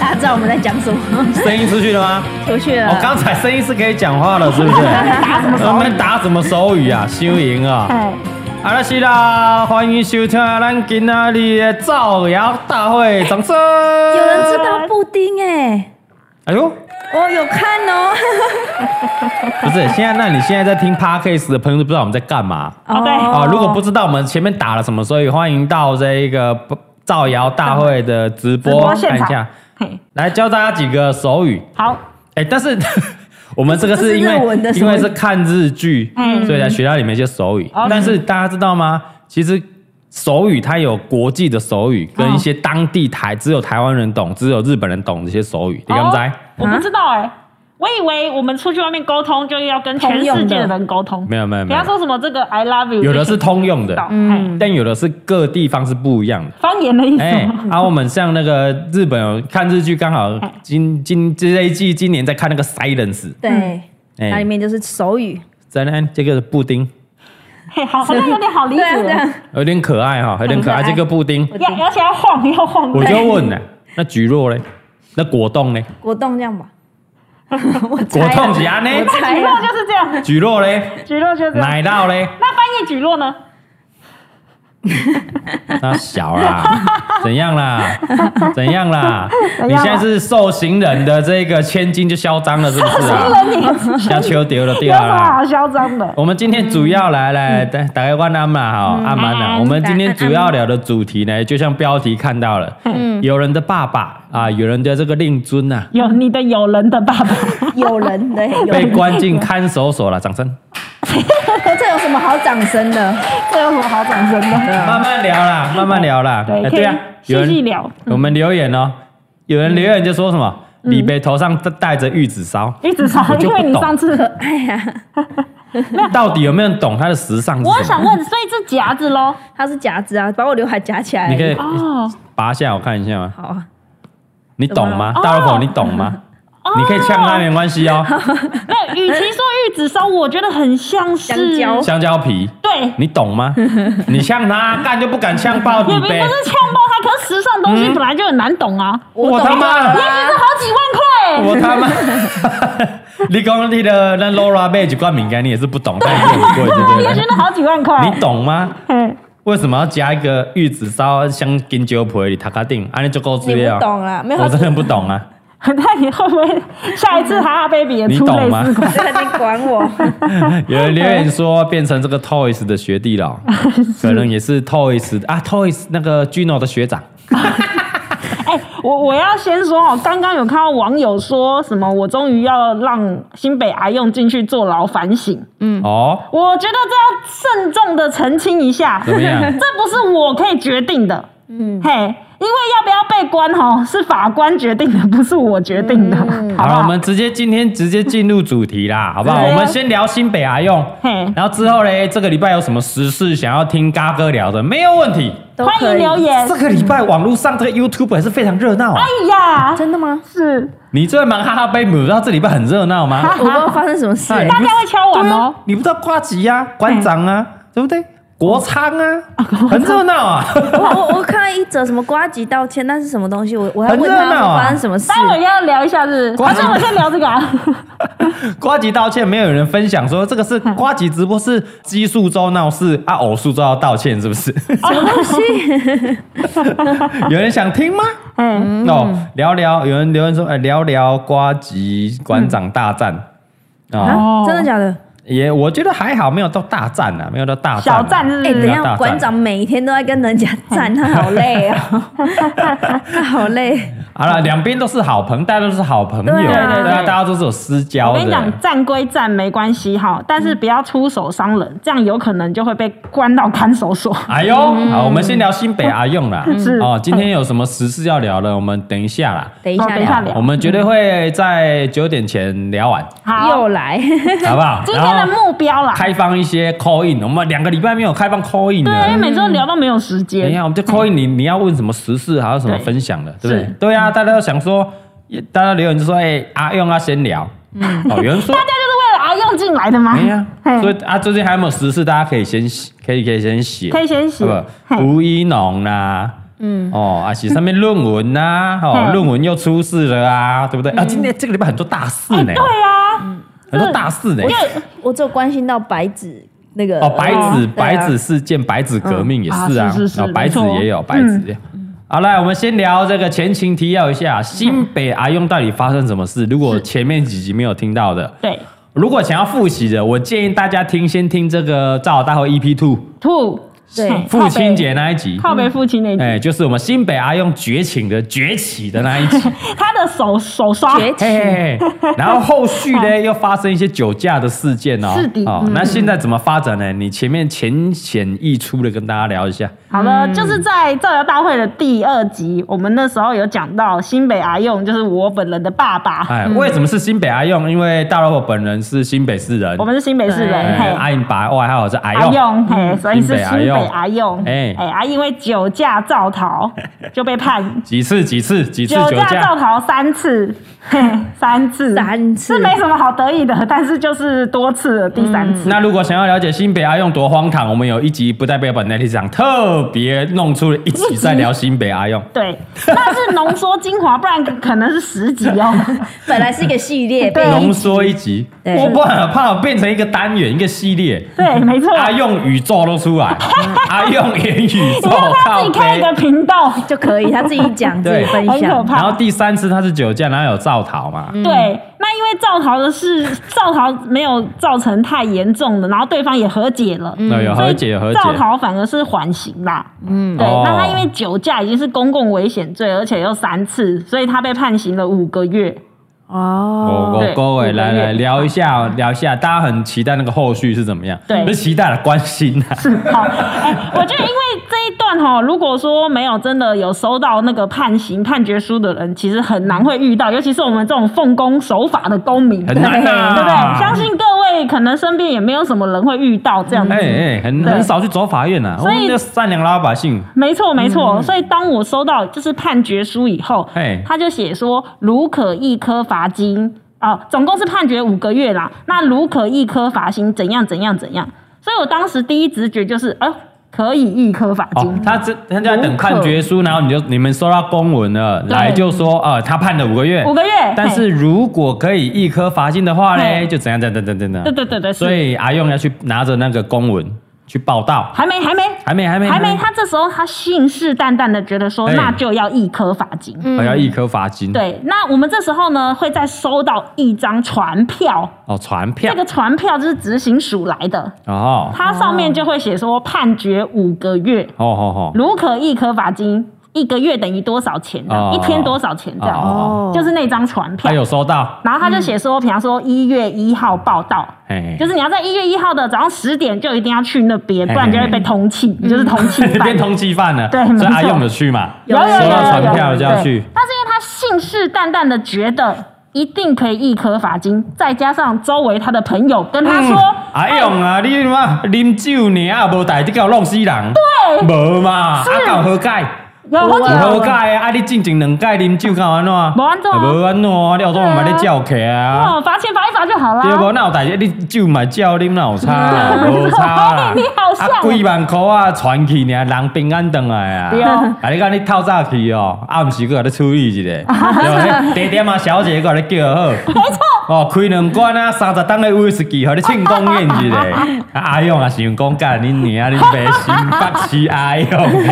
大家知道我们在讲什么？声音出去了吗？ 出去了我、。刚才声音是可以讲话了，是不是？啊 打什么手语我们打什么手 语啊？修营啊！哎，阿拉西啦，欢迎收听咱今仔日的造谣大会，掌声！有人知道布丁哎、哎呦，我有看哦。不是，现在那你现在在听 podcast 的朋友都不知道我们在干嘛 哦对啊、如果不知道我们前面打了什么，所以欢迎到这一个造谣大会的直直播播现看场一下，嘿，来教大家几个手语。好，哎、但是 我们这个这是是因日文的为手语因为是看日剧，嗯所以才学到里面一些手语。哦但是大家知道吗？其实手语它有国际的手语，哦跟一些当地台只有台湾人懂、只有日本人懂这些手语。你敢不知道？哦我不知道哎、我以为我们出去外面沟通就要跟全世界的人沟通，没有没有不没要有，说什么这个 I love you，有的是通用知道的，，嗯，但有的是各地方是不一样的。方言的意思哎、吗，啊，我们像那个日本有看日剧，刚好嗯哎今今这一季今年在看那个 Silence，对，嗯哎、那里面就是手语。在那这个布丁嘿，好，好像有点好理对啊，解对了，啊。有点可爱哈，有点可爱，很可爱这个布丁。我要而且要晃要晃，我就问了，那菊若嘞？那果冻嘞？果冻这样吧。 我猜果啊冻是安呢？我猜举啊落就是这样，菊 若嘞？举落就是这样。奶酪嘞？那翻译举落呢？那 小啦，怎样啦？怎样啦？怎样啦你现在是受刑人的这个千金就嚣张了，是不是啊？那你有 下秋丢了掉什么啊啦。好嚣张的？我们今天主要来嗯来打打开万安嘛哈，阿满安啊，安我们今天主要聊的主题呢，就像标题看到了，嗯有人的爸爸啊，有人的这个令尊呐，有你的友人的爸 爸，有人对，有被人。关进看守所了，掌声。这有什么好掌声的？这有什么好掌 声的？慢慢聊啦，慢慢聊啦。哦对，哎可对以啊，有细细人聊。嗯我们留言哦，有人留言就说什么李北头上戴着玉子烧，一直吵我，就因不为你懂上次，哎呀，到底有没有人懂他的时尚是我什想么？问，所以是夹子喽？它是夹子啊，把我刘海夹起来。你可以哦拔下我看一下吗？好啊，你懂吗怎么？了大老哦婆，你懂吗？哦，你可以呛他没关系 哦。没有，与其说玉子烧，我觉得很像是香蕉香蕉皮，对，你懂吗？你呛他，干就不敢呛爆李也不是北。呛爆他，可是时尚东西本来就很难懂啊，我他妈也许是好几万块欸。我他妈！ 你讲你的那 Laura 贝几罐饼干，你也是不 懂，但你也很贵，对不也许对？是好几万块，你懂吗？嗯，为什么要加一个玉子烧香金酒皮里塔卡定？安尼就够资你料不。懂啦，没有 我真他的不懂 啊！ 那你会不会下一次哈哈 baby 也出类你懂吗似款？你管 我。有人留言说变成这个 Toys 的学弟了 哦，可能也是 Toys 的啊，Toys 那个 Gino 的学长。哎， 我我要先说哦，刚刚有看到网友说什么，我终于要让新北阿用进去坐牢反省。哦，我觉得这要慎重的澄清一下，怎么样 这不是我可以决定的，嗯，嘿，因为要不要被关哦，是法官决定的，不是我决定的，好嗯好不了，好？我们直接今天直接进入主题啦，好不好？对啊我们先聊新北阿用嘿，然后之后嘞，这个礼拜有什么时事想要听嘎哥聊的，没有问题。都欢可以迎留。言这。个礼拜网络上这个 YouTube 还是非常热闹啊。哎呀，真的吗？是你这忙哈哈杯，你不知道这礼拜很热闹 吗？啊我不知道发生什么事哎欸。大家会敲碗哦。你不知道瓜吉呀、馆长啊，对不对？国昌啊，很热闹啊， 我我我看到一则什么瓜吉道歉，那是什么东西？我我还问很热他闹啊发生什么事待。会要聊一下是不是，瓜还子是我们先聊这 个啊？瓜吉道歉，没有人分享说这个是瓜吉直播是奇数周闹事啊，偶数周要道歉是不是？啊 有人想听吗？嗯，哦，聊聊，有人留言说，哎，聊聊瓜吉馆长大战啊，啊，真的假的？也我觉得还好，没有到大战啊，没有到大战啊，小战是不哎，等一是？下，大战馆长每一天都在跟人家站，他 好累哦，他好累。好了，两边都是好朋友，大家都是好朋友，对啊对对对大家都是有私交的。我跟你讲，战归战没关系哈，但是不要出手伤人，这样有可能就会被关到看守 所。哎呦，好，我们先聊新北阿用啦。嗯是哦，今天有什么时事要聊的，我们等一下啦。等一下哦等一下聊，聊我们绝对会在九点前聊完，好又，来。好不好？嗯 今天的然后目标啦，开放一些 call in，我们两个礼拜没有开放 call in 对，因为了。每次都聊到没有时等一间。下，我们就 call in 你，你要问什么时事，还有什么分享的，对不对是？对啊，大家都想说，也大家留言就说，哎，阿用要先聊。哦，有人说 大家就是为了阿用进来的吗？没呀、嗯啊嘿所以啊，最近还有没有时事？大家可以先写，可以可以先写，可以先写好不好嘿吴一农啦、嗯，哦，啊，写上面论文呐、哦，嗯论文又出事了啊，对不对？啊，今天这个礼拜很多大事呢，哎对啊，很多大事呢， 我只有关心到白纸那个哦，白纸、对啊白纸事件、白纸革命也是啊，啊是是是哦白纸没错也有白纸也有。好，来，我们先聊这个前情提要一下，新北阿用到底发生什么事？如果前面几集没有听到的，对，如果想要复习的，我建议大家听先听这个《赵大会 EP Two》吐对父亲节那一集，靠背父亲那一哎、集，就是我们新北阿用崛起的崛起的那一 集。他的手手刷崛起嘿，然后后续呢又发生一些酒驾的事件哦。是的嗯哦，那现在怎么发展呢？你前面浅显易出的跟大家聊一下。好了，嗯就是在造谣大会的第二集，我们那时候有讲到新北阿用，就是我本人的爸爸，哎，为什么是新北阿用？因为大老婆本人是新北市人我，们是新北市人，哎，嘿。阿英把外号是阿阿用。嗯用，嘿，所以是新北阿用，新北阿用哎哎，啊，因为酒驾造 逃就被判几次？几次？几次酒酒驾造驾？逃三次，嘿，三次，三次是没什么好得意的，但是就是多次了，第三次，那如果想要了解新北阿用多荒唐，我们有一集不代表本台立场，特别弄出了一集在聊新北阿用。对，那是浓缩精华，不然可能是十集 哦。本来是一个系列，对被浓缩一集，对我不很怕我变成一个单元一个系列。对，没错，阿用宇宙都出 来，阿用元宇宙你让他自靠己开背一。个频道，就可以，他自己讲自己对分很可享，怕然后第三次他是酒驾，然后有造逃嘛？对，那因为造逃的事，造逃没有造成太严重的，然后对方也和解了，嗯那有和解有和解造逃反而是缓刑啦。嗯，对哦，那他因为酒驾已经是公共危险罪，而且又三次，所以他被判刑了五个月。 我哦，我嗯对各位五个来月来聊一下聊一下，大家很期待那个后续是怎么样？对不是期待了，关心啊。好，哎、我觉得因为这一段哈、如果说没有真的有收到那个判刑判决书的人，其实很难会遇到，尤其是我们这种奉公守法的公民，很对难啊对不对？相信各位可能身边也没有什么人会遇到这样子。哎哎，很对很少去走法院呐，我所以们那善良老百姓，没错，没错。所以当我收到就是判决书以后嗯嘿，他就写说，如可一颗罚金啊、总共是判决五个月啦。那如可一颗罚金怎样怎样怎样？所以我当时第一直觉就是，哎、可以一颗罚金。哦，他这他在等判决书，然后你就你们收到公文了，对来就说呃，他判了五个月，五个月但是如果可以一颗罚金的话呢，哎嘿就怎样怎样怎样怎样。对对对对，是所以阿用要去拿着那个公文去报道，还没还没还没还没还没。他这时候他信誓旦旦的觉得说，哎那就要一颗罚金。还哦要一颗罚金。，嗯对，那我们这时候呢，会再收到一张传票，哦，传票这，个传票就是执行署来的，哦，它上面就会写说判决五个月，哦哦如可一颗罚金，一个月等于多少钱这样哦一天多少钱哦，这样，哦，就是那张传票他。有收到，然后他就写说，比方说一月一号报到，哎，就是你要在一月一号的早上十点就一定要去那边，不然就会被通缉，你就是通缉犯。 变通缉犯了，对没所以阿错用有去嘛， 有有有有收到传有票有就要对去，但是因为他信誓旦旦的觉得一定可以一颗罚金，再加上周围他的朋友跟他说，嗯哦阿用啊，你嘛，啉酒呢，啊，无代志搞弄死人，对，无嘛，啊是，搞何解？有何解啊？有好几个。啊，你进前两届啉酒搞安怎？无安怎啊无安怎啊？你有种嘛咧叫客啊？哦，罚钱罚一罚就好啦。对无，那有代志，你酒嘛照啉，那有差 啦，嗯。无差啦你好像啊，几万箍啊，传去尔，人平安转来啊。对哦啊，你讲你透早去哦，暗时搁甲你处理 一下，对吧？茶店啊，小姐搁甲你叫好。没错。哦，开两罐啊，三十档的威士忌，互你庆功宴一 下。啊，阿勇啊，想讲干恁娘恁爸新北市阿勇。还用你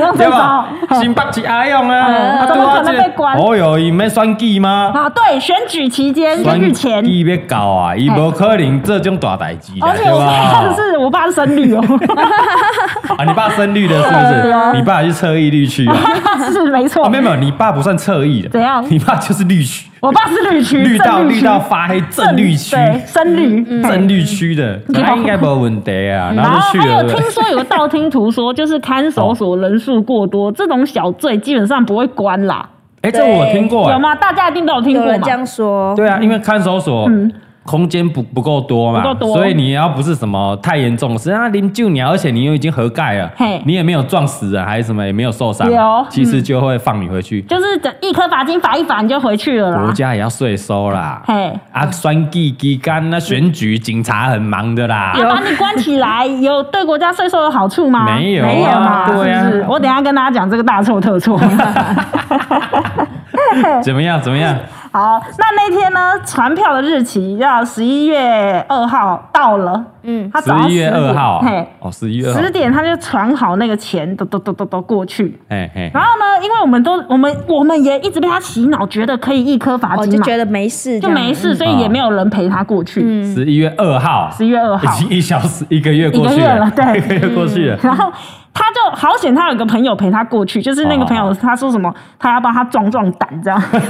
用对这吧 招？新北市阿勇 啊，嗯啊怎么可能被关哦哟，伊免选举吗？啊？对，选举期间 选举前，伊要搞啊，伊无可能这种大代志啦，而啊对且我爸吧？哦是我爸是深绿 哦，啊，你爸深绿的是不 对啊是？你爸是侧翼绿区啊？ 是没错啊，，没有没有，你爸不算侧翼的，怎样你爸就是绿区，我爸是绿区，绿到正绿区到发黑正绿区，对，深绿。正绿区的，那应该没问题啊。嗯然然后后就去还了，对哦不有对听说有个道听途说，就是看守所人数过多，这种小罪基本上不会关啦，哎，这我听过，有？吗？大家一定都有听有过人这嘛？样说，对啊，因为看守所，空间不不够多嘛，嗯不够多所以你要不是什么太严重的事，啊，零九年，而且你又已经合盖了嘿，你也没有撞死啊人，还是什么，也没有受伤有，其实就会放你回去。就是整一颗罚金罚一罚你就回去了国啦。家也要税收啦，嗯嘿，啊，选举期间那啊选举警察很忙的啦啊，，把你关起来有对国家税收有好处吗？没有啊没有嘛，对啊是不是？我等一下跟大家讲这个大错 特错。怎么样怎么样？好，那那天呢，船票的日期要十一月二号到了。嗯，他十早上一月10二点号嘿，，哦，十一月二号十，点他就传好那个钱，都都都都都过去。嘿嘿，然后呢，因为我们都我们我们也一直被他洗脑，觉得可以一颗罚我金哦就嘛，觉得没事，就没嗯事，。所以也没有人陪他过去。嗯十一月二号，啊十一月二号已经一小时一个月过去一个月了对一个月过去了， 然后他就好险，他有个朋友陪他过去，就是那个朋友哦他说什么，他要帮他壮壮胆 这样。嗯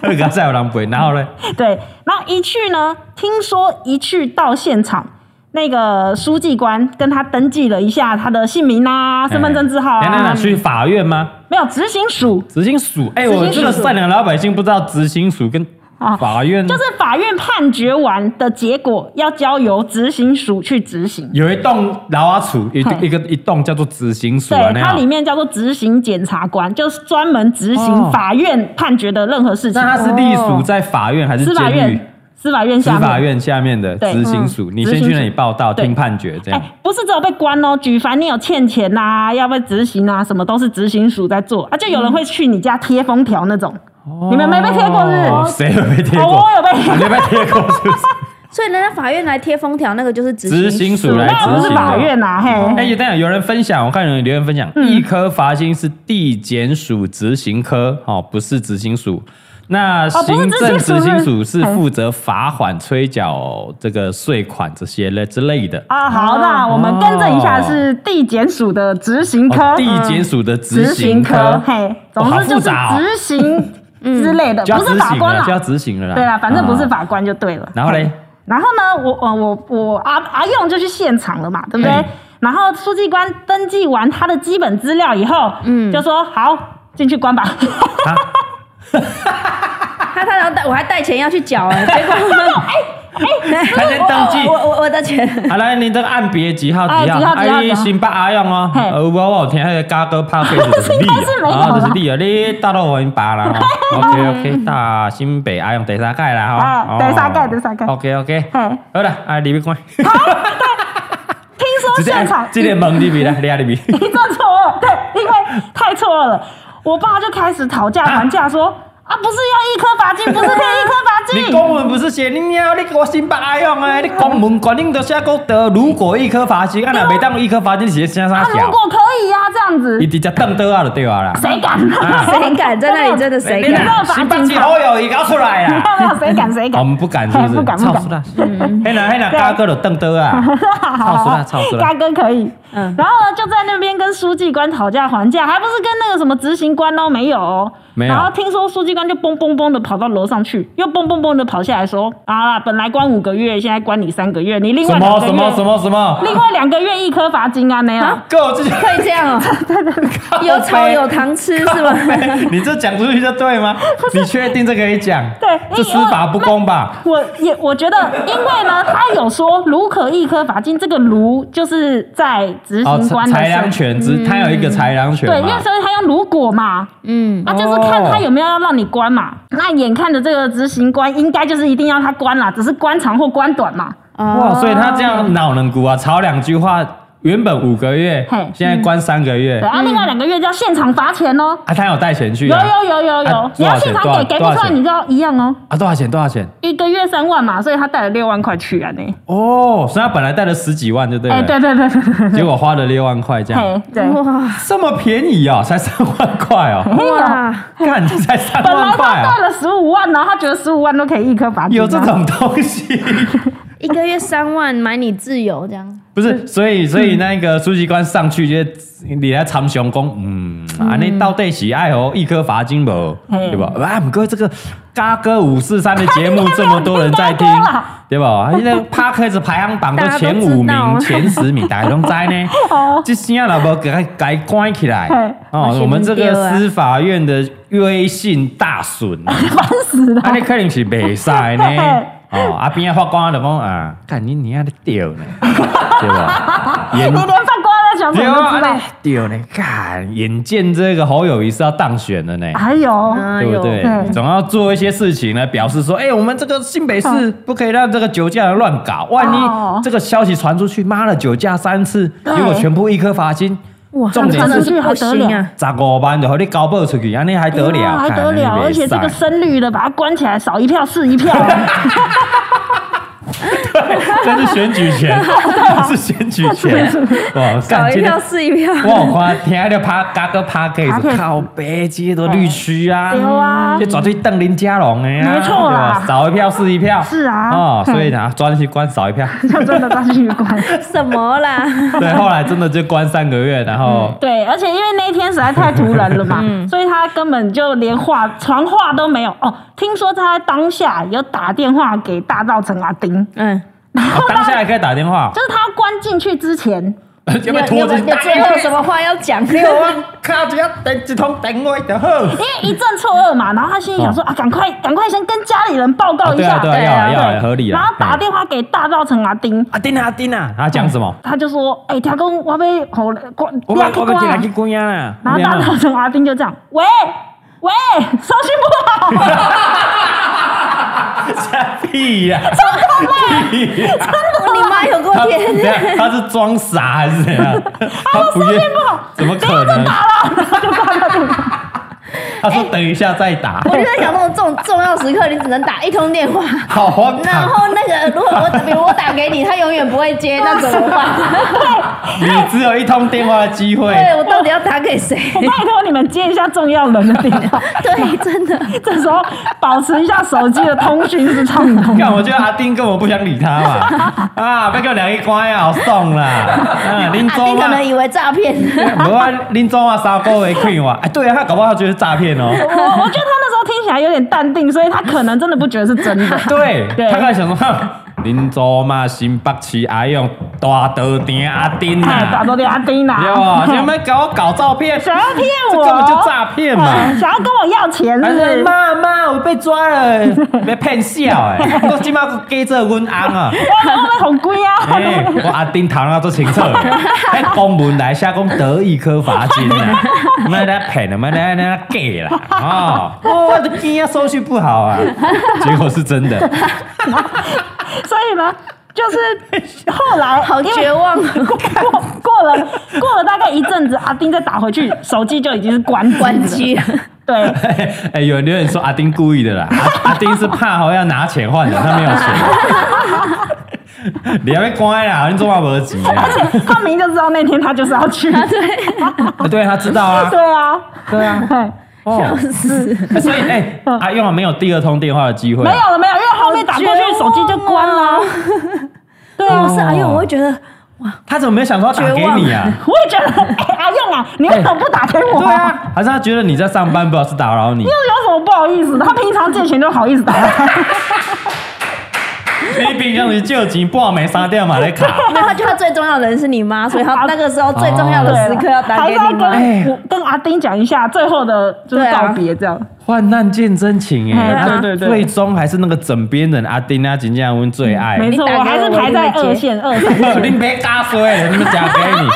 那个再有人陪，然后呢， 对，然后一去呢，听说一去到现场，那个书记官跟他登记了一下他的姓名啊、 身份证字号哎那那啊，去法院吗？没有执行署。执行署，哎，执行署我这个善良老百姓不知道执行署跟啊法院就是法院判决完的结果，要交由执行署去执行。有一栋老阿处，一嘿一个一栋叫做执行署啊对，那它里样。面叫做执行检察官，就是专门执行哦法院判决的任何事情。那它是隶属在法院还是司法监狱？院，司法院司下面。法院下面的对嗯执行署，你执先行去署那里报道，对听判决这哎、样。不是只有被关哦，举凡你有欠钱呐、要被执行啊，什么都是执行署在做啊。就有人会去你家贴封条那种，你们没被贴过是哦不是？谁有被贴哦，过 我？有被贴你有被贴过是不是？所以人家法院来贴封条，那个就是执执行行署来那不执是行法的。院呐、哎，嘿，有但有人分享，我看有人留言分享，嗯一颗罚金是地检署执行科，哦，不是执行署。那哦不是行政执执行署行是署是哎负责罚款、催缴这个税款这些类之类的。啊，好，那我们更正一下，是地检署的执行科，哦地检署的执行科嗯科，，嘿，哦总好之就复是杂哦执行之类 的，就要不执是法行官了，啦就，要执行了啦。对啦，啊反正不是嗯。法官就对了。然后嘞，然后呢，我我我我阿阿用就去现场了嘛，对不对嗯？然后书记官登记完他的基本资料以后，嗯，就说好进去关吧。 啊，他他然后带我还带钱要去 缴哎，结果 哎还在登记我我我我的钱，啊，来，你这个按别几号啊几号？几号几号啊，你几号新北阿用哦，嘿呃，我我有听那个嘎哥拍配就是 你应该是没有啊，啦啊，就是你啊，你大到我因爸啦，OK OK，大新北阿用第三届啦啊哈，哦第三届第三届，OK OK，嘿好啦，啊，你别关，听说 直接现场 直接门里边啦，你啊里边，一阵错愕，对，因为太错愕了。我爸就开始讨价还 价说啊，不是要一颗罚金，不是可以一颗罚你金。公文不是写你喵，你给我新北阿用 啊，你公文管定都写够得，如果一颗罚金，啊，那每当一颗罚金写啥啥啊，如小，果可以呀、这样子一，直接瞪得啊就对啊啦。谁敢？ 谁敢在那里真的哎 谁你敢？啦没办法新北警市察好友伊搞出来没啦。有没 有，谁敢谁哦我敢？们不敢，是不是？ 不敢不操敢死啦！嘿啦嘿啦，对大哥就瞪刀啊！ 操死啦！操死大啦！哥可以。嗯然后呢，就在那边跟书记官讨价还价，还不是跟那个什么执行官哦，没有、哦，没有然后听说书记官就嘣嘣嘣的跑到楼上去，又嘣嘣嘣的跑下来说：“啊，本来关五个月，现在关你三个月，你另外什两么个什月，么什么什么？另外两个月一颗罚金啊，那样。够这 可以这样哦， 有草有糖吃是吗？你这讲出去就对 吗？你确定这可以讲？对这司法不公吧？我也我觉得，因为呢，他有说“卢可一颗罚金”，这个“卢”就是在执哦，行官的裁身量权之，他有一个裁量权对，因为嘛。所以他用如果嘛，嗯，啊，就是看哦他有没有要让你关嘛。那眼看着这个执行官应该就是一定要他关啦，只是关长或关短嘛。哇，所以他这哦样脑能鼓啊，吵两句话，原本五个月嘿，现在关三个月对，啊，另外两个月就要现场罚钱哦。啊，他有带钱去有嗯啊？有有有啊有，你要现场多少给，钱给多不少出来钱你就要一样哦。啊，多少钱？多少钱？一个月三万嘛，所以他带了六万块去啊呢。哦，所以他本来带了十几万就对哎，了对，对对对对对，结果花了六万块这样。嘿，对。哇这么便宜啊、才三万块哦！哇，看这才三本来万他块带哦，了十五万，然后他觉得十五万都可以一颗罚金啊。有这种东西？一个月三万买你自由这样，不嗯是，所以所以那个书记官上去就是你来参详讲，嗯，啊，你到底喜爱哦一颗罚金不？嘿对吧？啊，不过这个嘎哥五四三的节目这么多人在 听应该没有听嘎哥啦，对吧？啊现在 p a r k 排行榜都大家都前五知道名、前十名，大家都知 呢。这些啊，老给它改关起来哦嘿我哦，是我们这不个对啊司法院的威信大损啊。 烦死了。啊，你可能是袂使 嘿呢。哦，啊边仔法官就讲啊，干你你阿咧钓呢，对 吧？哎你眼连法官的小啊朋对友都知啊，道咧。钓呢，干眼见这个侯友谊是要当选的呢。还有，哎对呦不对对？总要做一些事情来表示说，哎、我们这个新北市不可以让这个酒驾人乱搞，万哦一这个消息传出去，妈的酒驾三次，对结果全部一颗罚金，哇，重点他穿是得这不行啊！十五万就和你搞爆出去，安尼还得了？啊哇还看 得了！而且这 个深绿的把它关起来，少一票是一票。啊这是选举 权，这是选举权，哇，搞干一票是一票，哇，我看听着趴嘎个趴 K， Podcast 靠北街都绿区啊，对啊这绝对瞪林家龙的啊，没错啦对吧少一票是一票，是啊哦，所以呢，抓进去关少一 票， 他真的当去关。什么啦？对，后来真的就关三个月，然后 对，而且因为那一天实在太突然了嘛，嗯所以他根本就连话传话都没有。哦，听说他当下有打电话给大稻城阿丁，嗯，哦当下还可以打电话就，是他关进去之前，要你不有你有 要拖进你去有？最后有什么话要讲？靠，只要等一通电话就好。因为一阵错愕嘛，然后他心里想说、啊，赶快赶快先跟家里人报告一对下，哦啊，对啊，对要啊啊要啊，合理啊。然后打电话给大稻城阿丁，阿丁啊阿丁啊，他讲什么？他就说，哎、听讲我被吼关，我抓们去我们关进来啊去关啊！然后有没大有 稻城阿丁就这样，喂喂，收讯不好。屁呀！屁呀！ 你妈有 过他天 啊等下他是装傻还是怎样？ 他不愿，怎么可能？他说等一下再打，哎我就在想，那种重重要时刻，你只能打一通电话，好荒然唐！后那个如果我比如我打给你，他永远不会接，那怎么办？你只有一通电话的机会。对我到底要打给 谁？我拜托你们接一下重要人的电话，对，真的，这时候保持一下手机的通讯是畅通的。看，我觉得阿丁根本不想理他嘛。啊，别给我两个关啊，好 送啦！啊，阿丁林总可啊能，以为诈骗，无啊，林总啊，三个月亏我。哎，对啊，他搞不好他觉得是诈骗哦。我我觉得他那时候听起来有点淡定，所以他可能真的不觉得是真 的。 对，对他刚才想说，哼，林州嘛，新北市阿用大刀丁阿 丁哎，打啊，到的阿丁呐、对 吧？啊你们搞我搞照片，想要骗这我，根本就诈骗 嘛哎想要跟我要钱是还不是是？妈妈，我被抓了，被骗笑 哎！我今麦给这阮翁啊，我们红龟啊！哎，我阿丁堂啊做清楚，哎，公文来下讲德意科罚金啊，卖来骗了，啊卖来来假啦， 哦，哦我的天啊，收据不好啊，结果是真的， 所以呢， 就是后来好因为绝望，啊过过了过了大概一阵子，阿丁再打回去，手机就已经是关机关了机了。对， 哎、有人留言说阿丁故意的啦，阿阿丁是怕好要拿钱换的，他没有钱。 你还没乖啦，你做嘛没急啊？他明明就知道那天他就是要 去。啊对，他知道啊，对啊，对啊。哎嗯哦，是，所以哎、阿用啊没有第二通电话的机会啊，没有了，没有，因为后面打过去手机就关哎了。对啊，不是阿勇，我会觉得他怎么没有想说要打给你啊？我也觉得，哎阿用啊，你为什么不打给我？对，啊，还是他觉得你在上班，不知道是打扰你，这有什么不好意思的？他平常借钱都好意思打他，你平常时借钱半暝三点嘛在卡。没有，他觉得他最重要的人是你妈，所以他那个时候最重要的时刻要打还给是你要跟妈。哎我跟阿丁讲一下最后的就是对啊告别这样。患难见真情哎、哎他对对对最终还是那个枕边人阿丁啊，金家温最爱。没错，你打给我我还是排在二线、二三线。你别加水，你们加给你，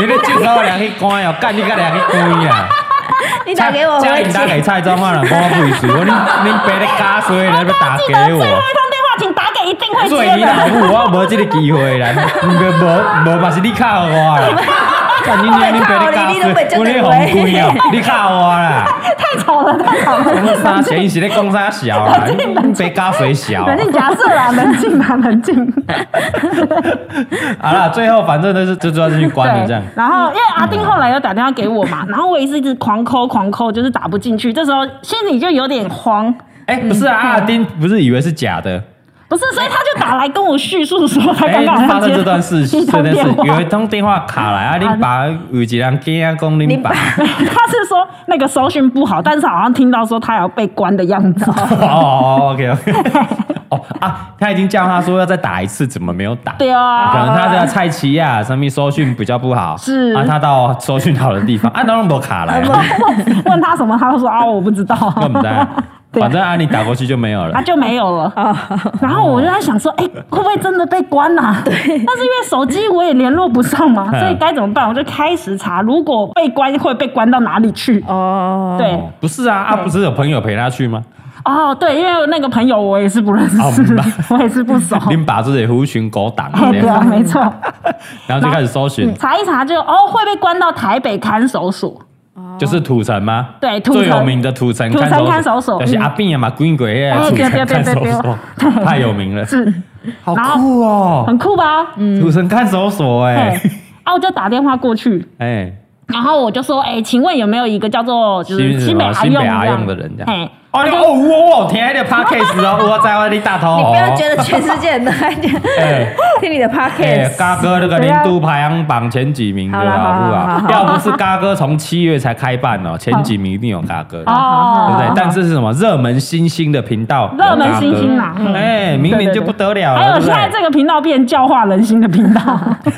你咧酒口两去关哦，干你个两去关啊！你打给我，我蔡会嘉颖打给接。蔡宗汉了，我不会输。你你别咧加水，你要打记给得最后一通我。电话，请打给一定会做接你老的。母，我无这个机会啦，你无无嘛是你靠我啦。干你娘，你别咧加水，我咧红龟哦，你靠我啦！太吵了，太吵了。我们三钱是咧讲啥小啦？你别加水小。啊冷静，假设啦，冷静啦，冷静。好啦，最后反正都是就抓进去关了这样对。然后因为阿丁后来又打电话给我嘛，然后我也是一直狂抠狂抠，就是打不进去。这时候心里就有点慌，哎，不是啊，阿丁不是以为是假的。不是，所以他就打来跟我叙述说他哎，刚刚好发像生 接这段事，一这通件电事话，有一通电话卡来啊，啊恁爸有一人跟啊讲恁爸， 他是说那个搜讯不好，但是好像听到说他要被关的样 子。 哦，OK OK，哦 啊，他已经叫他说要再打一次，怎么没有打？对啊，可能他的蔡奇亚上面搜讯比较不好，是啊，他到搜 讯好的地方，啊，当然不卡来啊，问他什么，他就说啊我不知道。我不知道对反正安妮打过去就没有了啊，。就没有了。啊，然后我就在想说，哎、会不会真的被关啦、对。但是因为手机我也联络不上嘛，嗯所以该怎么办？我就开始查，如果被关会被关到哪里去？哦，对哦，不是啊，啊，不是有朋友陪他去吗？哦，对，因为那个朋友我也是不认识，哦明白 我也是不熟。 你们把自己狐群狗党哎，这哦对啊，样，没错。然后就开始搜寻，查一查就哦，会被关到台北看守所。就是土城吗？对土城最有名的土城土城看看守守所，所就是阿扁嘛，鬼鬼耶，哎土城对对对看守对所太有名了，是，好然后酷哦，很酷吧？嗯，土城看守所哎啊，我就打电话过去，哎，然后我就说，哎、请问有没有一个叫做就是新新北阿新用北这阿样用的人这样哎，哦你哦我我听那个 podcast 哦，我在我的大头， 你不要觉得全世界人都在听哎。听你的哎， podcast，嘎哥那个年度排行榜前几名的好啦好不好好好？好要不是嘎哥从七月才开办哦，前几名一定有嘎哥的，对哦，不对？但这是什么热门新兴的频道？热门新兴啦有嘎哥嗯哎，明年就不得了还了，有对不现在对？这个频道变教化人心的频道，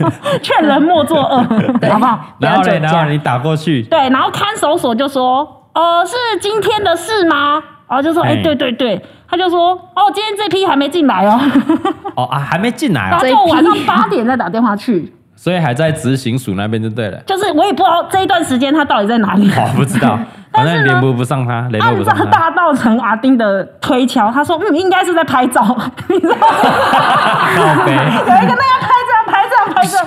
劝人莫作恶，好不好？然后不要嘞，酒然驾后你打过去，对，然后看守所就说，呃，是今天的事吗？然后就说，哎、哎对对对，他就说，哦，今天这批还没进 来哦，哦啊，还没进来然啊后，这一就批晚上八点再打电话去，所以还在执行署那边就对了。就是我也不知道这一段时间他到底在哪里。哦，不知道，反 但是正呢啊联络不上他，联络按不照上他。大道城阿丁的推敲，他说：“嗯，应该是在拍照， 你知道吗？靠北有一个那样拍照，拍照，拍照，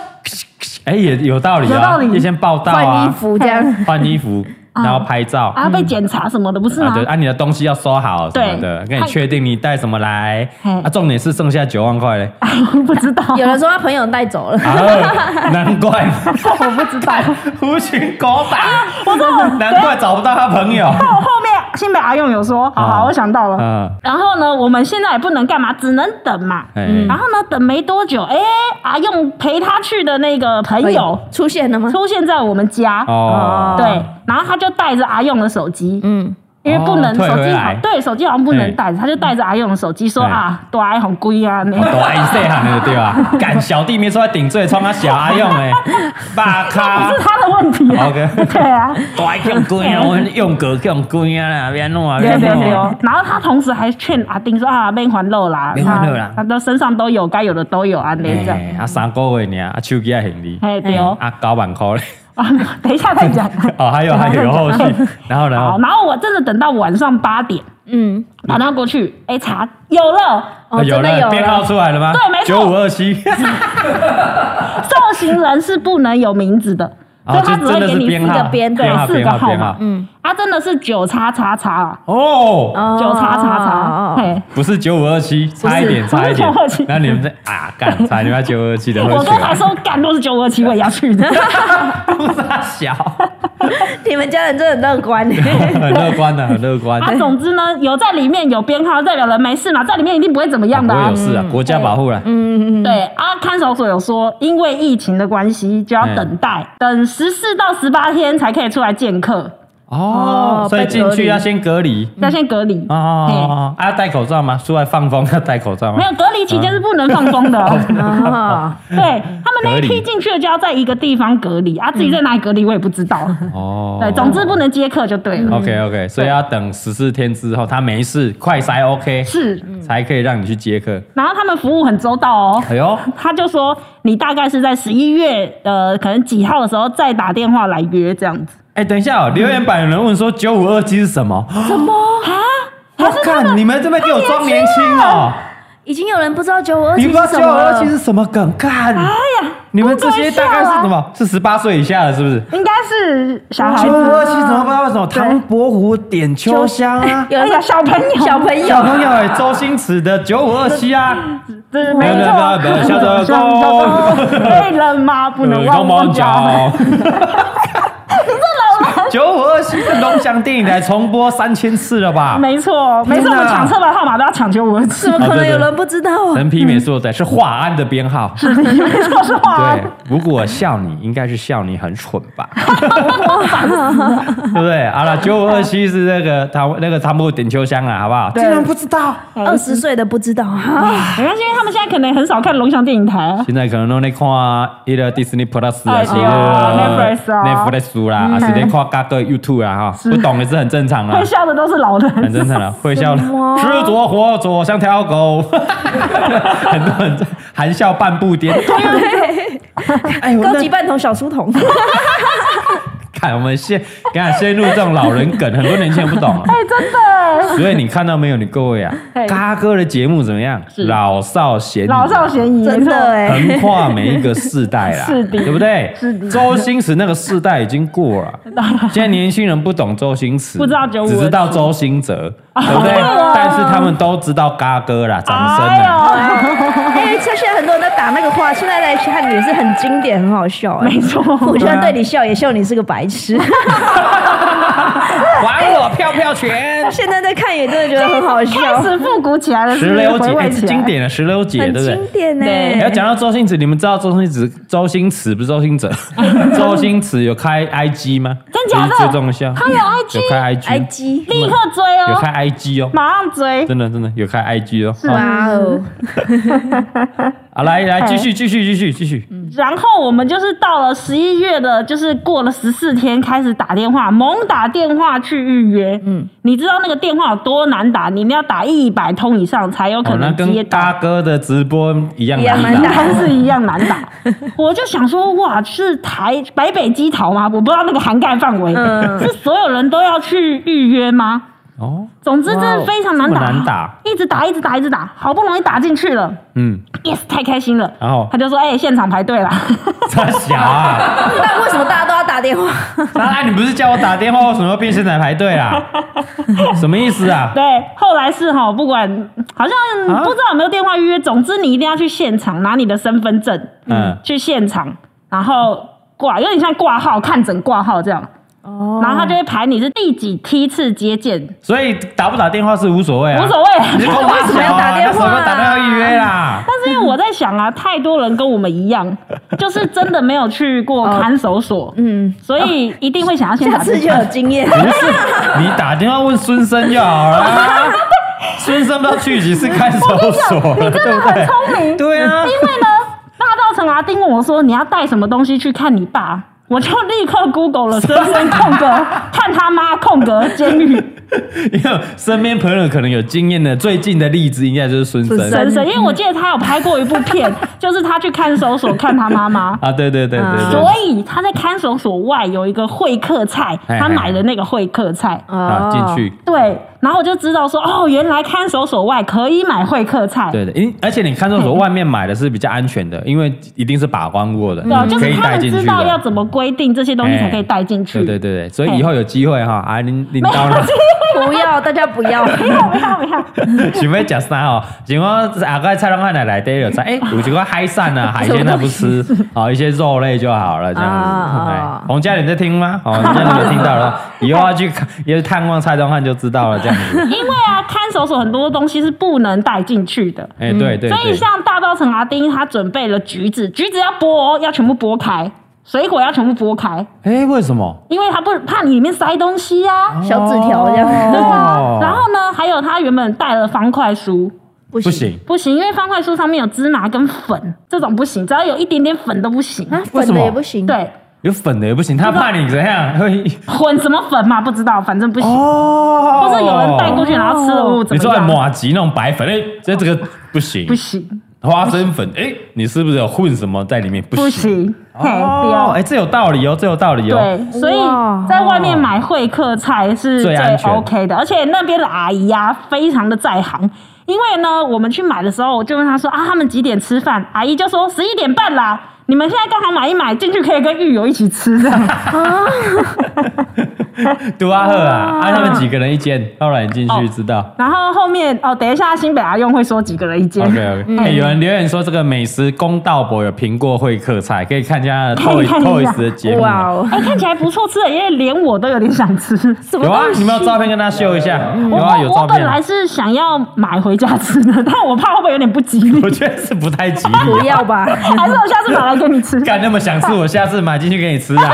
哎，也有道理啊，有道理就先报道换衣啊，服这 样，换衣服，然后拍照啊，被检查什么的，不是啊，吗？对，啊，你的东西要收好什么的，对跟你确定你带什么来嘿啊。重点是剩下九万 块嘞，哎，不知道，有人说他朋友带走了，啊，难怪我不知道。狐群狗 党，难怪找不到他朋 友。后后面新北阿用有说，好啊好，我想到了。嗯，然后呢，我们现在也不能干嘛，只能等嘛。哎嗯然后呢，等没多久，哎，阿用陪他去的那个朋友哎出现了吗？出现在我们家，哦，对，然后他就带着阿用的手机，嗯，因为不能哦退手回机来好，对手机好像不能带着，他就带着阿用的手机说哎啊，多爱很贵啊， 那我大伊细汉的对吧？干小弟没出来顶罪，创啊小阿用 诶，把 卡不是他的问题啊， OK 对啊， 大向官啊，我用过向官啊啦，别弄啊，对别对弄对啊。哦。然后他同时还劝阿丁说啊，免烦恼啦，免烦恼啦他都身上都有，该有的都有啊，那这样， 哎，啊三个月呢，啊手机也行李，哎对哦，啊九万块嘞。啊，等一下再讲。 哦，还有还 有后 续，然后然好，后然后我真的等到晚上八点嗯，打电话过去，哎查有了，哦，真的了有编号了，出来了吗？对没错九五二 七，受刑人是不能有名字的，所哦以他只就真会的给是你编四号个编编号对四编个号号编码号，嗯，他真的是九叉叉叉啊。哦，哦九叉叉叉，，嘿，不是九五二七，差一点，不是差一点952。那你们在啊 干，差你们九五二七的我喝酒刚 才说干都是九二七，我也要去的。大啊小。你们家人真的很乐 观，嗯很乐观 的，很乐观。啊，总之呢，有在里面有编号，代表人没事嘛，在里面一定不会怎么样的不会啊哎有。事啊，国家保护了。嗯嗯嗯，对啊，看守所有说，因为疫情的关系，就要等待，等十四到十八天才可以出来见客，哦哦，所以进被隔去离要先隔离。要先隔离。哦哦哦哦，啊，要戴口罩吗？出来放风要戴口罩嘿吗没？有隔离期间是不能放风的哦。啊，对他们那一隔离批进去的就要在一个地方隔离啊，自己在哪里隔离我也不知道。哦，对，哎总之不能接客就对了。 OK OK，所以要等十四天之后，他没事，快筛 OK，是，才可以让你去接客。然后他们服务很周到哦。哎呦，他就说你大概是在十一月呃可能几号的时候再打电话来约这样子。哎，等一下哦，留言板有人问说九五二七是什么？什 么？我看你们这边给我装年轻哦，已经有人不知道九五二你七不是知道九什五么二七了？是什么梗？看，你们这些大概是什么？是十八岁以下的，是不是？应该是小孩九五子，二七怎么办？为什么唐伯虎点秋 香啊？有人哎说呀，小朋友，小朋小友，朋友哎，周星驰的九五二七啊，对，没没有没有没有错，小朋友累了吗？不嗯能忘忘哦啊家。 九五二七是龙翔电影台重播三千次了吧？没错，每次我们抢车牌号码都要抢九五二七怎，么可能有人不知道啊？人皮美术仔是华安的编号，没错啊是华 对安。。如果笑你，应该是笑你很蠢 吧？对不对？好了，九五二七是那个唐那个唐伯虎点秋香啊，好不好？对竟然不知道，二十岁的不知道啊，没关系，因为他们现在可能很少看龙翔电影台啊。现在可能拢在看迄个 Disney Plus 啊，哎是对啊 Netflix 啊 Netflix 啦，啊是在看嘎各位 YouTube 啊哈，是不懂也是很正常啊会，笑的都是老人，很正常啊，会笑的，什么吃着火灼像条狗， 很多人含笑半步颠。 哎，我高那嗯级半桶小书童，看我们陷，刚才陷入这种老人梗，很多年轻人不懂啊。 哎，真的所以你看到没有，你各位啊嘿，嘎哥的节目怎么样？是老少咸宜，老少咸宜，真的哎、横跨每一个世代啦， 是的对不对是的？周星驰那个世代已经过 了，现在年轻人不懂周星驰，不知道95只知道周星哲， 啊对不对？但是他们都知道嘎哥啦，掌声啦。哎哎、欸，现在很多人在打那个话，现在来看也是很经典，很好笑、哎没错我就算对你笑，也笑你是个白痴。！还我票票权 现在在看也真的觉得很好呦，开笑，始复古起来了，石榴姐，回哎味起来经典的石榴姐，对很不对经？典呢、对哎要讲到周星驰，你们知道周星驰、周星驰不是周 星哲，周星驰有开 IG 吗？真假的就是追踪一下，他有 IG 有开 IG， I G，立刻追有哦，开 IG 哦，马上追，真的真的有开 IG 哦。是哇哦，啊，来来，哎继续继续继续继续。然后我们就是到了十一月的，就是过了十四天，开始打电话，猛打电话去预约。嗯，你知道那个电话有多难打？你们要打一百通以上才有可哦，那能接跟到。大哥的直播一样一样难难打。打还是一样难打，我就想说，哇，是台北北基桃吗？我不知道那个涵盖范围，嗯是所有人都要去预约吗？哦，总之，真哇的哦非常难这打，么难打一直打，一直打，一直打，好不容易打进去了嗯， ，yes，太开心了。然 后他就说：“哎、现场排队啦。 傻小啊！那为什么大家都要打电话？啊，你不是叫我打电话，为什么要变现在排队 啊？什么意思啊”？对，后来是哈，不管好像啊不知道有没有电话预约，总之你一定要去现场拿你的身份证，嗯去现场，然后挂，有点像挂号看诊挂号这样，哦然后他就会排你是第几梯次接见，所以打不打电话是无所谓啊，无所谓。 你就跟我为什么要打电话为什么要打电话预约啦？但是因为我在想啊，太多人跟我们一 样，就是真的没有去过看守所，嗯，所以一定会想要先下打次电就有经验。不是，你打电话问孙生就好 了。孙生不知道去几次看守所了，对不对？聪明，对啊因为呢，大稻城阿丁问我说你要带什么东西去看你爸，我就立刻 Google 了深深空格看他妈空格 监狱因为身边朋友可能有经验的，最近的例子应该就是孙生孙生深深，因为我记得他有拍过一部 片，就是他去看守所看他妈妈。啊，对对对对对。所以他在看守所外有一个会客菜，嘿嘿他买的那个会客菜，哦啊，哦进去。对，然后我就知道说，哦，原来看守所外可以买会客菜，对的，因而且你看守所外面买的是比较安全的，因为一定是把关过的，对啊，你就嗯是可以他带们进知去道要的。哎怎么规定这些东西才可以带进去。对对对对，所以以后有机会哈，啊， 您您到了， 不要，大家不要。不要不要不要！想要吃啥哦？像我阿个菜农汉奶奶带了，哎，有几个海sản啊，海 鲜他不吃，好一些肉类就好了，这样子。啊哎，洪嘉玲在听吗？哦，你你们听到 了，以后要去看，要去探望蔡东汉就知道了，这样 子。因为啊，看守所很多东西是不能带进去的，哎，对对嗯所以对，像大稻城阿丁他准备了橘子，橘子要剥哦，要全部剥开，水果要全部剥开，哎，为什么？因为他不怕你里面塞东西啊。小纸条这样对哦啊， 然后呢，还有他原本带了方块书，不不行，不行，因为方块书上面有芝麻跟粉，这种不行，只要有一点点粉都不行。啊，为粉什么的也不行。，对，有粉的也不行，他怕你怎样会混什么粉嘛，不知道，反正不行。哦，或者有人带过去，然后吃了，哦，你怎么说样？马吉那种白粉，哎、这这个不行。不行，花生粉，哎、你是不是有混什么在里面？不不行。行，嘿，哦，不要哎、。这有道理哦，这有道理哦。对，所以哇在外面买会客菜是最最安全 OK 的，而且那边的阿姨呀、非常的在行。因为呢，我们去买的时候，我就问她说啊，他们几点吃饭？阿姨就说十一点半啦。你们现在刚好买一买，进去可以跟狱友一起吃的。 杜阿赫啊，啊，他们几个人一间，后来你进哦去知道。然后后面哦，等一下新北阿用会说几个人一间。 OK OK，、哎嗯有人留言说这个美食公道博有评过会客菜，可以看一下可以 Toys 看一下 Toys 的节目啊。哇哦，哎、看起来不错吃的，因为连我都有点想吃。什么有啊东，西你们有照片跟他秀一下，有我啊，有照我本片。来是想要买回家吃的，但我怕会不会有点不吉 我 利，觉得是不太吉利、啊。不要吧？还是我下次买来给你吃。 干那么想吃，我下次买进去给你吃啊！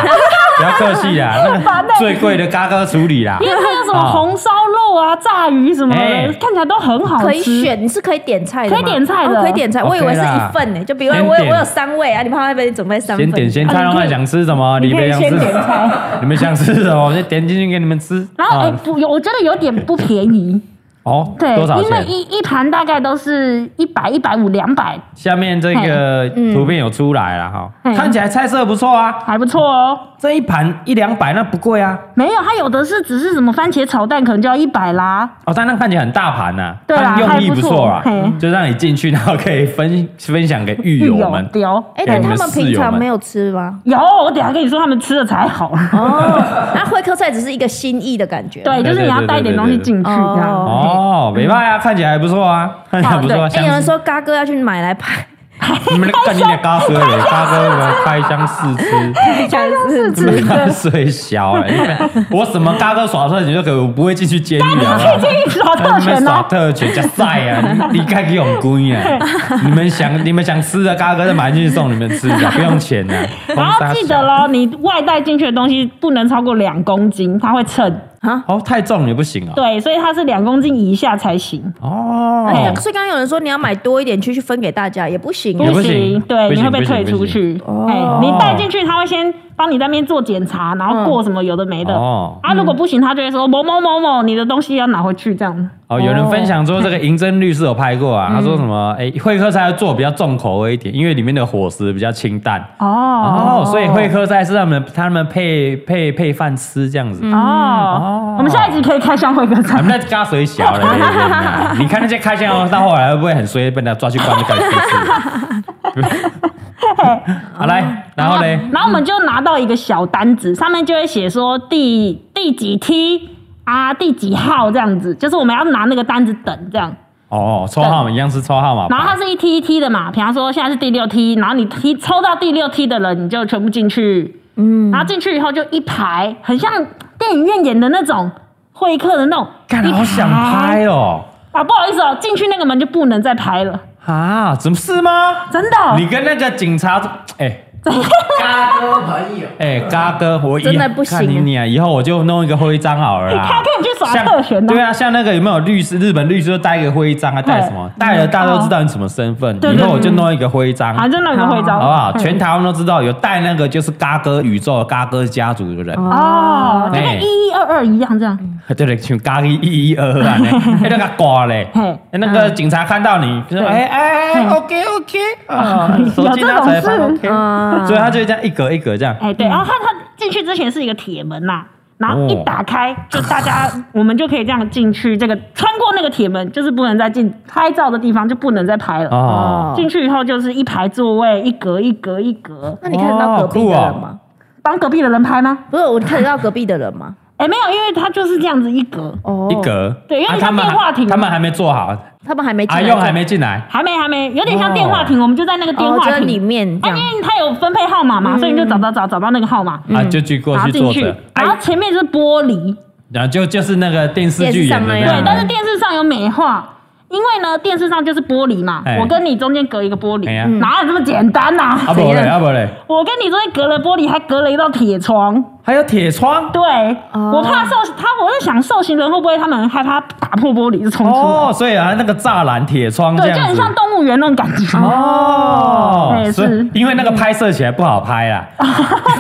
不要客气啦，那个最贵的嘎嘎处理啦。因为它有什么红烧肉啊、炸鱼什么哎的，看起来都很好吃。可以选，你是可以点菜的吗，可以点菜的哦可以点菜。我以为是 OK 啦一份呢，就比如说先我有点我有三位啊，你旁边帮你准备三份。先点先看，啊让你可他以想吃什么，你你可们以想先吃什点菜么， 你们想吃什么，我就点进去给你们吃。然后哎、啊不有我觉得有点不便 宜，哦，对，多少因为钱？一一盘大概都是一百、一百五、两百，下面这个嗯图片有出来了哈，嘿看起来菜色不错啊，还不错哦。这一盘一两百那不贵啊。没有，它有的是只是什么番茄炒蛋，可能就要一百啦。哦，但那看起来很大盘呐、对啦它用意还不错错啊嘿，就让你进去，然后可以分分享给狱友们。丢哎，给那你他们们室平友常们没有吃 吗？有，我等一下跟你说他们吃的才好。哦，那回客菜只是一个心意的感觉。对，就是你要带一点东西进去对对对对对这样。哦 哦，没办啊，看起来还不错啊，看起来哦，不对，错、啊。哎，相有人似说嘎哥要去买来拍，你们干你俩嘎哥嘞， 嘎哥有没有开箱试吃？哎像是你们看水小啊了，你们我什么嘎哥耍特权就可以，我不会进去监狱 啊。建议耍在特那边权耍哦，特权加晒啊！你该给我们滚啊！你们想你们想吃的，嘎哥再买进去送你们吃的，不用钱啊的。然后记得喽，你外带进去的东西不能超过两公斤，它会称。哦，太重了也不行啊。对，所以它是两公斤以下才行。哦，哎所以刚刚有人说你要买多一点去去分给大家，也不行也不哦。行对，不行你会被不行退不出行去。哦哎，你带进去，他会先帮你在那边做检查，然后过什么有的没的。哦啊，如果不行，他就会说某某某某，你的东西要拿回去这样。哦，有人分享说这个银针律师有拍过啊，他说什么？哎，会客菜要做比较重口味一点，因为里面的伙食比较清淡。哦，所以会客菜是他们他们配配配饭吃这样子。哦，我们下一集可以开箱会客咱餐们。在加水小了， 你看那些开箱到后来会不会很衰，被人家抓去关那个公司？ 好来，然后嘞，然后我们就拿到一个小单子，上面就会写说第第几梯啊，第几号这样子，就是我们要拿那个单子等这样。哦，抽号码一样是抽号码然后它牌，是一梯一梯的嘛，比方说现在是第六梯，然后你梯抽到第六梯的人，你就全部进去。嗯，然后进去以后就一排，很像电影院演的那种会客的那种。干好想拍哦，啊！不好意思哦，进去那个门就不能再拍了，啊，怎么是吗？真的。哦你跟那个警察，哎、嘎哥朋友，哎、嘎哥，我以真的不行看你你啊，以后我就弄一个徽章好了啦。他可以去耍像特权的、对啊，像那个有没有律师？日本律师都带一个徽章啊，带什么？带了大家都知道你什么身份。对以对对啊后我就弄一个徽章，好，就那个徽章，好不啊好？全台湾都知道，有带那个就是嘎哥宇宙、嘎哥家族的人。哦，就哎跟一一二二一样这样。 对对，像嘎一一一二二啊， 那那个挂嘞嘿，那个警察看到你，就说哎哎哎，OK OK，啊，手机拿起来翻嗯哦有这种嗯 OK，所以啊啊他就这样一格一格这样。哎，对，然后他他进去之前是一个铁门呐、然后嗯哦一打开，就大家我们就可以这样进去，这个穿过那个铁门，就是不能再进拍照的地方就不能再拍了。哦，进去以后就是一排座位，一格一格一格，那你看得到隔壁的人啊吗？帮隔壁的人拍吗？不是，我看得到隔壁的人吗？哎，没有，因为他就是这样子一格，哦，一格，对因为啊你像他们电话亭他们还没做好，他们还没进阿来用啊还没进来，还没还没，有点像哦电话亭，我们就在那个电哦，就话在里亭。面这啊，因样。哎为他有分配号码嘛，所以你就找找找找到那个号码，啊，就去嗯过然后去嗯进坐去着，，然后前面是玻璃，然后就就是那个电视剧演的电视上那那样对，样，但是电视上有美化，因为呢，电视上就是玻璃嘛哎，我跟你中间隔一个玻璃嗯哎呀，哪有这么简单呐、啊不嘞啊不嘞，我跟你中间隔了玻璃，还隔了一道铁窗。还有铁窗对，哦我怕受他，我在想受刑人会不会他们很害怕打破玻璃就冲出来？哦，所以啊那个栅栏铁窗这对，就样很子像。动物园那种感觉。哦，对所以是嗯因为那个拍摄起来不好拍啦，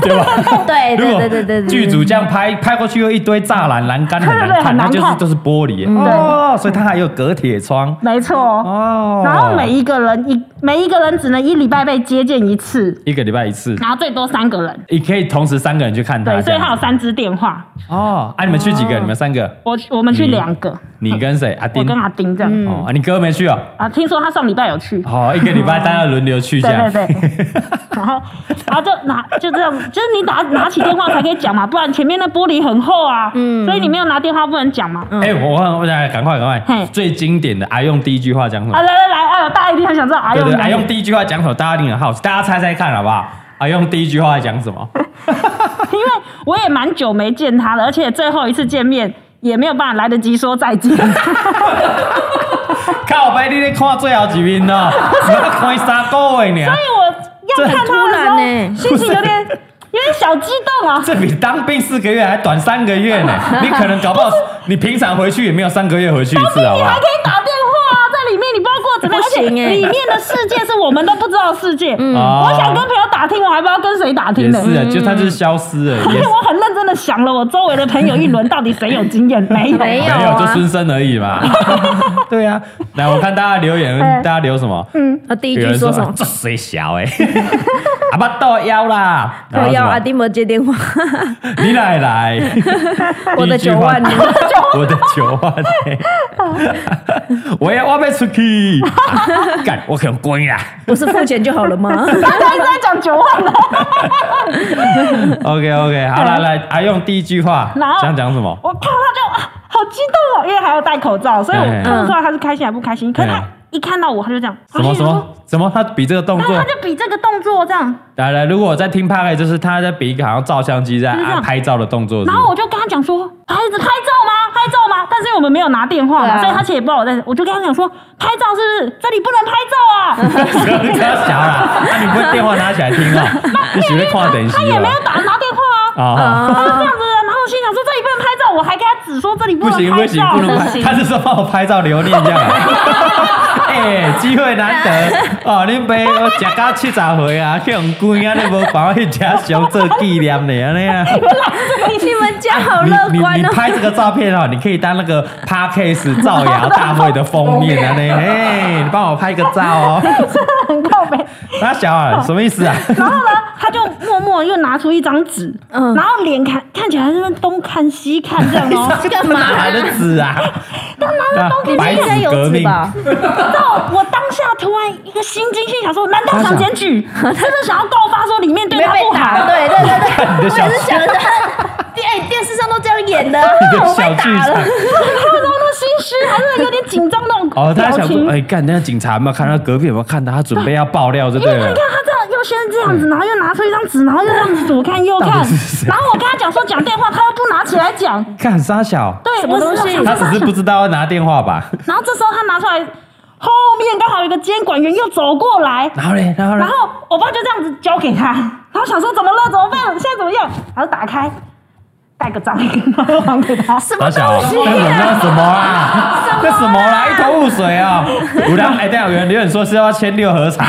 对 吧？对如对果对对对对，剧组这样拍拍过去又一堆栅栏栏杆很难对看， 很嗯它难就是看都是玻璃哦，所以它还有隔铁窗没错。哦。然后每一个人一每一个人只能一礼拜被接见一次，一个礼拜一次，然后最多三个人。你可以同时三个人去看它嗯对，啊这所以样子，他有三支电话。哦，啊，你们去几个？你们三个？我我们去你两个，你跟谁？阿我嗯丁。跟阿丁这样。哦，啊，你哥没去哦。啊，听说他上礼拜有去。哦，一个 礼拜大家轮流去这对样。对对， 然后然后就拿 就这样，就是你拿拿起电话才可以讲嘛，不然前面那玻璃很厚啊，嗯所以你没有拿电话不能讲嘛。哎，我我我想赶快赶快，嗯嘿最经典的阿用第一句话讲什么啊，？来来来，哎呦，大家一定很想知道阿对用对，哪阿里用第一句话讲什么？大家一定很好奇，大家猜猜看好不好？阿用第一句话讲什么？哎 因为我也蛮久没见他了，而且最后一次见面也没有办法来得及说 再见。靠背，你咧看最后一面哦，你要看三个月呢所以。我要看他这很突的时然欸 候，心情有点有点小激动啊。这比当兵四个月还短三个月 呢。你可能搞不好，你平常回去也没有三个月回去一 次，好不你还好可？以打电话啊，在里面你不知道过得怎么样，不行欸而且里面的世界是我们都不知道的世界。嗯啊我想跟朋友打听，我还不知道跟谁打听也呢。是啊，就他就是消失 了， 而也且是我很认真的想了我周围的朋友一轮，到底谁有经验？没有，没有没有就啊孙生而已嘛。 对啊，来我看大家留 言，哎大家留什么？嗯啊，第一有句人说说什么啊？这谁小 哎，阿爸到腰啦，然我后 要阿什丁没接电 话，啊么你来 来，我的第一句九话 万呢，我的九万欸， 我要我要出去， 啊干我可能滚啦。不是付钱就好了吗？大家一直在讲九万了。 OK OK，好来来，阿用第一句话然后想讲什么？我看他就啊好激动哦，因为还要戴口罩，所以我嗯看不出来他是开心还不开心。可是他嗯一看到我，他就这样，什么他就什说么什么？他比这个动然后作他，就比这个动作这样，来来，如果我在听 p a 就是他在比一个好像照相机在就是这样啊拍照的动作是不然是，后我就跟他讲说，孩子拍照吗？拍照吗？但是因为我们没有拿电话对嘛，啊所以他其实也不知道我在，我就跟他讲说，拍照是不是这里不能拍照 啊？ 不要小啦，那你不会电话拿起来听 哦，你只会跨等他息也没了有打拿电话啊。 啊。他就这样子的，然后我心想说这里不能拍照，我还跟他指说这里不能行拍不行，照，不能拍，行他是说帮我拍照留念这样啊。 哎，机会难得哦！你爸我食到七十岁啊，去红龟啊，你无帮我去吃熊做纪念的安尼啊。你们家好乐你你观你哦，拍这个照片哦，你可以当那个 podcast 哦造谣大会的封面啊，那嘿，你帮我拍个照 哦。很靠背。那小啊，什么意思啊？然后呢，他就默默又拿出一张纸，嗯然后脸看看起来在那边东看西看这样哦。 干嘛哪来的纸啊？你白们家纸革有纸命，吧？你知道我当下突然一个心惊，心想说：难道想检 举？是不是想要告发说里面对没他被不好打，？对对对对，看你的我小也是想 着他，电哎电视上都这样演的，你的我小被剧打场了。。他那么心虚，还是有点紧张那种 哦，他表想情。说，哎、干，那警察有没有看到隔壁有没有看到？他准备要爆料就因对为他 了你。看他这样，又先这样子，然后又拿出一张纸，然后又这样子左看右看到底 是谁，然后我跟他讲说讲电话，他又不拿起来讲。看沙小，对，什么我东西是想他只是不知道要拿电话吧？然后这时候他拿出来，后面刚好有一个监管员又走过来，然后嘞，然后嘞然，后我爸就这样子交给他，然后想说怎么了，怎么办，现在怎么样？然后打开，盖个章，然后还给他。什么沙东小，那西什么啊？那什么啊？那什么啦？一头雾水 啊！五郎，哎，对啊，有人留言说是要签六合 彩，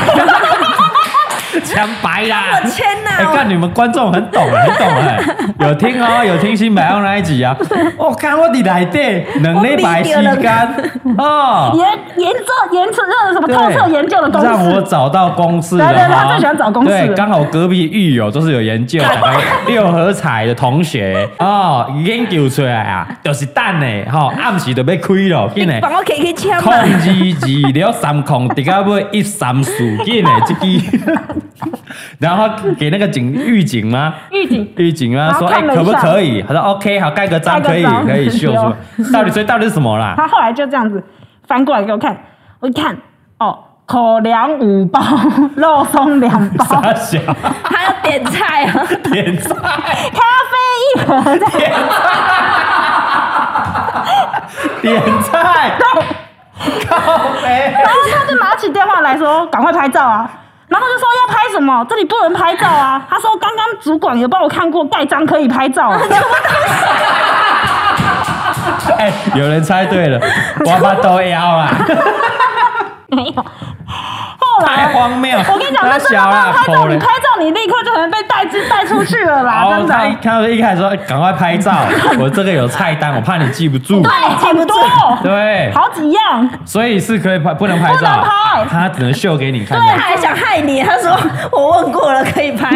签白啦。我天哎、哪！看你们观众很懂，很懂 哎、有听哦，有听新百万那一集啊。我、看我伫内底两礼拜时间哦。研研究研测那个什么对透彻研究的公让我式，找到公式对了对对哈他最喜欢找公式对，刚好隔壁狱友都是有研 究的，六合彩的同学哦，研究出来啊，就是蛋的吼，暗时就要开咯，紧的。帮我 K K 枪空嘛二！二了三空，底下尾一三四， 紧的这个， 然后给那个警狱警吗？预警狱警啊，然后说哎、看了一可不下可以？他说 OK，好盖个章盖可个以章可 以秀出来，到底所以到底是什么啦？他后来就这样子翻过来给我看，我一看，哦，口粮五包，肉松两 包，咖傻小还要点菜 啊！天才。啡一盒，这样点菜，靠北，然后他就拿起电话来说，赶快拍照啊。然后就说要拍什么，这里不能拍照啊。他说刚刚主管有帮我看过盖章可以拍照、 啊， 哎、有人猜对 了，我把都腰啊，没有。后来太荒谬！我跟你讲，他那真的小啊啦，帮拍照，可你怜拍照你立刻就能被带之带出去了啦，哦真，的。他一看到一开始说哎赶快拍照， 我这个有菜单，我怕你记不住。对，很多，对，好几样。所以是可以拍，不能拍不能照啊拍，他只能秀给你看啊对，。他还想害你。他说我问过了，可以拍。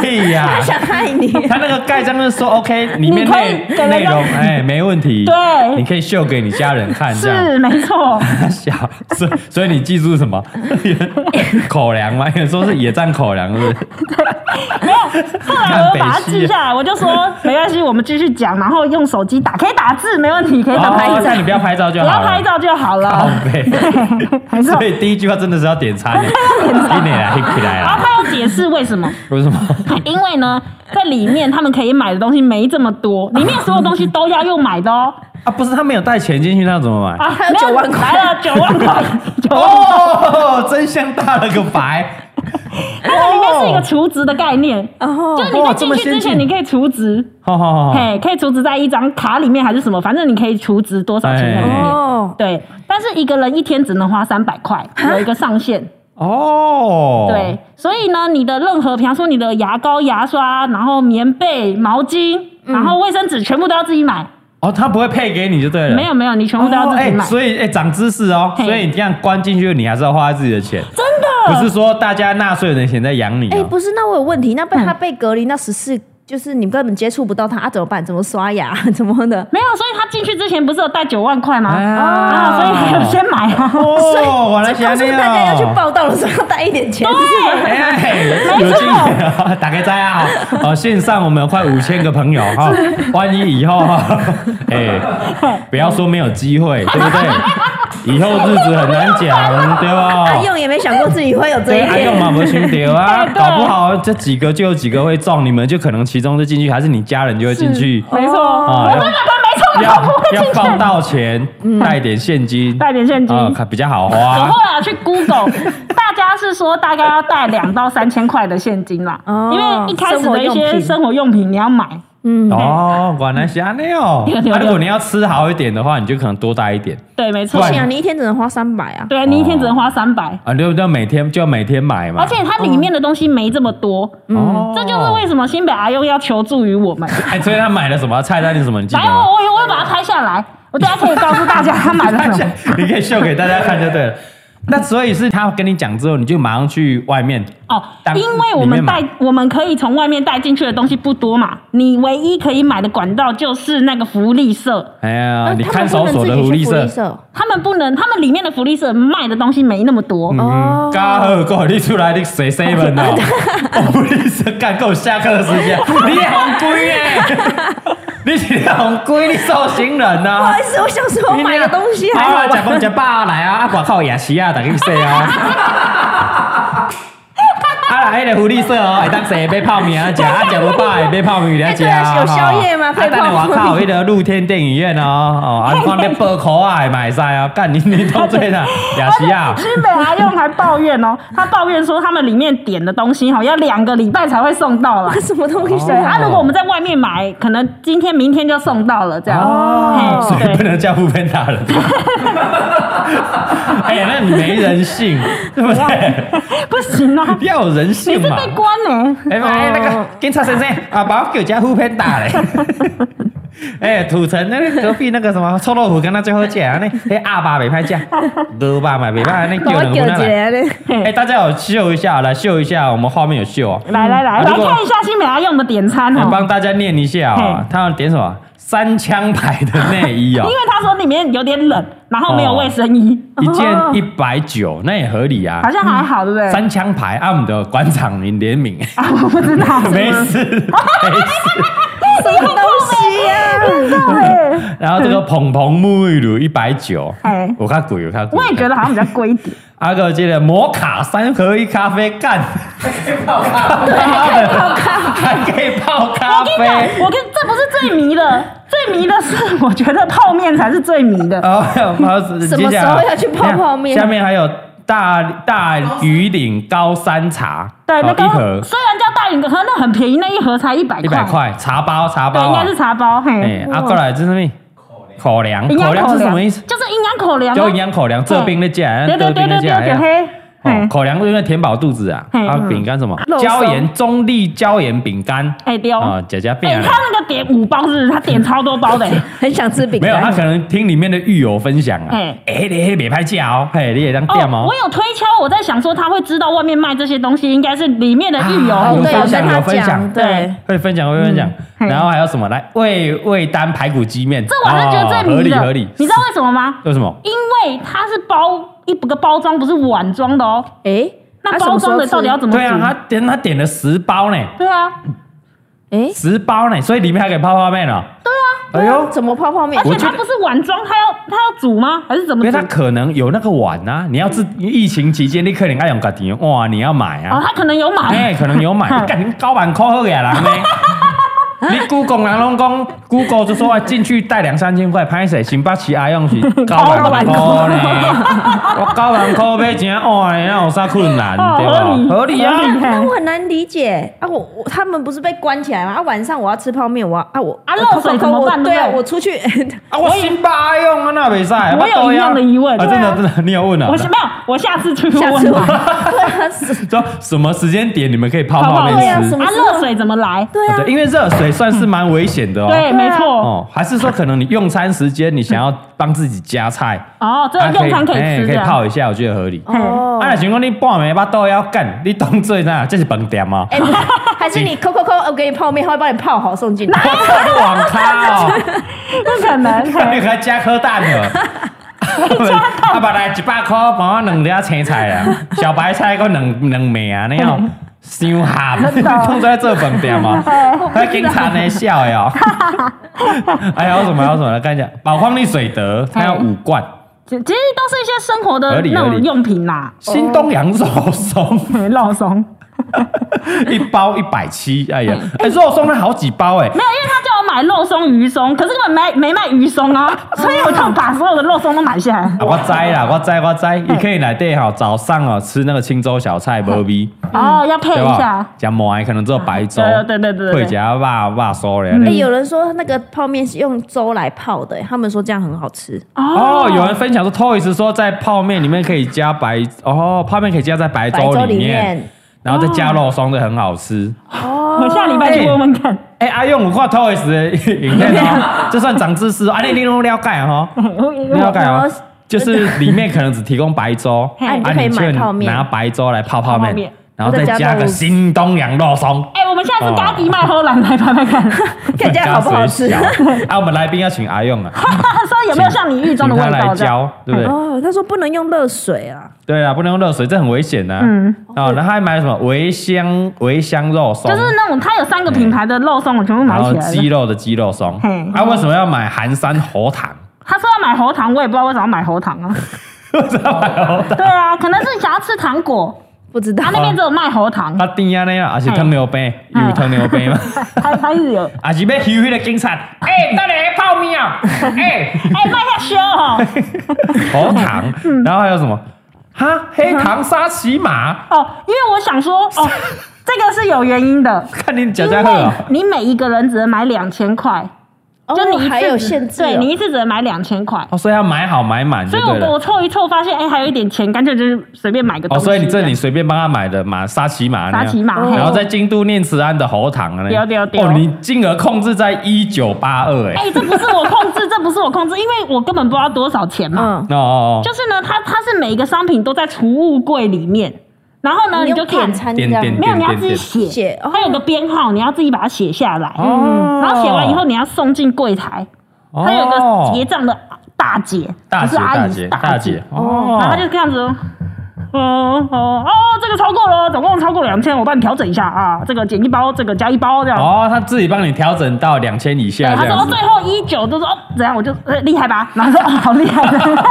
对呀他想害你。他那个盖章就是说 OK，里面你可内以给人家内 容哎没问题，对你可以秀给你家人看这 样。是没错，小，所以所以你记住什么？ 口粮吗？有时候是野战口粮，是不是？后来我把它记下来，我就 说没关系，我们继续讲，然后用手机打，可以打字，没问题，可以打拍哦，那照你，不要拍照就不好了。要拍照就好靠了。背。 没错所，以第一句话真的是要点餐 的，一点来，一起来啊然后啦。他要解释为什么，为什么？ 因为呢，在里面他们可以买的东西没这么 多，里面所有东西都要用买的哦。啊，不是他没有带钱进去，那怎么买？啊，还有没9万块 哦哦来了九万块，九万块。哦，真相大了个白。哦它 那里面是一个除值的概念， 哦就是你哇在这进么去之先前进哦你可以除值，好好好好，嘿，可以储值在一张卡里面还是什么，反正你可以储值多少哎钱的。哦，对，但是一个人一天只能花三百块，有一个上限。哦，对，，所以呢，你的任何，比方说你的牙膏、牙刷，然后棉被、毛巾，嗯然后卫生纸，全部都要自己买。哦，他不会配给你就对了，没有没有，你全部都要哦自己哎买。所以哎，长知识哦，嘿所以你这样关进去，你还是要花自己的钱，真的不是说大家纳税人的钱在养你哎，哦。不是，那我有问题，那被嗯他被隔离那十四，就是你根本接触不到他，啊，怎么办？怎么刷牙？ 怎么的？没有，所以他进去之前不是有带九万块吗？啊啊，所以还有先 买啊。哦，原来是这告诉这样大家要去报道的时候带一点钱，是吗哎，有经验，打开斋啊！哦，线上我们有快五千个朋友哈， 万一以后哈，哎，不要说没有机会，对不 对？以后日子很难讲，对阿吧？用也没想过自己啊会有这啊对，哎一还有天。嘛，没心得啊哎，对搞不好这几个就有几个会中，你们就可能其中就进去，还是你家人就会进去哦没错，啊我真的没错，要我哦不会要进报去。嗯到钱，带点现金，带点现金啊，比较好我花后。来有去 Google，大 家是说大概要带两到三千块的现金啦，哦因为一开始生活的一用些品生活用品你要买，嗯， 哦，原来是安尼哦。对对那对如果你要吃好一点的话，你就可能多带一点对，没错不，行啊，你一天只能花三百啊。对你一天只能花三百，啊，就就每天就每天买嘛。而且它里面的东西没这么多，哦，这就是为什么新北阿用要求助于我们。哎，所以他买了什么菜单是什么？你记得来，我吗？我有我会把它拍下来，我等下可以告诉大家他买了什么。你可以秀给大家看就对了。那所以是他跟你讲之后，你就马上去外面哦，当因为我里面们买带我们可以从外面带进去的东西不多嘛，你唯一可以买的管道就是那个福利社，哎啊呀，你他看们守不所的能自福己利去社，他们不能，他们里面的福利社卖的东西没那么多。哦嗯，刚好够你出来你谁 seven 哦，哦福利社干够下课的时间，你也红龟耶，你是红龟，你受刑人啊呐、不好意思， 我想说我买的东西还好啊，好吃吧。饭吃饱啊来啊，啊外口夜市啊，大家去说啊。啊来，迄个福利社哦，会当坐买泡面啊食，啊食无饱会买泡面来食啊。哎对啊有宵夜吗吼配啊，泡等面下外口迄个露天电影院哦，哦，啊放咧报考啊，会买使啊，干你你当做呐，夜市啊。新北阿用还抱怨哦，他抱怨说他们里面点的东西哈，要两个礼拜才会送到啦。什么东哦西对？啊，如果我们在外面买，可能今天明天就送到了这样。哦，所嘿以不对，能叫副班大人。哎呀，那你没人性，对不对？不行啊，要有人你性是嘛。被关呢、哎、哎，那个警察先生啊，把我狗家护偏打 嘞。哎、土城那个隔壁那个什么臭豆腐，跟他最好吃啊，那那阿爸没拍 价，牛爸嘛没拍，那把叫我人丢回来来。嘞！哎、大家有秀一下，来秀一下，我们画面有秀啊。来来来，啊来如果看一下新北阿用的点餐来哦，帮大家念一下啊、嘿他要点什么？三枪牌的内衣 啊、因为他说里面有点冷，然后没有卫生衣，一件一百九，那也合理啊好。像还好，对不对？三枪牌，啊按我们的馆长名联名，啊，我不知道， 没事没事。什么东西啊呀？然后这个蓬蓬沐浴乳一百九嗯哎，我看贵，我看贵。我也觉得好像比较贵一点。阿哥记得摩卡三合一 咖啡干，还可以泡咖啡，还可以泡 咖我跟你啡。讲，我跟这不是最迷的，最迷的是我觉得泡面才是最迷的。哦，好什么时候要去泡泡面下面还有大大鱼岭高山茶，对，那哦一刚盒虽然叫大饮可是那很便宜，那一盒才一百一块，百，块，茶包茶对，包应啊该是。茶包，嘿哎，，阿过来这是什么？口粮，营养口粮是什么意思？就是营养口粮啊，就营养口粮，这冰的价，对那对冰对的对对价。哎对，呀嘿，哦嘿，口粮是因为填饱肚子啊，嘿嗯啊，饼干什么肉？松椒盐中立椒盐饼干哎对啊，哦，加加饼哎，啊他。那个点五包是不是？他点超多 包的，很想吃饼没有，他干可。能听里面的狱友分享啊，嘿哎，你嘿别拍价哦，嘿，你也当店哦哦我。有推敲，我在想说他会知道外面卖这些东西，应该是里面的啊狱友哦，有对，分有享跟他有分讲，享对，会分享，会分享，嗯嘿然后还有什么来味味丹排骨鸡面？这我还是觉得最哦合迷理的。合理。你知道为什么吗？为什么？因为它是包一个包装，不是碗装的哦。哎，那包装的到底要怎么煮？对啊，他点他点了十包呢，对啊，哎，十包呢，所以里面还给泡泡面了。对啊。哎呦，怎么泡泡面啊而？且我觉它得不是碗装，它要它要煮吗？还是怎么因为他煮？可能有那个碗啊，你要自疫情期间，你可能爱用家己的碗，你要买哦，啊，他可能有哎、买，可能有买，嗯 干你高板扣好呀人呢，你 Google 人拢讲 Google 就说啊进去带两三千块，拍谁？新北市阿用 是九万块呢，我九万块买真哦，那有啥困难哦对合理吧？合理啊，合理那我很难理解啊！我我他们不是被关起来吗？啊，晚上我要吃泡面，我要啊我啊我漏水我怎么办我对啊对，不对我出去 啊我新北阿用啊那没赛，我有一样的疑问啊，真的真的，你有问啊我？是没有，我下次去下问次我 吧。对啊是说什么时间点你们可以泡泡泡泡对啊面吃什？么啊，时候热水怎么来？对啊对，，因为热水算是蛮危险的哦。对，没错。哦，还是说可能你用餐时间你想要帮自己加菜，哦，这啊个用餐可以哎吃可以的。泡一下，我觉得合理。哦啊，，若想讲你半暝巴肚要干，你当做那这是饭店吗？ 哎，还是你抠抠抠，我呃给你泡面，他会帮你泡好送进嗯来。 我网咖哦，哎 不 可能。你还加颗蛋 了。 啊，本来一百块，帮我两粒青菜啊，小白菜搁两两枚啊，那 样伤哈， 当做在做饭店嘛，还警察呢笑 哟。哎呀，我什么还有什么来看一下，宝矿力水德，它有五哦罐，其其实都是一些生活合的理那合种理用品啦。新东阳肉松。嘿肉松， 一包一百七，哎呀，哎、肉松了好几包哎、没有，因为他叫我买肉松、鱼松，可是根本没没卖鱼松啊，哦所以我就把所有的肉松都买下来。啊我摘啦，我摘，我摘，你可以来对哈，早上哦吃那个青州小菜，无味，哦，要配对一吧下。？加馍可能只有白粥，对对对对对会加辣辣酥嘞。哎，有人说那个泡面是用粥来泡的，哎他们说这样很好吃。哦，有人分享说，Toys 说在泡面里面可以加白，哦，泡面可以加在白白粥粥里里面，面，然后再加肉松，这很好吃。哦我下礼拜去问问看。哎，阿用，我看 Toys 的影片哦，这算长知识哦，啊，你你都了解哦。哎你了解然吗后？就是里面可能只提供白粥，嘿啊啊你就可以买泡面拿白粥来泡泡泡泡面面，然后再加个新东阳肉松，哎，我们下次哦咖喱麦荷兰来拍拍看， 看这 样好不好吃加水饺啊，我们来宾要请阿用啊， 说有没有像你预中的请味他来道？这样教，对不对？哦，他说不能用热水啊，对啊，不能用热水，这很危险呐。嗯哦，然后还买什么茴香茴香肉松，就是那种它有三个品牌的肉松，我全部买然后起来鸡了。肉的鸡肉松嘿。啊，为什么要买寒山猴糖？他说要买喉糖，我也不知道为什么要买喉糖啊。 为什么要买猴糖？ 对啊，可能是想要吃糖果，不知道他。那边只有卖 喉糖，啊，定啊那样，还是糖尿病？嗯有糖尿病吗？他他一直有。还啊是要休迄个警 察？哎，等下泡面啊！哎。哎，卖下修哦，头糖，嗯然后还有什么？哈，黑糖沙琪 玛，哦，因为我想说， 哦，这个是有原因的，看你因假为假喝啊！你每一个人只能买两千块，哦就你一次还有限制哦，对你一次只能买两千块，哦，所以要买好买满所就以对我我了。凑一凑发现，哎，还有一点钱，干脆就是随便买个东哦，西。所以你这里随便帮他买的嘛，沙琪玛那沙样，琪玛，哦然后嘿在京都念慈庵的喉糖呢，对对对哦，你金额控制在一九八二，哎，哎，这不是我 控制，这不是我控制，因为我根本不知道多少钱嘛。嗯，哦哦就哦，是呢，它它是每一个商品都在储物柜里面，然后呢，你就用看点，餐点这样点没有你要自己写，写哦嗯它有个编号，你要自己把它写下来，哦然后写完以后你要送进柜台，哦它有个结账的大姐，大不姐是阿大姨姐是大大姐，，然哦后她就这样子。哦哦哦，这个超过了，总共超过两千，我帮你调整一下啊。这个减一包，这个加一包这样。哦，他自己帮你调整到两千以对下他这说样哦子最，后一九，都说哦怎样，我就呃厉害吧， 然后说哦好厉害。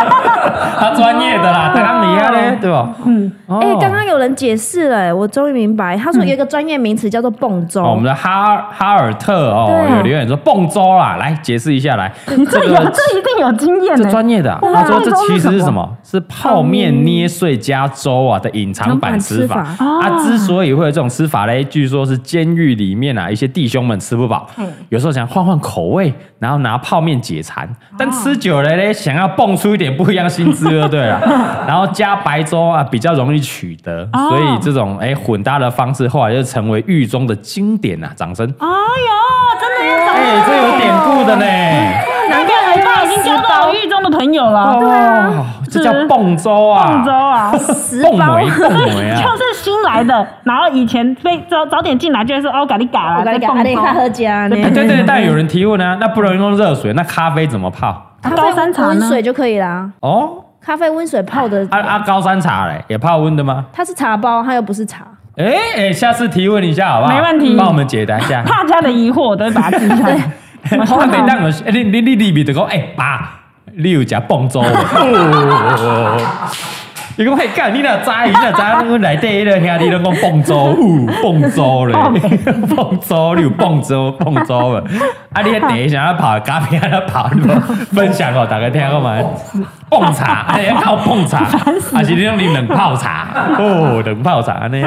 他专业的啦，他让你啊嘞，对吧？嗯，哎、哦刚刚有人解释了、我终于明白。他嗯说有一个专业名词叫做“蹦粥”哦，我们的哈尔哈尔特哦，对啊有留言说蹦粥啦，来解释一 下来， 这这有这一定有经验这的。专业的啊，哇他说蹦这粥是其实是什什么？是泡面捏碎加粥啊的隐藏版吃隐法藏版吃啊。之所以会有这种吃法嘞，据说是监狱里面啊一些弟兄们吃不饱，有时候想换换口味，然后拿泡面解馋，但吃久了嘞，想要蹦出一点不一样新滋味就对了，然后加白粥啊比较容易取得，哦所以这种哎混搭的方式后来就成为狱中的经典啊！掌声。哎呦，真的要找哎、这有典故的呢。难怪我爸已经交到我狱中的朋友了，啊哦，这叫蹦粥啊，凤州啊， 十蹦包梅蹦梅啊 就。是新来的，然后以前被早早点进来就会说哦，咖喱嘎我啦，跟你在讲，凤阿你看州喝家呢嗯哎，对对，但有人提问啊，那不能用热水，那咖啡怎么泡？咖啡高山茶温呢？水就可以啦。哦，咖啡温水泡的，啊啊，高山茶嘞，也泡温的吗？它是茶包，它又不是茶。哎哎，下次提问一下好不好？没问题。帮我们解答一下 大家的疑惑我都会把它记下来。啊我每当有哎你你你你咪就讲，哎爸，你有食蹦粥无？哦 伊讲嘿干，你若知，你若知，阮内底迄个兄弟拢讲蹦州，呜，蹦州咧， 蹦州，你有蹦州，蹦州无？啊，你迄第一啥拍，咖啡啊拍，你无分享哦，大家听看嘛。蹦茶，哎，靠蹦茶，还是你用你冷泡茶？哦，冷泡茶安尼，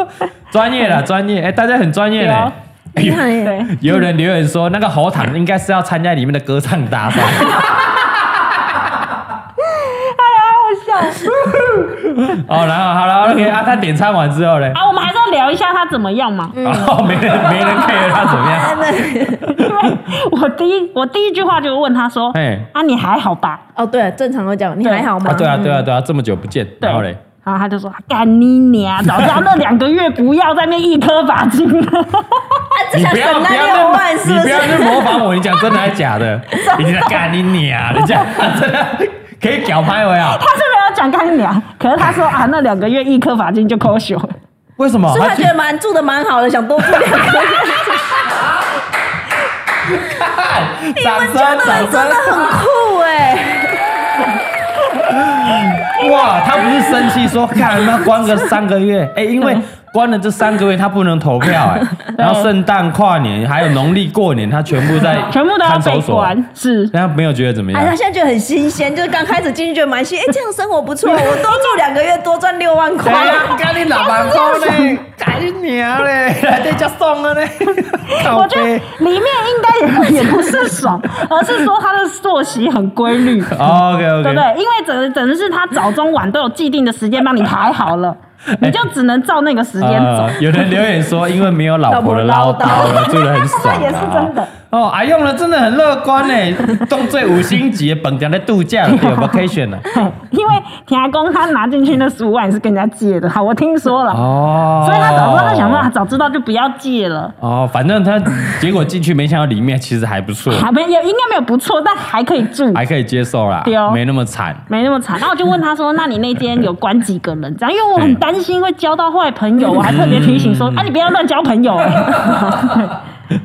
专业啦，专业，哎，大家很专业嘞。哎你呦看耶，对，有人留言说，那个喉糖应该是要参加里面的歌唱大赛。好笑。哦，然后好了，OK 啊，他点餐完之后嘞，啊，我们还是要聊一下他怎么样嘛，哦，没人没人 care 他怎么 样？因为我第一我第一句话就问他说哎，啊你还好吧？哦，对，正常都讲，你对还好吗？啊，对啊，对啊，对啊，这么久不见，对然后嘞，然后他就说干你娘，早知道那两个月不要在那边一颗罚金了。啊，这你想不要省不那要六那万是你不不是要？去模仿我，你讲真的还是假的？你在干你娘，你这样真的可以屌拍我啊？他是没有讲干你娘，可是他说啊那两个月一颗罚金就扣休。为什么？所以他觉得蛮住的蛮好的，想多住两个月。掌声掌真的声！很酷哎、哇，他不是生气说看那关个三个 月，哎，因为关了这三个月他不能投票哎，然后圣诞、跨年还有农历过年，他全部在 全部都要看守被所，关，是然后没有觉得怎么哎，他样？现在觉得很新鲜，就是刚开始进去觉得蛮新，哎、这样生活不错，我多住两个月，多赚六万块。哎干你老板公 嘞，干你娘 嘞，来这家送啊了嘞，我觉得里面应该也也不是爽，而是说他的作息很规律，对 OK 不 OK，对？因为整整是他早中晚都有既定的时间帮你排好 了，你就只能照那个时间走。呃有人留言说，因为没有老婆的 唠叨，住得很爽、啊，也是真的。哦，阿用了真的很乐观呢，动最五星级本家在度假了，有 vacation 啊了。因为田阿公他拿进去那十五万是跟人家借的，好，我听说了，哦，所以他早知道他想说，啊早知道就不要借了。哦，反正他结果进去，没想到里面其实还不错，还没有，应该没有不错，但还可以住，还可以接受啦对哦，没那么惨。没那么惨。然后我就问他说：“那你那间有关几个人？”这样，因为我很担心会交到坏朋嗯友，我还特别提醒说：“啊，你不要乱 交朋友。”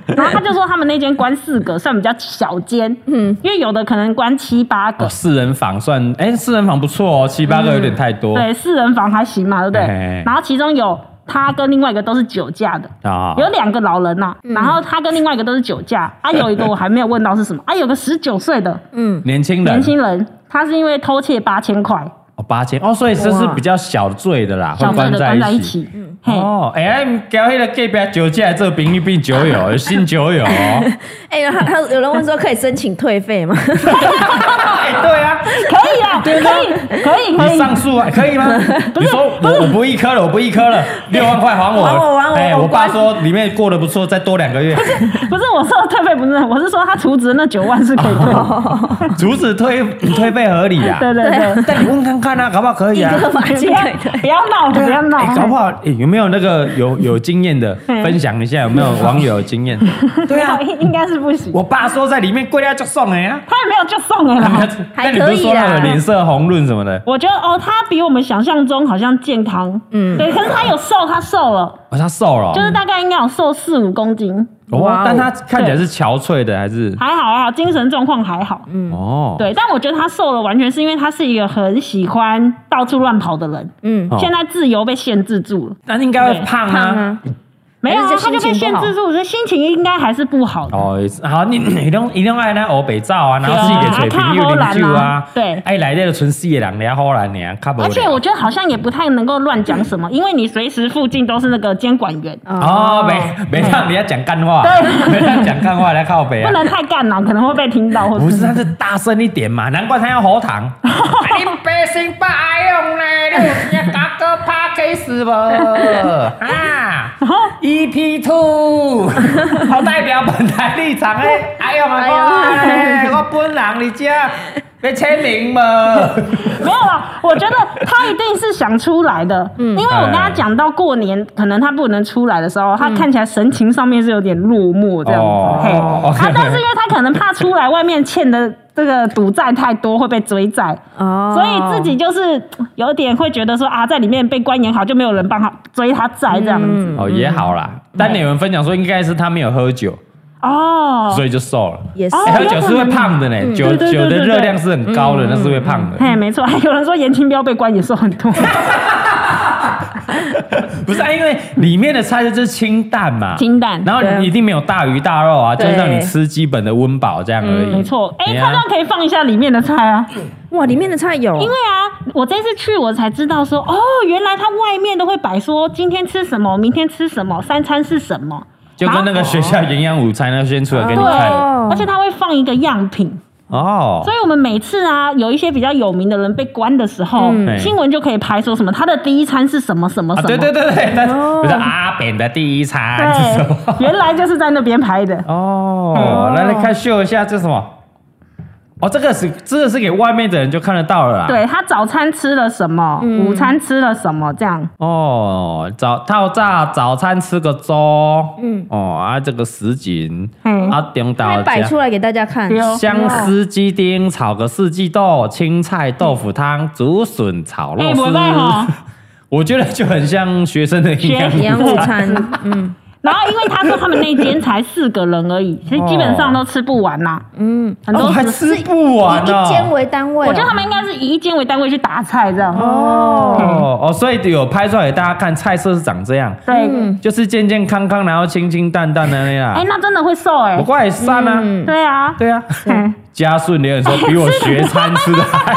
然后他就说他们那间关四个，算比较小间，嗯，因为有的可能关七八个哦，，四人房算，哎，四人房不错哦，七八个有点太多。嗯对，四人房还行嘛，对不嘿嘿对嘿？然后其中有他跟另外一个都是酒驾的。啊，嗯有两个老人呐、然后他跟另外一个都是酒驾，啊，有一个我还没有问到是 什么，啊，有个十九岁的嗯年轻人，年轻人，他是因为偷窃八千块，哦，八千哦，所以这是哇比较小罪的啦，小会罪的关在一一。起，嗯，嘿，哦，哎、欸，交迄个隔壁酒驾做朋友变酒友，有新酒 友、哦。哎、然后还有有人问说可以申请退费吗？哎、对啊，可 以啦，可以，可以，可你以。上诉 啊，可以吗？你说我我不一颗了，我不一颗了，六万块还我，还我还我哎、我我爸关说里面过得不错，再多两个月，不是我说退费，不是，我是说他储值那九万是可以退的。 阻止退退费合理啊。对对对，但你问看看啊，搞不好可以啊。合法不金要可以 退。不要闹，不要闹哎，搞不好、哎有没有那个有有经验的嗯分享一下？有没有网友有经验？对啊，应应该是不行。我爸说在里面跪下就送了呀、他也没有就送了 啦。那你不是说他有脸色红润什么的？我觉得哦，他比我们想象中好像健康，嗯，对。可是他有瘦，他瘦了，哦，他瘦了哦、就是大概应该有瘦四五公斤，哦，但他看起来是憔悴的，还是还好还好，精神状况还好，嗯，哦？对。但我觉得他瘦了，完全是因为他是一个很喜欢到处乱跑的人，嗯，哦现在自由被限制住了。那应该会胖胖啊。啊，没有、啊还，是他就心情被限不好制住，所以心情应该还是不好的。哦，好，你 你拢你拢爱那欧北照啊，然后自己给水瓶又零酒啊，对啊看荷兰啊对哎，来这个纯四个人，你要荷兰你啊，看不？而且我觉得好像也不太能够乱 讲什么，因为你随时附近都是那个监管员，哦， 没没让你要讲干话，没让讲干话来靠北不 啊。能太干了，可能会被听到。或不哦是，他是大声一点嘛，难怪他要喉 糖。哎你百姓不爱用嘞，你有听大哥怕 K 死 无？啊，EP E Two，我代表本台立场诶，哎呦妈哎呀，我本人你这要签名 吗？没有啦，我觉得他一定是想出来的，嗯因为我跟他讲到过年，可能他不能出来的时候，他看起来神情上面是有点落寞这样哦子。哦嘿，啊 OK，但是因为他可能怕出来，外面欠的这个赌债太多会被追债，哦所以自己就是嗯有点会觉得说啊，在里面被关也好，就没有人帮他追他债这样子。嗯嗯哦，也好啦。但有人分享说，应该是他没有喝酒，哦，所以就瘦了。也是哦哎，喝有酒是可会能胖的呢，酒对对对酒的对对嗯热量是很高的，那是会胖的。嘿，没错，哎还有人说严清标被关也瘦很 多，不是、啊，因为里面的菜就是清淡嘛，清淡然后对啊你一定没有大鱼大肉啊，就对是让你吃基本的温饱这样而已。没错。哎、你他啊这样可以放一下里面的菜啊，哇，里面的菜哦有，因为啊，我这次去我才知道说，哦，原来他外面都会摆说今天吃什么，明天吃什么，三餐是什么，就跟那个学校营养午餐那先出来给对，你看哦而且他会放一个样品。哦所以，我们每次啊，有一些比较有名的人被关的时候，嗯新闻就可以拍说什么他的第一餐是什么什么啊，什么。对对对对，但是哦不是阿扁的第一餐是什对嗯么？啊原来就是在那边拍的。哦，来来看秀一下这是什么？哦，这个是这个是给外面的人就看得到了啦。对他早餐吃了什么，嗯午餐吃了什么，这样哦，早套炸早餐吃个粥，嗯，哦啊这个什锦，嗯啊中它岛摆出来给大家看，对哦香丝鸡丁炒个四季豆，青菜豆腐汤，竹笋炒肉哎丝不赖哦。 我觉得就很像学生的营养学营养午午餐。餐，嗯然后，因为他说他们那间才四个人而已，所以基本上都吃不完呐、嗯，很哦，多还时吃不完以一间哦。为单位哦，我觉得他们应该是以一间为单位去打菜这样。哦哦，所以有拍出来给大家看，菜色是长这样，对，哎、嗯就是健健康康，然后清清淡淡的那样。那真的会瘦哎、不过也算啊，嗯，对啊，对啊。嗯嘉顺留言说比我学餐吃的还。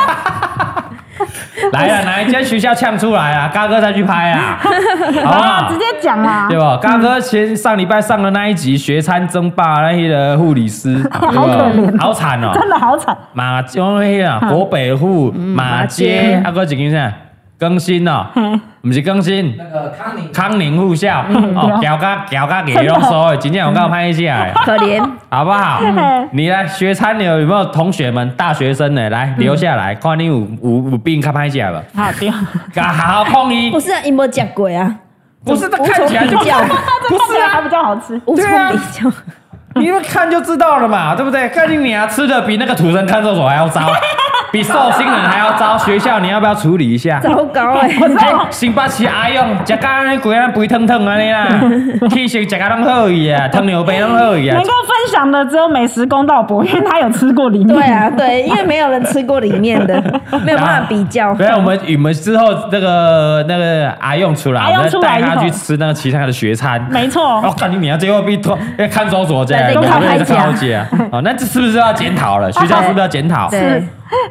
来啊，哪一间学校呛出来啊？嘎哥再去拍啊，好不啊，嗯好直？接讲啦对。吧？嘎哥前上礼拜上的那一集学餐争霸那些的护理师，好 好可怜好惨哦！真的嗯好惨，马中那个啊，国北户马街，啊，哥一个啥？更新哦，不是更新，那个康宁康宁护校哦，嗯对啊屌嘎屌嘎给用收的，今天我刚拍一下来，可怜，好不好嗯？你来学餐的有没有同学们、大学生的来留下来，嗯看你有有有病看拍一 下吧，好对，嘎好好抗议不，是啊，有没有讲鬼啊？不是他看起来就无从比较，不看起是来啊还。比较好吃。无从对啊比较， 你们看就知道了嘛，对不对？看你啊，吃的比那个土生看守所还要 糟，比受星人还要糟。学校你要不要处理一 下？糟糕哎，哎，新北市阿勇，食到安尼规安肥腾啊腾安尼 啦，气色食到拢好去啊，汤牛白拢好去啊能。够分享的只有美食公道博，因为他有吃过里面。对啊，对，因为没有人吃过里面 的，没有办法比较，对啊，我们我们之后那个那个阿勇出来，阿我勇们出来带他以后去吃那个其他的学餐。哦没错我看你娘最后比托看守所这样，对看对拍看守 所啊。哦，那这是不是要检讨了？学校是不是要检讨？对，哎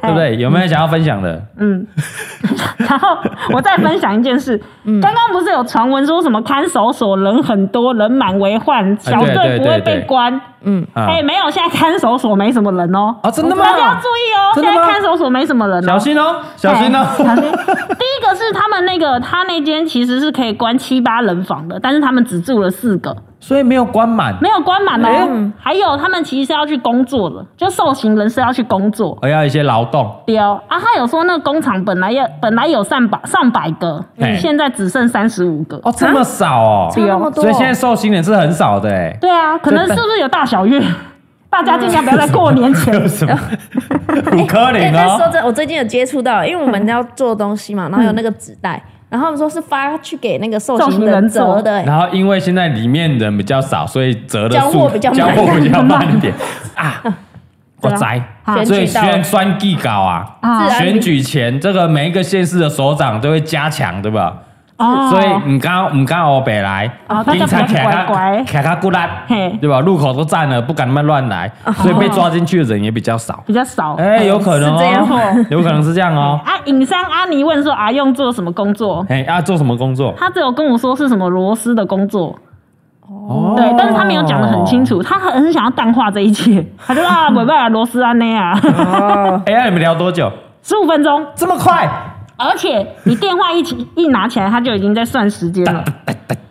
对不对？有没有想要分享的？嗯， 然后我再分享一件事，嗯刚刚不是有传闻说什么看守所人很多，人满为患，小啊对对队不会对对被关。嗯，啊哎，没有，现在看守所没什么人哦。啊真的吗大家要注意哦，真现的吗在看守所没什么人小哦。心哦，哎小心嘿 小心哦！第一个是他们那个，他那间其实是可以关七八人房的，但是他们只住了四个，所以没有关满。没有关哎满哦嗯。还有他们其实是要去工作的，就受刑人是要去工作。而哎要一些劳哦动，丢啊！他有说那个工厂本来要本来有上百上百个，嗯现在只剩三十五个。哦，这么少哦，啊差那么多所以，现在受薪人是很少的 哎。对啊，可能这是不是有大小月？大家尽量不要在过年 前。有什么？五颗哎零但说哦，真的，我最近有接触到，因为我们要做东西嗯嘛，然后有那个纸袋，然后他们说是发去给那个受受刑刑人人折折的、欸，然后因为现在里面人比较少，所以折的交速货比较慢交货比较慢 一点啊。我宅啊，所选以举到了宣酸计搞啊啊，选举前这个每一个县市的首长都会加强，对吧？哦所以唔敢唔敢我北来哦，大家比较乖乖卡卡古拉嘿，哦对吧？路口都占了，不敢乱乱来，所以被抓进去的人也比较少。比较少。哎，有可能是这样哦哦，有可能是这样哦。啊，尹山阿尼问说阿用做什么工作？哎，啊，做什么工作？他只有跟我说是什么螺丝的工作，哦对，但是他没有讲得很清。楚，他很很想要淡化这一切，他就说啊，委办螺丝安那啊，哦，哎，那你们聊多久？十五分钟，这么快？而且你电话一起一拿起来，他就已经在算时间了，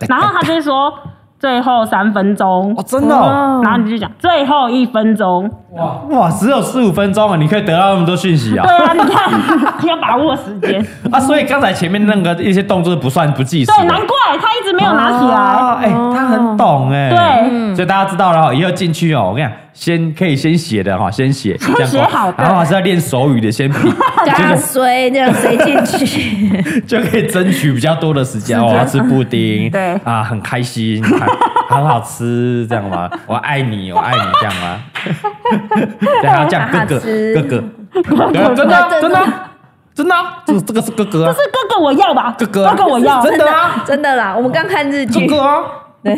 然后他就会说最后三分钟哦，，真的哦？然后你就讲最后一分钟，哇，哇，只有十五分钟啊，你可以得到那么多讯息啊 对！啊，你看要把握时间，啊，所以刚才前面那个一些动作不算不计时的。啊对，难怪他一直没有拿起来，哦哦哦哎，他很懂哎。对，所所以大家知道了哈，以后进去哦，我跟你讲，先可以先写的哈，先写，先 写好对然后还是要练手语的， 先比，嘎衰这样谁进 去？就可以争取比较多的时间。哦我要吃布丁， 对啊，很开心， 很很好吃，这样吗？我爱你，我爱你，这样吗？ 对，还要这样，哥哥，哥 哥，对啊真的啊，真的啊，真的啊，这个这个是哥哥啊这，是哥哥我要吧？哥哥啊哥我要，真的啊，真的啦，我们刚看日哥剧，哥啊，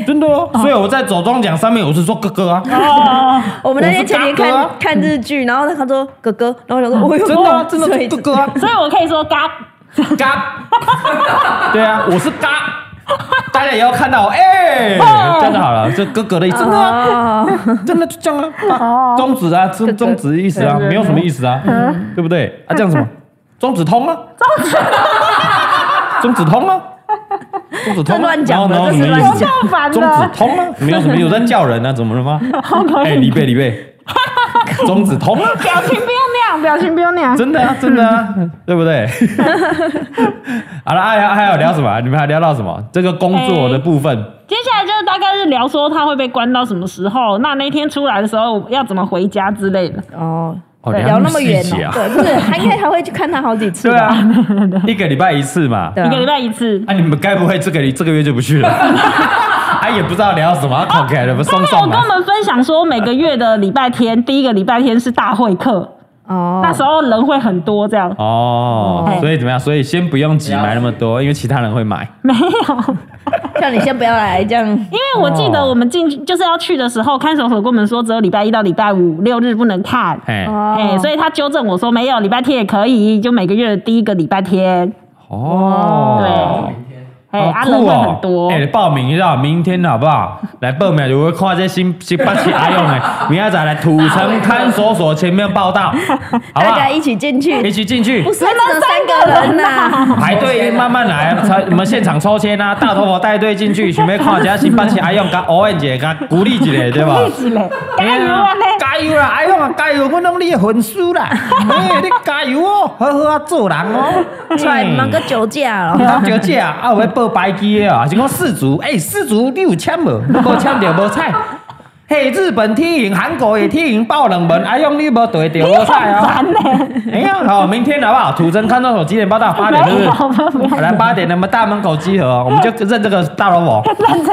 真的哦。所以我在走中奖上面，我是说哥哥啊，哦，我们那天前天我是嘎看哥啊看日剧，然后他说哥哥，然后我想说，我 哦有真的啊，真的是哥 哥啊。所以我可以说嘎，嘎，对啊，我是嘎，大家也要看到，哎、这样就好了，这哥哥的意思，真的、啊，哦，真的就这样啊，啊中指啊，中中指的意思啊，没有什么意思啊，嗯对不对？啊，这 样什么？中指通啊，中指，通啊，中指通、这啊，乱讲的然后然后这什是么意乱思讲？超烦中的指，通啊，没有什么，有在叫人啊，怎么 了吗？哎、李贝李贝，中指通啊。表情不用那样，表情不用那样。真的啊，真 的啊，对不对？好了，还有还有聊什么？你们还聊到什么？这个工作的部哎分，接下来就是大概是聊说他会被关到什么时候，那那天出来的时候要怎么回家之类的。 哦，哦对聊聊那那么么远细节啊哦，对，不是，还应该还会去看他好几次对吧，啊， 一个礼拜一次嘛。对一个礼啊，拜一次。啊，你们该不会这个礼这个月就 不去了？啊，也不知道聊什么，哦口开了，不送啊他有送跟我嘛？们分享说，每个月的礼拜天，第一个礼拜天是大会课，哦那时候人会很多，这样哦哎，所以怎么样？所以先不用急买那么多，因为其他人会买。没有。叫你先不要来 这样，因为我记哦得我们进去就是要去的时候，看守所跟我们说只有礼拜一到礼拜五六日不能看，嘿，哎、哦，所以他纠正我说没有，礼拜天也可以，就每个月的第一个礼拜天，哦，好酷哎、啊人会哦！很多，哎、报名一下，明天好不好？来报名，如果看这新新北市阿用的，明天再来土城看守所前面报道，好不大好哎家？一起进去，一起进去不是只能三个人呐，排队，慢慢来，啊才我们现场抽签啊！大头佛带队进去，准备看一下新北市阿用，甲欧恩姐，甲鼓励一下，对吧？励志嘞， 哎加油啊嘞！加油啦，哎啊呀，加油！我拢你的粉丝啦，哎，你加油哦，好好啊做人哦。哎出来哎忙个酒驾 了。老小姐姐啊，啊，有要报白机的啊，还是讲四足，哎、四足你有签无？无签就无彩。嘿，日本踢赢韩国也踢赢，爆冷门，哎用你无对就无彩哦。烦嘞，哎呀，好，明天好不好？土城看到手几点报道？八点是不没是有，？不好要来八点，我们大门口集合哦，我们就认这个大老鸨。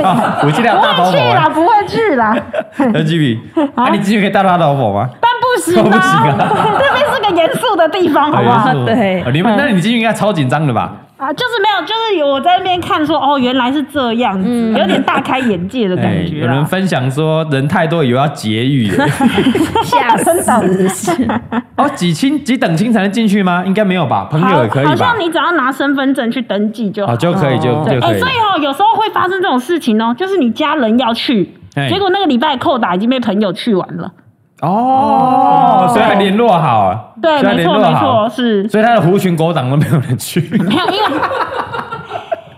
啊，我记得有大不老会去鸨 啦，。不会去啦， n G B，啊，你继续可以带大老鸨吗？但 不行不行啊， 这边是个严肃的地方，好不好哎？是对哦你们那你进去应该超紧张的吧？啊，就是没有，就是有我在那边看说，哦，原来是这样子，有点大开眼界的感嗯哎，觉啊有啦。人分享说人太多，以为要劫狱耶。哎吓死！哦，几清几等亲才能进去吗？应该没有吧？朋友也可以好好吧像？你只要拿身份证去登记就好。哦，就可以就哦就哎、可以所。以哦，有时候会发生这种事情哦，就是你家人要去哎，结果那个礼拜扣打已经被朋友去完了。哦，所以还联络好啊。对，所以还没联错，络没好错，。嗯是所以他的狐群狗党都没有人去， 没有，因为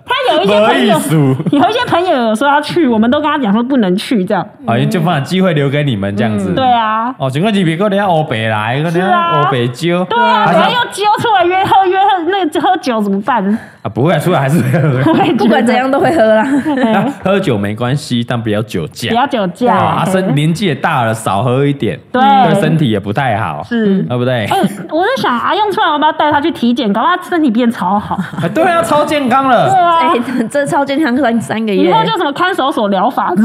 他有一些没朋意友，思。有一些朋友有说要去，我们都跟他讲说不能去这样。好，就把机会留给你们这样子。对。啊，哦，整个几别个人欧北来，个是人啊欧北揪。对啊，还然后是又揪出来约喝约喝，那个喝酒怎么 办？啊，不会啊出来还是会喝 我也觉得不管怎，样都会喝啦。那喝酒没关系，但不要酒嗯不驾。要酒啊，驾啊，身年纪也大了，少喝一点，对对身体也不太好，是。对不对？哎、我在想，阿用出来，我要不要带他去体检？搞不好他身体变超好。啊对啊，超健康对了。啊哎，，这超健康三三个以月后，就什么看守所疗法，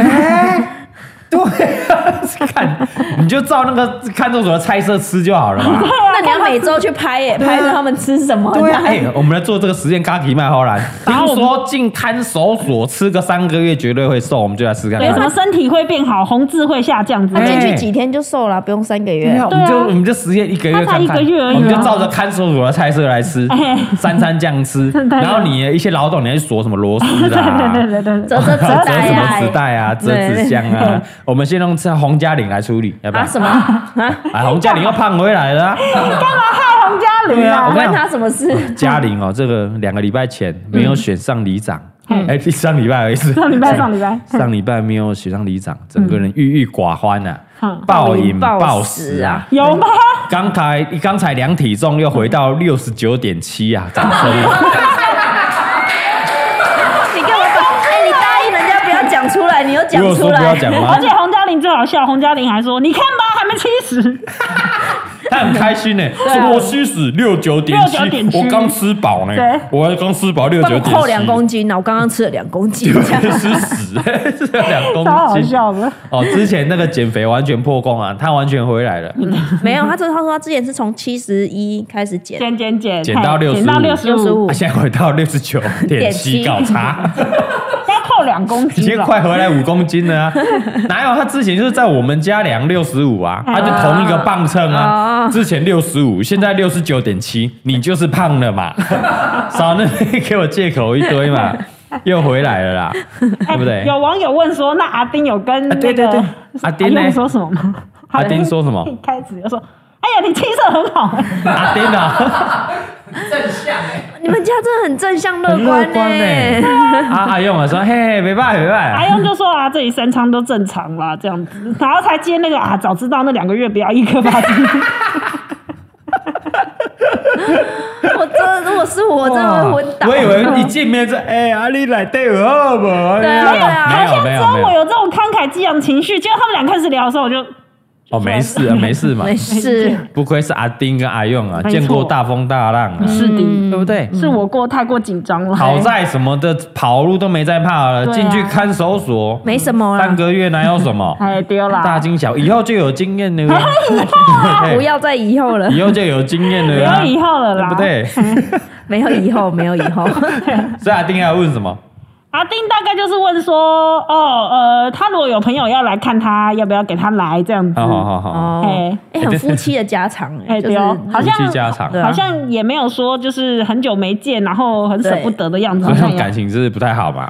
对啊，看你就照那个看守所的菜色吃就好了 嘛。啊那你要每周去拍耶，拍着他们吃什么？对啊，哎、我们来做这个实验，咖喱麦花兰。然后听我们说进看守所吃个三个月绝对会瘦，我们就来试看对，什看么。身体会变好，红痣会下降之他类进的。去几天就瘦了，不用三个对月啊，。我们就我们就实验一个月看看，他才一个月而已啊我们就照着看守所的菜色来吃哎，三餐这样 吃。真的然后你的一些劳动，你还去锁什么螺丝的、啊， 对对对对对，折折纸折袋什么纸呀？带啊，折纸箱啊。我们先用吃洪嘉玲来处理，要不要啊？什么啊？哎，洪嘉玲又胖回来了啊、 干嘛害洪嘉对玲啊我啊跟？关他什么事？嘉玲哦，这个两个礼拜前没有选上里长，哎、上礼拜而已是上礼拜上礼拜 上礼拜没有选上里长，整个人郁郁寡欢呐、啊嗯，暴饮暴饮暴暴食食啊啊。有吗？刚才刚才量体重又回到六十九点七啊，掌声！你干嘛把？哎，你答应人家不要讲出来，你又讲我有出说不要来。讲吗而？且洪嘉玲最好笑，洪嘉玲还说：“你看吧，还没七十。他很开心呢、什么我虚死六九点七69.7，我刚吃饱呢、对我刚吃饱六帮九我点七，扣两 公斤呢，我刚刚吃了两公斤，这样是 死，是两公斤，超好笑的哦，之前那个减肥完全破功啊，他完全回来了， 没有。他这他说他之前是从七十一开始”减，减减减，减到嘿减到六65十65五他，啊现在回到六 十九点七，搞差，要扣两公已斤经了。快回来五公斤了啊！哪有他之前就是在我们家量六十五啊，他就同一个磅秤哦啊，之前六十五，现在六十九点七，你就是胖 了嘛，少那边给我借口一堆嘛，又回来了啦，对 不对？有网友问说：“那阿丁有跟啊那对个对对阿丁呢用说什么吗？”阿丁说什么一开始就说：“哎呀，你气色很好。阿 丁啊，正向哎、你们家真的很正向乐很乐观观呢。哎呢，阿阿用啊说，嘿，没办法，没”办阿法。用就说：“啊，这里三餐都正常啦，这样子。”然后才接那个啊，早知道那两个月不要一颗八斤。我真，我是我，真的会昏倒。我以为一见面就哎，阿丽来对我好不好？哎对啊对啊没好有像没只有没有我有，有这种慷慨激昂情绪，结果他们俩开始聊的时候，我就哦，没 事啊，没事嘛，没事，不愧是阿丁跟阿用啊，没错嗯见过大风大浪啊，是嗯的，对不对？是我过太过紧张了。好在什么的跑路都没在怕了，对啊进去看守所，没什么三啦，个月哪有什 么哎丢啦，大惊小，以后就有经验 了啊，啊不要再以后了，以后就有经验不了啊要，以后了对啦，不？ 对？没有以后，没有以后。所以阿丁还问什么？阿丁大概就是问说，哦呃，他如果有朋友要来看他，要不要给他来这样子？好好好好，哦哎，哎，很夫妻的家常哎，哎就是对哦，好像夫妻家常对啊好像也没有说就是很久没见，然后很舍不得的样子，好好像像也感情是不太好嘛，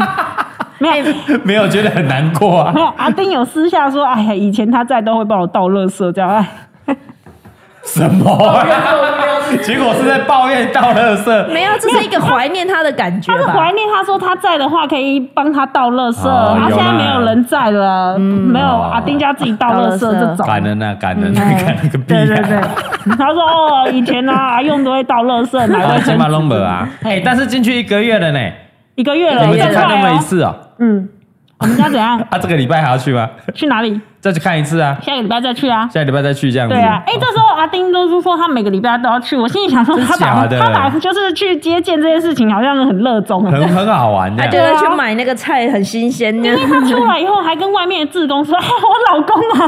没有。没有觉得很难过啊 没。有，阿丁有私下说：“哎呀，以前他在都会帮我倒垃圾，这样。哎，什么 啊、 结果是在抱怨倒垃圾。没有，这是一个怀念他的感觉他是怀吧？念，他说他在的话可以帮他倒垃圾，哦他有现在啦没有人在了，没有哦阿丁家自己倒垃圾倒垃圾这种。感恩啊，感恩、啊，哎感恩个屁、对啊！对对， 他说哦，以前呢、啊，阿用都会倒垃圾，买啊，卫金生马纸龙本 啊，哎、但是进去一个月了呢，一个月你了，们只更看那么快一哦。次哦。嗯，我们家怎样？啊，这个礼拜还要去吗？去哪里？再去看一次啊，下个礼拜再去啊。下个礼拜再去这样子。对啊，哎、这时候阿丁都是说他每个礼拜都要去，我心里想说真他假把的他把就是去接见这件事情好像很热衷啊。很很好玩的。就对是啊去买那个菜，很新鲜。哎因为他出来以后还跟外面的志工说：“哎，我老公 啊，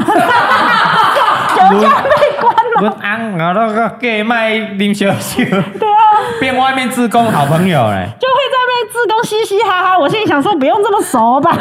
酒驾被关了。我昂啊，那个 gay 卖啉小酒，对啊，变外面自工好朋友嘞。就会在被志工嘻嘻哈哈。我心里想说，不用这么熟 吧。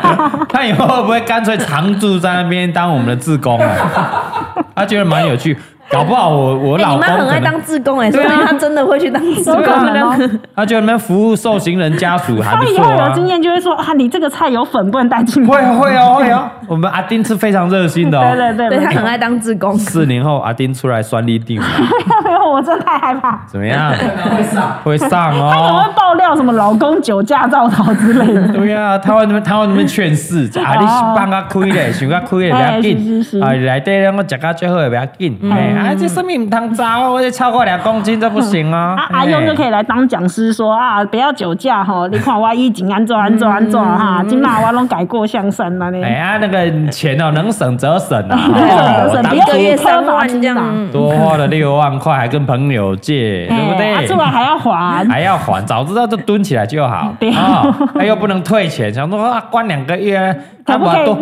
他以后会不会干脆常住在那边当我们的自工啊？ 他觉得蛮有哎趣，搞不好我我哎，老你公妈很可爱能当志工哎，所啊以她真的会去当志工有可能的哦。 他觉得那边服务受刑人家属还他不以错后有啊。经验就会说啊，你这个菜有粉不能带进来。会哦会哦会哦， 我们阿丁是非常热心的啊 对哦。对对，对她很没错爱当志工，四年后阿丁出来酸立定了， 没有，我真的太害怕。怎么样？会上。会上他可能哦 会。爆料什么老公酒驾造逃之类的。对啊，他会那边他会那边劝 世，啊，你放较开咧，想较开咧，不要哦哎是是是嗯紧，啊，内底让我食较最好的不要紧，哎，啊，这生命唔通糟，我这超过两公斤这不行哦 啊。阿用就可以。以来当讲师说啊，不要酒驾吼，你看我以前安怎安怎安怎哈，今嘛我拢改过向善了呢。嗯哎呀，那个钱哦，能省则省啊。 对哦省当不一要个月三万这样。多花了六万块，还跟朋友借，对不 哎啊对？哎出来还要 还，还要还，早知道就蹲起来就好 对啊！那、又不能退钱，想说啊，关两个月，可他不把可以多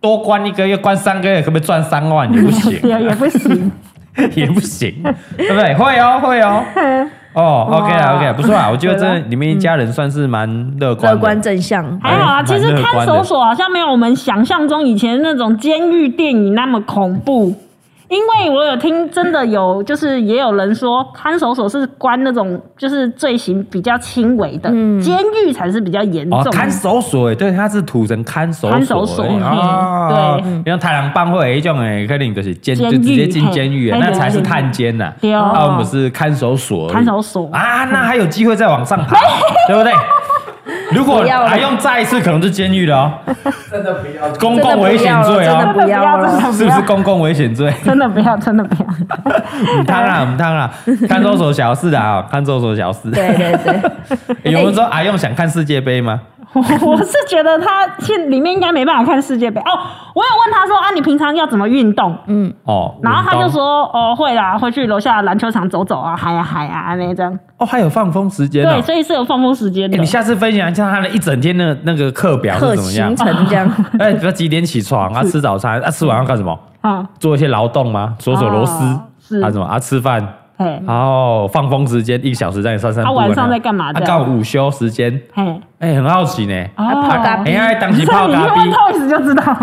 多关一个月，关三个月，可不可以赚三万？也不 行，啊也也不行。 也不行，对不对？会哦，会 哦。哦，OK 啦，OK 啦，不错啊，我觉得这你们一家人算是蛮乐嗯观的，哦乐观正向，还好啊，蛮其实乐看观的守所好啊像没有我们想象中以前那种监狱电影那么恐怖。因为我有听，真的有，就是也有人说，看守所是关那种就是罪行比较轻微的，监狱才是比较严重哦的。，看守所诶，对，它是土城看守所看守所欸嘿哦对因为太郎帮会有一哎种诶，可能就是监监就狱直接进监狱欸，嘿那才是探监呐。对哦啊，我们是看守所而已，看守所啊，那还有机会再往上 爬，对不对？如果不要了还用再一次，可能是监狱了哦，真的不要。真公的共不危险要了，罪真的哦，不要 了。是不是公共危险 罪？真的不要，真的 不要。唔当啦，唔当啦，看哦 守所小事啊，看守所小事。对对对，哎欸有人说阿用想看世界杯吗？我是觉得他现里面应该没办法看世界杯哦。我有问他说啊，你平常要怎么运动？哦，然后他运就动说哦，会啦，会去楼下篮球场走走啊，嗨啊嗨啊，那这样。哦，还有放风时间哦对，。所以是有放风时间欸的你。下次分享一下他的一整天的那个课表课是怎么样行？程这样，哎，他几点起床啊？吃早餐啊？吃完要干什么？啊，做一些劳动吗？锁锁螺丝哦是啊？什么啊？吃饭，嘿，然后放风时间一个小时在你散散步嗯啊啊。晚上在干嘛啊这样刚好午休时间，嘿，哎，很好奇呢。哦还泡咖哎啡，呀，当时这泡哦 你一咖问啡， Toys 就知道。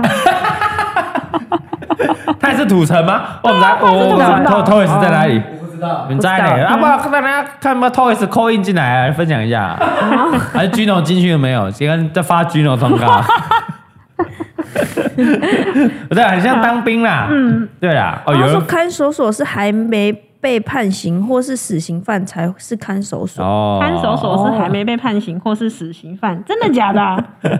他也是土城 吗？我们来，啊他是哦我土城偷吧偷也是在哪里？我不知道。你在不知哪？道啊，不然看大家看有没有 Toys call in 进来来分享一下，哦还是 Gino 进去了没有？今天在发 Gino 通 告。 对啊，很像当兵啦。嗯，对啦。哦，有他说人看守所是还没被判刑或是死刑犯才是看守所，哦，看守所是还没被判刑或是死刑犯，真的假的啊？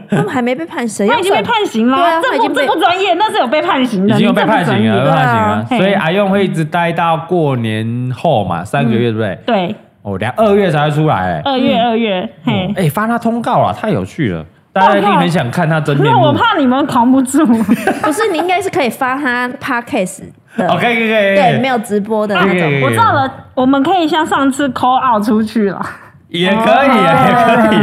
他们还没被判，谁他要已经被算？判刑对了，啊这他已不经这被不专业，那是有被判刑的，已经有被判你刑这了，不专被业判刑对了啊，嘿所以阿用会一直待到过年后嘛，三个月对不对？对，哦，两二月才会出来。二月二月，嘿，哎，发他通告了，太有趣了，大家一定很想看他真面那我目。怕你们扛不 住。不是，你应该是可以发他 podcast 的， OK，可以可以。对，没有直播的那种。对我知道了，我们可以像上次 call out 出去了。也可以啊，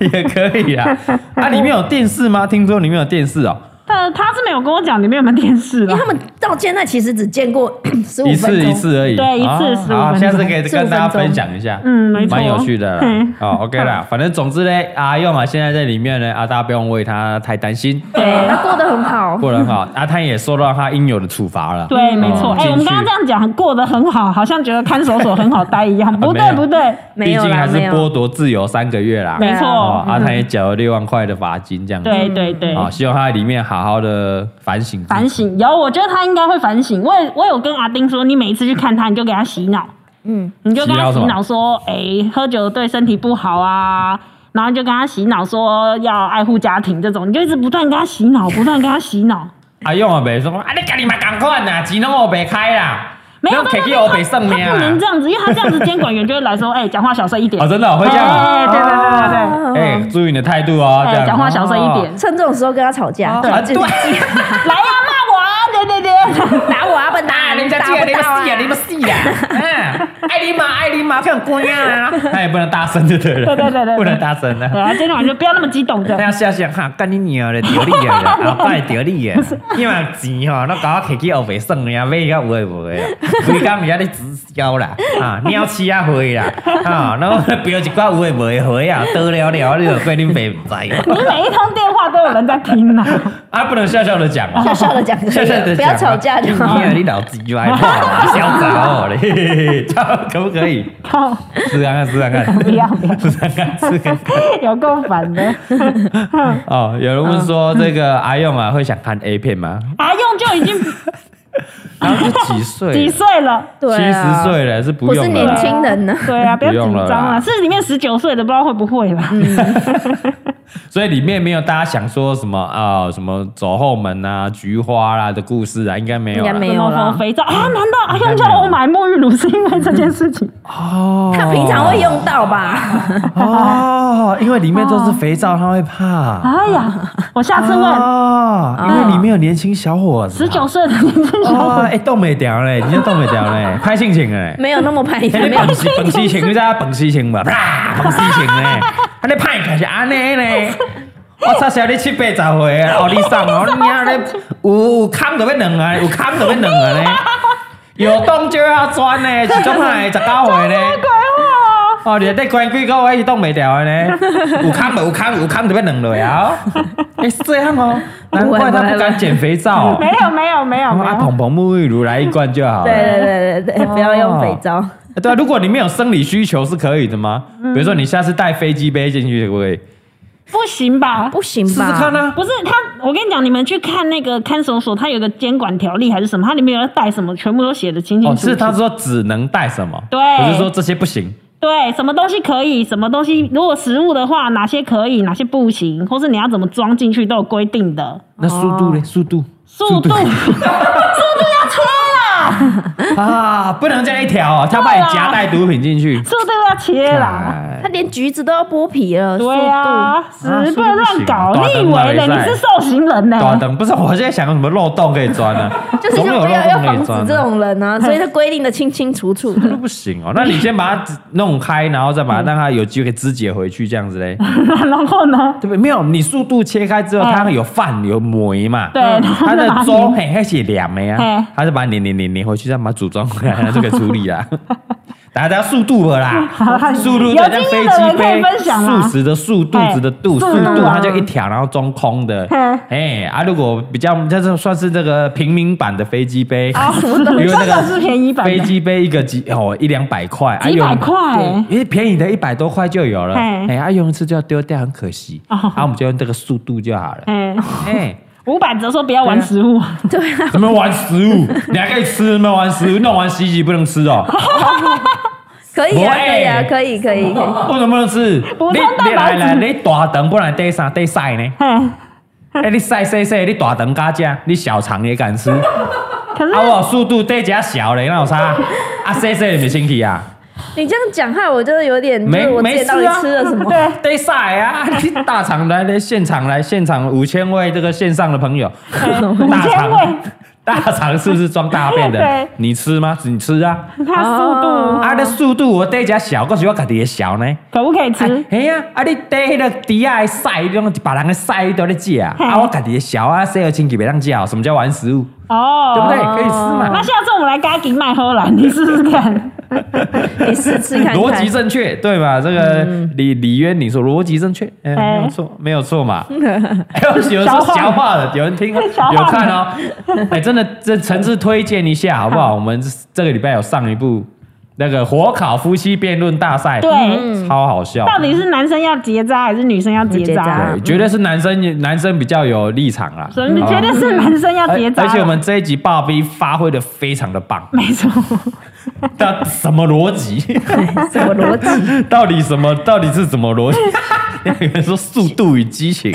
也可以，也可以啊。啊，里面有电视吗？听说里面有电视哦，但他是没有跟我讲里面有没有电视因了为他。们到现在其实只见过 十五一分钟，次一次而已。对一次啊15分好，钟下次可以跟大家15分钟分享一下，嗯没错蛮有趣的啦嗯。哦，OK 啦，反正总之呢，阿用啊，现在在里面呢，啊，大家不用为他太担心，对，他过得很好。过得很 好。阿啊他也受到他应有的处罚了。对，没错。嗯哎、我们刚刚这样讲过得很好，好像觉得看守所很好待一样。不没对，有不对，没毕有竟啦，还是没剥有。夺自由三个月啦。没错。哦，阿他也缴了六万块的罚金，这样子。对对对，啊，希望他在里面好好的反省自己。反省。有，我觉得他应该会反省。我也我有跟阿丁说，你每一次去看他，你就给他洗脑，嗯，你就跟他洗洗脑什脑么说，哎、喝酒对身体不好啊。然后就跟他洗脑说要爱护家庭这种，你就一直不断跟他洗脑，不断跟他洗脑。啊，用啊，袂说啊，你家己嘛共款啦，钱拢我袂开啦，没有，客他去我袂算他命不能这啦。样子，因为他这样子监管员就会来说，哎、讲话小声一 点。哦，真的哦会这样哎对对对对对哦哎，注意你的态度哦，哎这样讲话小声一 点哦趁这种时候跟他吵架，啊对就是来呀、骂我啊！对对 对，打我啊，笨啊， 蛋！你们家打这个不你们到啊死！啊，你们死啊！嗯，哎爱你妈，爱你妈，看关 啊！他也不能大声就对了，对对对 对不能大声 对的。啊，今天晚上就不要那么激动 那的。要想想哈，干你娘嘞，丢你啊！ 啊，拜着你耶！你嘛钱吼，那搞我摕去后袂算啊呀，买到有诶无诶， 规工是遐咧直销啦，啊，鸟鼠啊花啦，啊，然后标一寡有诶无诶花啊，倒了了，你就怪恁爸毋知 你。每一通电话都有人在听 呐、啊，不能笑笑的讲 哦，笑笑的讲可以，笑笑的不要吵架就好你。啊，你老鸡歪破， 嚣张哦 嘞，可不可以？靠，试看看，试看看，不要不 要，试看看，试看看。有够烦的。哦，有人问说嗯这个阿用啊会想看 A 片吗？阿啊用就已经然后就几岁了，几岁了？对七啊十岁了是不我是用年了。轻人呢。对啊，不要不用紧了啦张啊。是里面十九岁的，不知道会不会啦。所以里面没有大家想说什么啊、什么走后门啊、菊花啦、的故事啊，应该没有啦。应该没有什么啦肥皂啊？难道阿用叫我买沐浴乳是因为这件事 情？哦，他平常会用到吧？ 哦，因为里面都是肥皂，他会怕。哎呀，我下次问哦，因为里面有年轻小伙子十啊。九岁的年轻人，哦，哎，冻袂掉嘞，你就冻袂掉 嘞，拍性情嘞。没有那么排斥，哎，你 没有本事本事情，你知影本事情吧？啪，本事情嘞，啊，你歹开是安尼嘞。我操！小你七八十岁啊，哦，你上哦，你啊咧有有空就要弄啊，有空就要弄啊咧。有洞就要钻嘞，一种系十九岁咧。哦，你得关几个月伊冻袂掉的呢？有空就有空，有空就要弄落啊！哎，是这样哦，难怪他不敢减肥皂。 没有没有没有哦没阿有，鹏鹏沐浴乳来一罐就好了。对对对对对，不要用肥 皂。欸 对啊，如果你没有生理需求是可以的吗？嗯比如说你下次带飞机杯进去可不可以？不行吧？不行试试嗯吧？看啊。不是他，我跟你讲，你们去看那个看守所，它有个监管条例还是什么，它里面有要带什么，全部都写的清清嗯哦，楚楚。是他说只能带什么，对不是说这些不行。对什么东西可以，什么东西如果食物的话，哪些可以，哪些不行，或是你要怎么装进去都有规定的。哦 那速度呢？速度，速度，速度要切啦！啦，啊，不能这样一条哦，他把你夹带毒品进去。速度要切 啦。哎他连橘子都要剥皮了，对啊，速度啊是不能乱搞，速度不行啊你以为大嘞？灯嘛你没是事受刑人呢？短啊灯不是，我现在想有什么漏洞可以钻呢、啊？ 就是就总不有要漏要洞可以防钻、止这啊。种人啊，所以他规定的清清楚 楚那的。不行哦，那你先把它弄开，然后再嗯把它让它有机会肢解回去，这样子嘞， 然后呢？对不对？没有，你速度切开之后，哎它有饭有酶嘛，嗯对它的它就把它粥拧嘿还是凉的呀嘿，它就把它粘粘粘粘回去，再 把它组装回来，就可以处理啦。 大家速度了 啦，速度有就像经飞验的人机可杯，以分享啦数值的速，肚子的肚，嘿速速度度啊哦它就一条，然后中空的嘿，哎啊，如果比较这是算是这个平民版的飞机杯，啊， 因为那真的个是便宜版的飞机杯一个几哦一两百块，啊几百用块对因为便宜的一百多块就有了，嘿哎，啊用一次就要丢掉，很可惜，哦啊我们就用这个速度就好了，哎，哎，五百折说不要玩食物，对啊，怎么玩食物？你还可以吃，怎么玩食物？弄完洗洗不能吃 哦，可以啊，可喂以啊，可以，可以，可以。为什么不能吃？补充你蛋你白来质来，你大肠不然第三第晒呢？哎，哎，你晒晒晒，你大肠敢吃，你小肠也敢吃，啊 可是我速度对加小嘞，那有啥？啊晒晒没兴趣啊？你这样讲害我就有点，就没是我之没前事到底啊，吃了什么？ 对，得晒啊！你大厂来的现场来，现场五千位这个线上的 朋友，大千位厂大厂是不是装大 便的对？你吃吗？你吃啊！它速度哦啊，那速度我得加小，可是我家己也小呢。可不可以吃？哎呀，啊你得迄个底下的晒，你种把人的晒都咧食啊！嘿啊我家己也小啊，洗好清洁别当食哦。什么叫玩食物？哦，对不对？可以吃嘛那？下次我们来咖喱麦荷兰，你试试看。你试吃 看嗯逻辑看。正确，对吧？这个李李渊，你说逻辑正确，嗯，哎没有错，没有错嘛。哎有人说消化的，有人听哦，消化的有看哦。 哎，真的，这诚挚推荐一下好不嗯好？我们这个礼拜有上一部那个火烤夫妻辩论大赛，对嗯超好笑。到底是男生要结扎还是女生要结结扎扎？对，绝对是男生男生比较有立场啦。所以你好吧觉得是男生要而结扎？哎而且我们这一集爸比发挥的非常的棒，没错，那什么逻辑？ 什么逻辑？到底什么？到底是什么 逻辑？有人说速度与激情，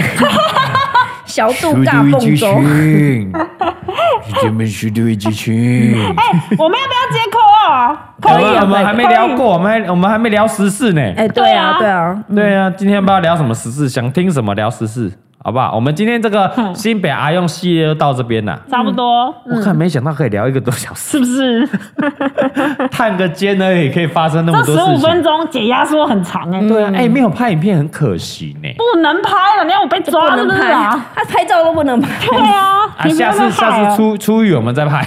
小度尬蹦 粥， 情，你们速度与激情。哎，我们要不要接扣二啊？我扣一们啊，哎我们还没聊过，我们还我们还没聊时事呢。哎，对啊，对啊，嗯对啊，今天不知道聊什么时事，想听什么聊时事，好不好？我们今天这个嗯新北阿用系列就到这边了。差不多，我看没想到可以聊一个多小 时，是不是？探个肩而已，可以发生那么多这十五事分情。钟解压缩很长哎，对啊，哎，没有拍影片很可惜呢。不能拍了，你要我被不抓是能不是拍啊？，他拍照都不能拍。对啊，啊， 你不下要次再害下次了，出出雨我们 再拍，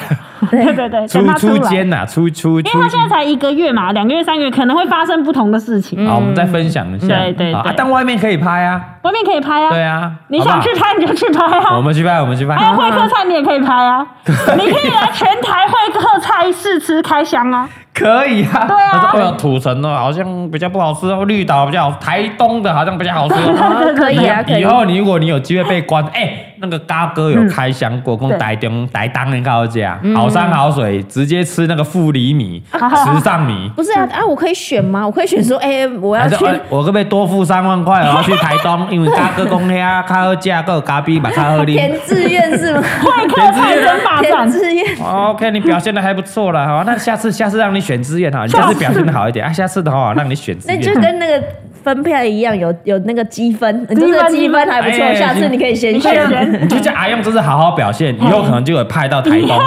对对对，出等他出出来肩呐，出出因为出他现在才一个月嘛，两个月、三个月可能会发生不同的事情。好，我们再分享一下。嗯对对好啊对但外面可以拍啊，外面可以拍啊，对啊，你好不好想去拍你就去拍我 啊。们去拍，我们去拍。还有会客菜你也可以拍啊，你可以来全台会客菜试吃开箱啊。可以啊。对啊他说：“哎呦，土城的好像比较不好吃哦，绿岛比较好，台东的好像比较好吃哦。啊， 可以啊，可以以。后你如果你有机会被关，哎、那个嘎哥有开箱过，跟对台东台当人告这嗯样，好山好水，直接吃那个富 里米、时尚米。不是啊啊！我可以选吗？我可以选说，哎，我要还是去哎我可不可以多付三万块，然后去台东？因为嘎哥公遐较好食，还有咖啡嘛较好啉。填志愿是吗？会客菜争霸填 战，志愿， OK，你表现的还不错了，好，那下次下次让你选志愿哈，你下次表现的好一点啊，下次的话让你选志那愿。就跟那个分配一样，有有那个积分，你这个积分还不哎错，下次你可以先你可以选。选你就叫阿用，真是好好表现，以后可能就有派到台东，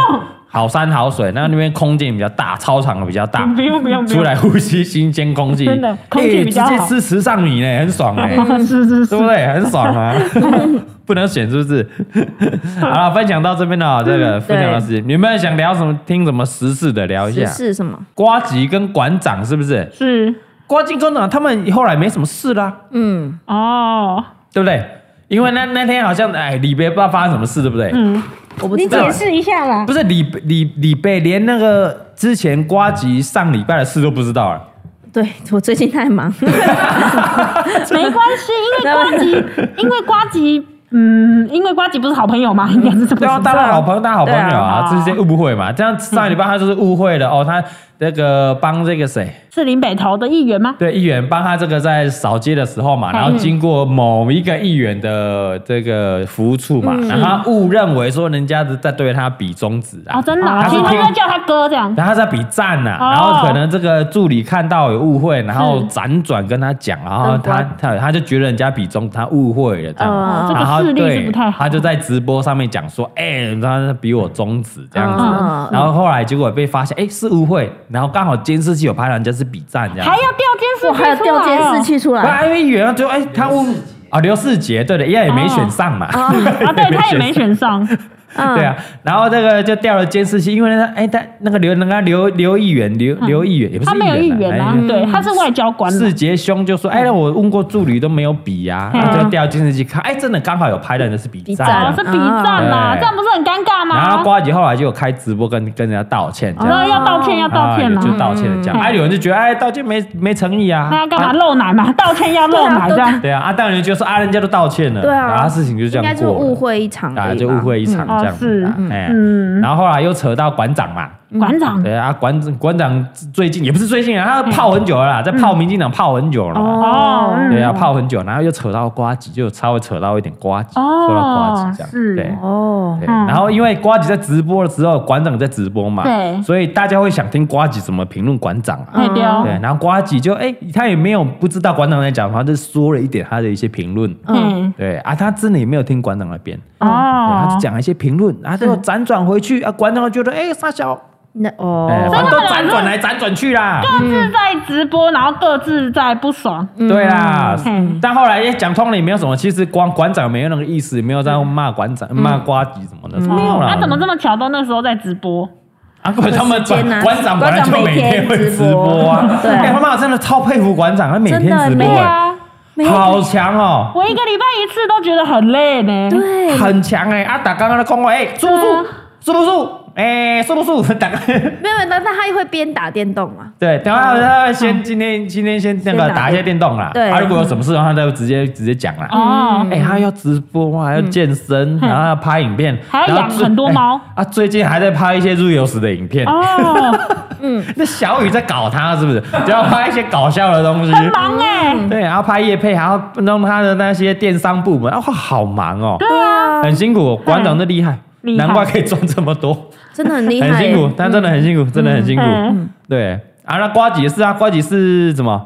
好山好水，那那边空间比较大，操场比较大，嗯不用不用不出用，来呼吸新鲜空气，真的空气哎比较好直接吃时尚米呢，很爽 哎， 是是对是不，对？很爽 啊，不能选是不是？好了，分享到这边了，这个分享到这边，你们想聊什么？听什么时事的聊一十下？是什么？瓜吉跟馆长是不是？是瓜金工长他们后来没什么事啦，嗯，哦，对不对？因为那那天好像哎，李贝不知道发生什么事，对不对？嗯，我不你知道解。释一下啦啊不。是李李李贝连那个之前瓜吉上礼拜的事都不知道啊了，对我最近太忙，没关系，因为 瓜吉，因为瓜吉，嗯，因为瓜吉不是好朋 友嘛，应该是这么对啊，说。大家好朋友，大家好朋友对啊，啊这些误会嘛。这样上礼拜他就是误会了哦，他那个帮这个谁，是林北投的议员吗？对议员帮他这个在扫街的时候嘛，嗯然后经过某一个议员的这个服务处嘛，然后他误认为说人家在对他比中指啊，哦，真的哦，他其是实他听应该叫他哥这样。然后他在比赞呐、哦然后可能这个助理看到有误会，然后嗯辗转跟他讲，然后他嗯他他就觉得人家比中他误会了这样，嗯这个然后视力是对不太好他就在直播上面讲说，哎、他比我中指这样子，嗯然后后来结果被发现，哎、是误会，然后刚好监视器有拍到人家是比赞这样子还，要调监视器我出来还哦，有掉监视器出来，那因为原来就哎、他问啊刘世杰对的，因为也没选上嘛。 啊！对他也没选上，哦嗯哦对啊，然后这个就调了监视器，因为呢，哎，他那个刘，那个刘刘议员，刘刘议员也不是嗯他没有议议员员啊啊哎，对，他是外交官嘛。世杰兄就说：“哎、那我问过助理都没有比呀、啊，嗯然后就调监视器看，哎、真的刚好有拍的人是比赞哦，啊比是赞比赞啦，对这样不是很尴尬然后吗？瓜姐后来就有开直播跟跟人家道歉，这样、然后哦要道歉，要道歉啊、就啦。道歉的这样。嗯哎、有人就觉得哎、道歉没没诚意啊，那要干嘛啊露奶嘛？道歉要露奶这样。对啊，啊，当然就说啊，人家都道歉了，对啊然后事情就这应该样就是过了误会一场而已吧，啊，就误会一场嗯这样子、啊哦是哎、嗯然后后来又扯到馆长嘛，馆长对啊，馆馆长最近也不是最近啊，他泡很久了啦，在泡民进党泡很久了嘛。哦，嗯对啊，泡很久，然后又扯到瓜子，就稍微扯到一点瓜子，哦说到瓜子这样，是对。哦。对，嗯然后因为瓜子在直播的时候，馆长在直播嘛，对所以大家会想听瓜子怎么评论馆长啊，那丢对，，然后瓜子就哎，他也没有不知道馆长在讲，他就说了一点他的一些评论，嗯，对啊，他真的也没有听馆长那边，对，啊他哦就，讲了一些评论，然后就辗转回去啊，馆长就觉得哎，傻小，那哎，哦，反正都真的辗转来辗转去啦，各自在直播，然后各自在不爽。嗯对啊啦，嗯但后来也讲通了，也没有什么。其实光馆长没有那个意思，也没有在骂馆长、骂瓜吉什么的，嗯没有啦。他怎么这么巧？到那时候在直播，啊？不他们时间啊馆长本来就每天会直播馆长每啊天直播。对哎他妈我真的超佩服馆长，他每天直真的播对哎，啊，好强哦，我一个礼拜一次都觉得很累呢。对，很强哎！啊，打刚刚的公话，哎，速不对啊速？速不速？哎，速不速？ 打刚。没有，但但他也会边打电动啊嘛，对，等下他先今天今天先那先打个打一下电电动啦。对啊，如果有什么事的话，他就直接直接讲啦。哦，哎、他要直播啊，还要健身，然后要拍影片，嗯还要然后养最很多猫哎啊！最近还在拍一些入游时的影片，哦，那小雨在搞他是不是？就要拍一些搞笑的东西。很忙哎。对，然后拍叶配，还要弄他的那些电商部门，啊，哇好忙哦，对啊，很辛苦。哦馆长的厉害，厉害难怪可以赚这么多，真的很厉害很耶，辛苦，但真的很辛苦，真的很啊辛苦。嗯对啊，那瓜姐是啊，瓜姐是怎么？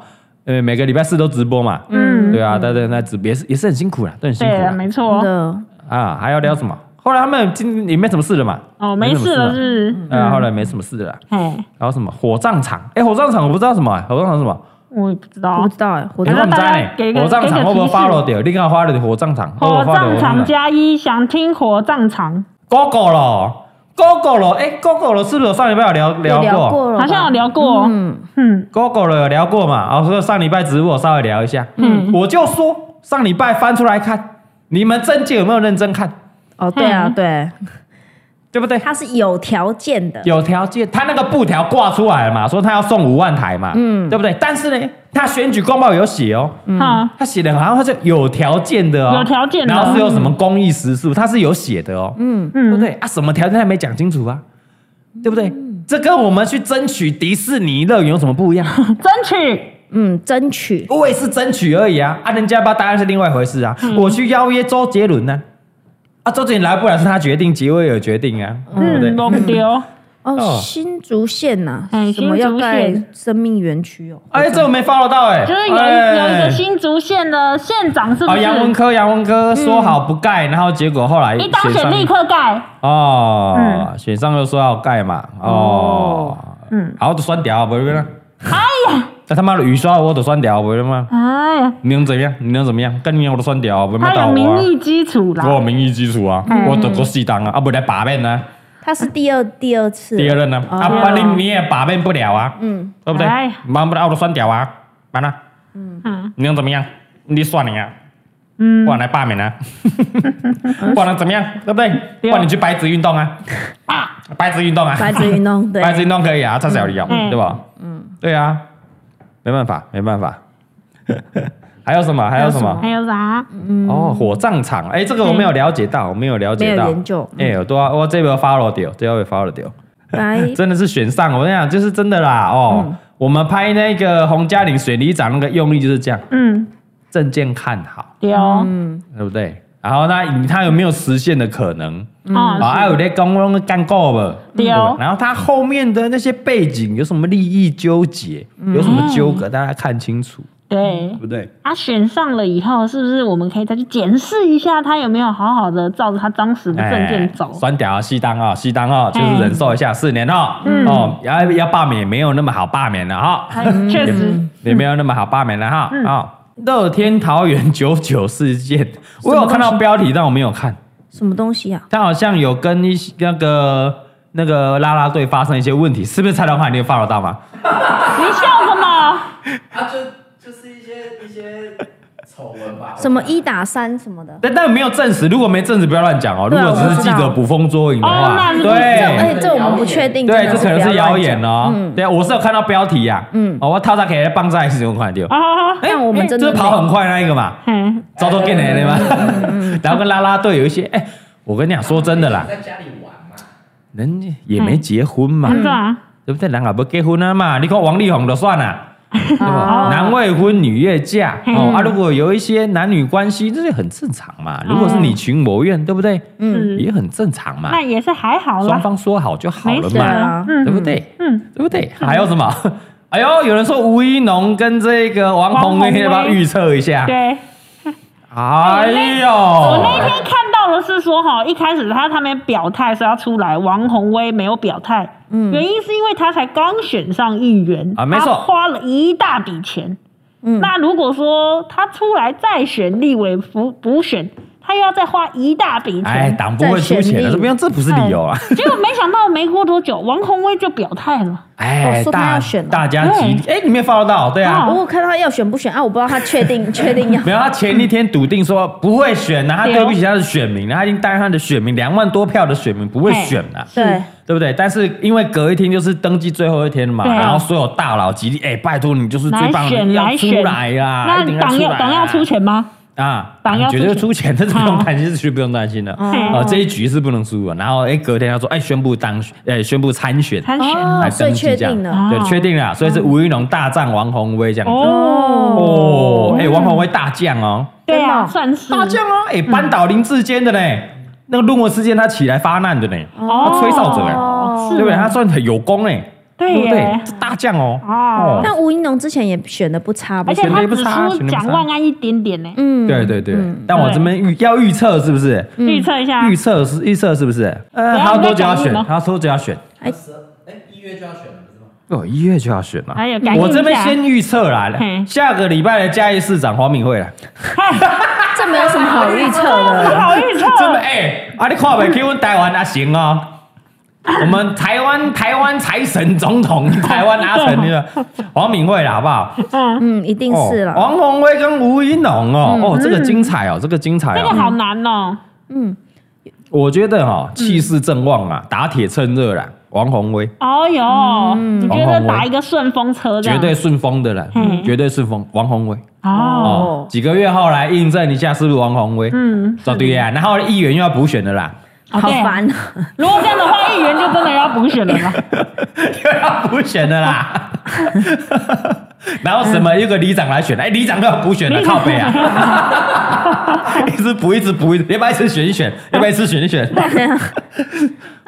呃，每个礼拜四都直播嘛。嗯，对啊，大家在直播也是也是很辛苦啦，都很辛苦对啦了，。没真错。的，啊，还要聊什么？后来他们今也没什么事了嘛。哦，没事了，是嗯，啊，后来没什么事了啦。哎，然后什么火葬场？哎，火葬场我不知道什么啊，火葬场是什么？我也不我知不道知。道哎，活你动那们大家知呢？给一个火葬场会不会给一个提示 follow 掉？你看 follow 的火葬场，火葬场加加一，想听火葬场， Google 咯，Google 咯，哎，Google 咯，是不是有上礼拜有聊有聊过过了吧，好像有聊过。嗯，嗯， ？Google 有聊过嘛？哦，说上礼拜植物我稍微聊一下。嗯我就说上礼拜翻出来看，你们证件有没有认真看？哦，对啊，嗯对，对不对？他是有条件的，有条件，他那个布条挂出来了嘛，说他要送五万台嘛，嗯，对不对？但是呢，他选举公报有写哦，好，他写的好像他是有条件的哦，有条件的然后是有什么公益时数，他是有写的哦，嗯，对不嗯，对啊？什么条件还没讲清楚啊，对不对？这跟我们去争取迪士尼乐园有什么不一样？ 争取嗯，争取，我也是争取而已啊，啊，人家把答案是另外一回事啊，嗯我去邀约周杰伦呢、啊，周杰伦来不来是他决定，杰威尔决定啊，对不对？嗯，弄丢，哦哦，新竹县呐哎，什么要新盖竹县生命园区哦，哎，这我没 follow 到哎、就是有哎一有一个新竹县的县长，是不哦，是？杨文科，杨文科说好不盖，然后结果后来一当选上立刻盖，哦，嗯选上又说要盖嘛，哦，嗯，然后就酸掉，不是啦，哎呀，那他妈的雨刷我都酸掉，不是吗？哎呀，你能怎样？你能怎么样？跟你我都酸掉，不是他到有我民啊，意基础啦我。有民意基础啊，我得过四当啊，啊不来罢免啊，他是第二第二次，第二任呢，啊不然你你也罢免不了啊，嗯，对不对哎？妈不然我都酸掉啊，完了，嗯你能怎么样？你算你啊。嗯不，然来罢免啊， 不然怎么样，对不对？不对啊然你去白纸运动啊，白纸运动啊，白纸运动，对，白纸运动可以啊，蔡小丽啊，嗯对吧？嗯，对啊，没办法，没办法。 还有什么？还有什么？还有啥？哦，火葬场，哎，这个我没有了解到，我没有了解没有到， 研究哎，我都要我这边 follow 掉，这边 follow 掉。来，真的是选上，我跟你讲，就是真的啦哦。嗯我们拍那个洪嘉玲水泥厂那个用力就是这样，嗯，证件看好，对哦，对不对？然后那你他有没有实现的可能？啊啊，还有在公弄干够了，嗯对哦然后他后面的那些背景有什么利益纠结，嗯有什么纠葛，大家看清楚，对对。不对？啊，选上了以后，是不是我们可以再去检视一下他有没有好好的照着他当时的嗯证件嗯走？哎酸屌啊，西单啊，西单啊，就是忍受一下四年哦，嗯哦，要要罢免也没有那么好罢免了哈，哎确嗯实，也没有那么好罢免了哈啊。乐天桃园九九事件，我有看到标题，但我没有看。什么东西啊？他好像有跟一些那个那个啦啦队发生一些问题，是不是蔡老板你有 follow 到吗？你笑什么？啊，就就是一些一些丑闻吧。什么一打三什么的？但但没有证实，如果没证实不要乱讲哦。如对啊果只我是知记道者捕风捉影的哦那话，是不而对且这我们不确定，对，真的这可能不要是谣乱言讲。嗯哦。对，我是有看到标题呀，嗯，哦，我套上给人棒在是用快丢，啊，但我们真就的哎嗯是跑很快那一个嘛，嗯，招都进来了嘛。 然后跟啦啦队有一些，哎，我跟你讲，说真的啦，在家里玩嘛，人家也嗯没结婚嘛，对啊，对不对？人也不结婚了啊嘛，你看王力宏就算了。没哦男未婚女未嫁嗯哦啊，如果有一些男女关系，这是很正常嘛。如果是你情我愿，对不对？嗯也很正常嘛那。也是还好双啦，方说好就好没了事嘛，啊，对不嗯对？嗯，对不对？还有什么？ 哎呦，有人说吴一农跟这个王宏王宏威，威要不要预测一下？对。哎我那呦，天看到的是说哈，一开始他他们表态说要出来，王宏威没有表态，嗯原因是因为他才刚选上议员啊没错他花了一大笔钱。嗯那如果说他出来再选立委补补选，他又要再花一大笔哎，钱，党不会出钱的，这不用，这不是理由啊！结果没想到没过多久，王宏威就表态了，哎哦，说他大要选了大家集，哎，你没有 follow 到？对啊，嗯哦我有看到他要选不选啊？我不知道他确 定确定要没有，他前一天笃定说不会选啊，他对对不起他的选民，他已经答应他的选民两万多票的选民不会选啊，对对不对？但是因为隔一天就是登记最后一天嘛，对啊然后所有大佬极力，哎，拜托你就是最棒的，来选你要出来选来啦，那啊一定党出来要啦党要出钱吗？啊，党要绝对出出钱， 这是不用哦担心，这是不用担心的。哦啊，这一局是不能输的。然后哎，隔天他说，哎，宣布当选，哎，宣布参选，参选哦来，所以登记确这样定了。哦对，确定了，所以是吴一农大战王宏威这样子。哦，哦，哎，王宏威大将哦。对真的啊，哦算是大将啊，哎、扳倒林志坚的呢，那个论文事件他起来发难的呢，嗯他吹哨者哎、哦是对不对？哦他算很有功哎、对对不对耶？这大将哦，哦但吴一农之前也选的不差，不而是且选他得也不只差输选得也不蒋差万安一点点呢、嗯，对对对。但我这边嗯预要预测是不是？预测一下预，测是预测是不是？呃，嗯对啊他要多久要选你在讲什么？他要多久要选？十哎一月就要选了，不是吗？哦，一月就要选了哎呦赶。紧我这边先预测啦嘿，下个礼拜的嘉义市长黄敏惠啦。这没有什么好预测哦的。 好预测， 真的哎、啊，你看不起阮台湾阿行哦。我们台 湾台湾财神总统，台湾阿神，你知道王敏惠啦，好不好？嗯，嗯，一定是哦了。王宏威跟吴一农哦，哦，这个精彩哦，这个精彩这个哦。好嗯难哦、我觉得哈，气势正旺啊，打铁趁热啦，王宏威哦哟、你觉得打一个顺风车嗯绝这样？对顺风的啦啊嗯，绝对顺风，王宏威哦，哦。几个月后来印证一下是不是王宏威？嗯，哦对呀，然后议员又要补选的啦，哦好对烦，啊如果这样的话，议员就真的要补选了 吧？又要补选的啦。 然后什么一个里长来选，哎，里长都要补选的，靠背啊， 一直补一直补，一直要不要一次选一选？要不要一次选一 选？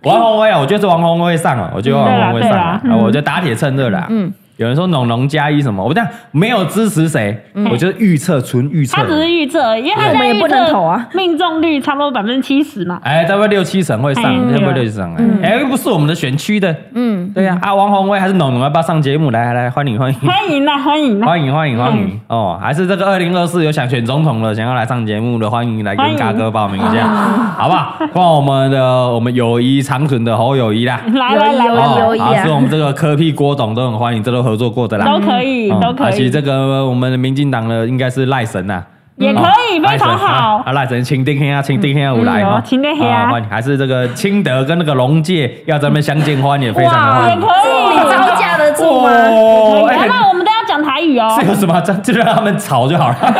王宏威啊，我觉得是王宏威上了，我觉得王宏威上了，啊对啦对啦嗯我觉得打铁趁热啦。嗯，有人说农农加一什么，我这样没有支持谁，我就是预测纯预测嗯他，只是预测而已，因为他现我在们也预不能投测啊命中率差不多百分之七十嘛。哎，大概六七成会上，哎差不多六七成，哎，哎又不是我们的选区的，嗯，对呀，啊，王宏威还是农农要不要上节目？来来来，欢迎欢迎。欢迎啦，欢迎啦，啊欢迎欢迎欢嗯迎哦！还是这个二零二四有想选总统的，想要来上节目的，欢迎来欢跟迎嘎哥报名一下，啊好不好？换我们的我们友谊长存的侯友谊啦，来来来有来，友谊啊好，是我们这个科屁郭董都很欢迎，这都合作过的啦，都可以，嗯都可而且以，这个我们的民进党呢，应该是赖神呐。也可以，赖非神常啊好。啊！赖神，青丁黑啊，青丁黑啊，我来嗯哈哦，青丁黑啊欢迎还是这个清德跟那个龙界要咱们相见欢也非常的欢也 迎可以，你招架得住吗？哦好哎那我们都要讲讲台语哦。这有什么？这就让他们吵就好了，但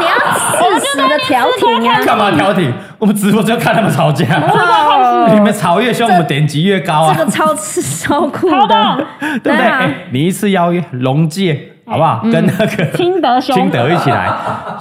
你要适时的调停啊。 干嘛调停？我们直播就看他们吵架，哦你们吵越凶，我们点击越高啊这，个超吃超酷好的棒，对不对？啊哎，你一次邀约龙界好不好？跟那个听得兄，金德一起来，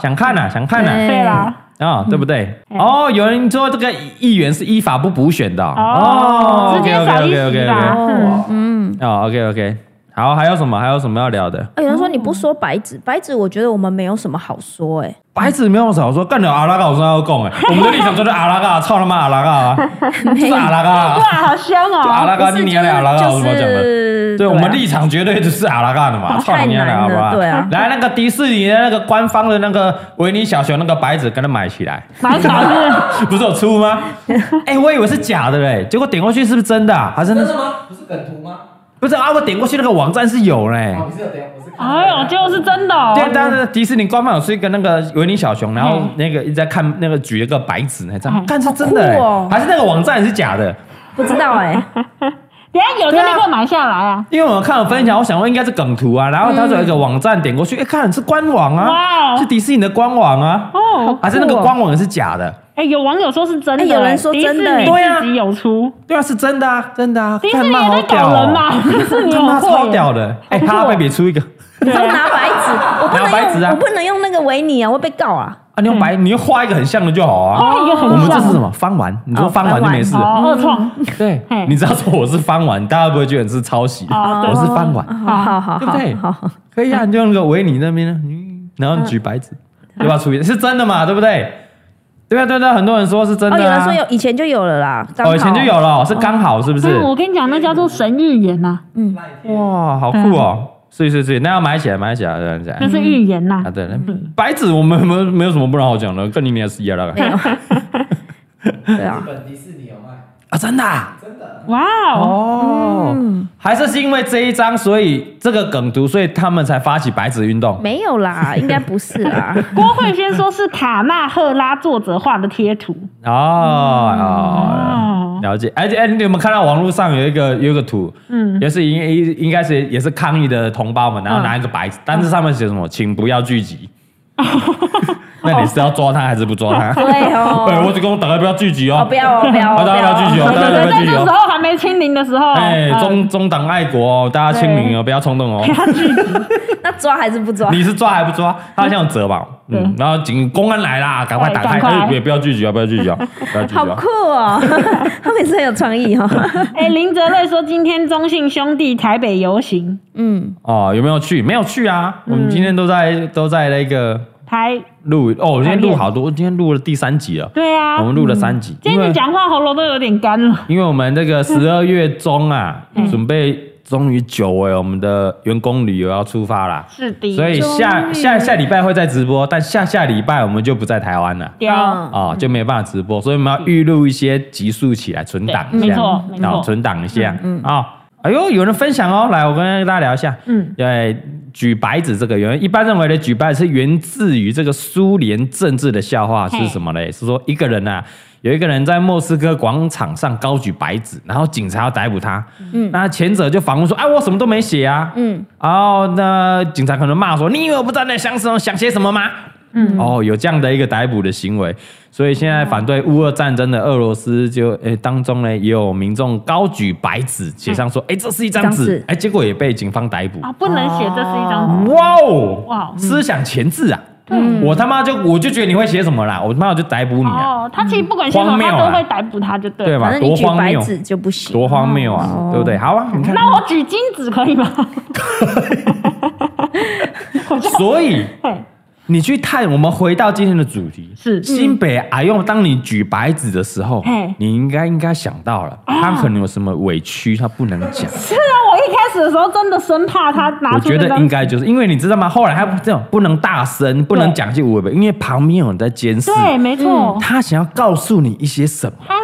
想看呐，想看呐。对啦，啊、对不对？哦，有人说这个议员是依法不补选的啊哦直 OK 接 OK 少一 OK 席 OK 吧 OK，哦，嗯，哦 OK OK，好，还有什么？还有什么要聊的？哎有人说你不说白纸，白纸我觉得我们没有什么好说，哎，白纸没有少说，干了阿拉嘎，我说要供哎，我们的立场就是阿拉嘎，操他妈阿拉嘎啊， 就是阿拉嘎嗯哇，啊，好香就阿哦！拉嘎，不你是娘的阿拉嘎，我就怎么讲的？是对我啊哦们立场绝对就是阿拉干的嘛，操太你娘的难好不了好？对啊来那个迪士尼的那个官方的那个维尼小熊那个白纸，跟他买起来， 买起来是不是有出 吗？哎、我以为是假的嘞，结果点过去是不是真的、啊？还是那真的吗？不是梗图吗？不是啊？我点过去那个网站是有嘞。哦，你是有点，我是看哎呦，就是真的哦。对，但是迪士尼官方有出一个那个维尼小熊，然后那个一直在看那个举一个白纸那张，嗯看是真的嘞好酷哦，还是那个网站也是假的？不知道 哎，等一下有就立刻买下来啊！因为我看了分享，我想说应该是梗图啊，然后嗯它就有一个网站点过去，哎、看是官网哇啊，哦是迪士尼的官网啊，哦，还是那个官网也是假的？哎，有网友说是真的，哎有人说真的迪士尼自己有出，对啊，是真的啊，真的啊，迪士看尼漫也好在屌搞人哦，嘛，迪士尼 他有妈超会屌的，哎，他贝别出一个啊你说拿白纸，我不 拿白能纸用，啊我不能用那个维尼啊，我会被告啊。啊，你用白，你用画一个很像的就好啊。嗯哦，一个很我们这像是什么方丸？你说哦方丸就没事方。哦，二创对嘿，你知道说我是方丸，大家不会觉得你是抄袭，哦对我是方丸，好好好，对不对好好，可以啊，你就用那个维尼那边，嗯，然后你举白纸，嗯对吧？出一是真的嘛，对不对？对啊，对啊对啊，很多人说是真哦，的有人啊说。有，以前就有了啦，刚好哦，以前就有了，是刚好是不是？嗯，我跟你讲，那叫做神预言呐，哇，好酷嗯哦！是是是，那要买起来，买起来，买起来那。是预言呐啊，。对，那白纸我们没有没有什么不能好讲的，跟你们也是一样没的 有，对啊日，本迪士尼有卖，啊，真的啊真的。哇哦，哦，还是是因为这一张，所以这个梗图，所以他们才发起白纸运动。没有啦，应该不是 啦，郭慧轩说是卡纳赫拉作者画的贴图，哦哦，了解。而且，哎，你有没有看到网络上有一个有一个图，嗯，也是应应应该是也是抗议的同胞们，然后拿一个白纸，但是上面写什么，请不要聚集。 那你是要抓他还是不抓他？对哎，哦我，只跟我大家不要聚集哦，哦不要哦不要哦，啊大家不要拒绝哦，哦大家不要在拒绝这时哦。候还没清零的时候，哎，嗯中中党爱国哦，大家清明哦，不要冲动哦。 那抓还是不 抓？你是抓还不抓？他像折嘛，嗯，然后警公安来啦，赶快打开，哦对赶快哎，也不要拒绝啊，不要拒绝 啊，不要拒绝好啊酷。哦， 他们也是很有创意 哦。哎，林哲瑞说今天中信兄弟台北游行，嗯，哦，有没有去？没有去啊，嗯我们今天都在都在那个台录哦，我今天排录练好多，我今天录了第三集了，对啊我，们录了三集，今因天为你讲嗯话喉咙都有点干了，因为我们这个十二月中啊，嗯准备终于久违我们的员工旅游要出发啦。是的，所以下下下礼拜会在直播，但下下礼拜我们就不在台湾了丢嗯啊、就没办法直播，所以我们要预录一些集数起来存档一对下，没错没错啊存档一下啊、哎呦，有人分享哦，来，我跟大家聊一下。嗯，对，举白纸这个，有人一般认为的举白纸是源自于这个苏联政治的笑话嘿是什么嘞？是说一个人啊，有一个人在莫斯科广场上高举白纸，然后警察要逮捕他。嗯，那前者就反问说：“哎，我什么都没写啊。”嗯，然后那警察可能骂说：“你以为我不知道你在想什么，想写什么吗？”嗯，哦，有这样的一个逮捕的行为，所以现在反对乌俄战争的俄罗斯就诶、当中呢，也有民众高举白纸，写上说：“诶，这是一嗯张一张纸纸。”哦哎，结果也被警方逮捕。啊，不能写这是一张纸，哇哦，哇嗯思想前置啊！嗯我他妈就我就觉得你会写什么啦，我他妈我就逮捕你啊，哦，他其实不管写什荒么，谬他啊都会逮捕他就对对啊了。反吧？正多你举荒白谬，纸哦就不行，多荒谬啊，对不对？好啊，你看，那我举金子可以吗？ 我就所以 嘿你去探，我们回到今天的主题是嗯新北阿用。当你举白纸的时候嘿，啊你应该应该想到了，他可能有什么委屈，他不能讲。是啊，我一开始的时候真的生怕他拿我出觉那得张应该就是因为你知道吗？后来他这种不能大声，不能对讲些无为，因为旁边有人在监视，对，没错，他想要告诉你一些什么。他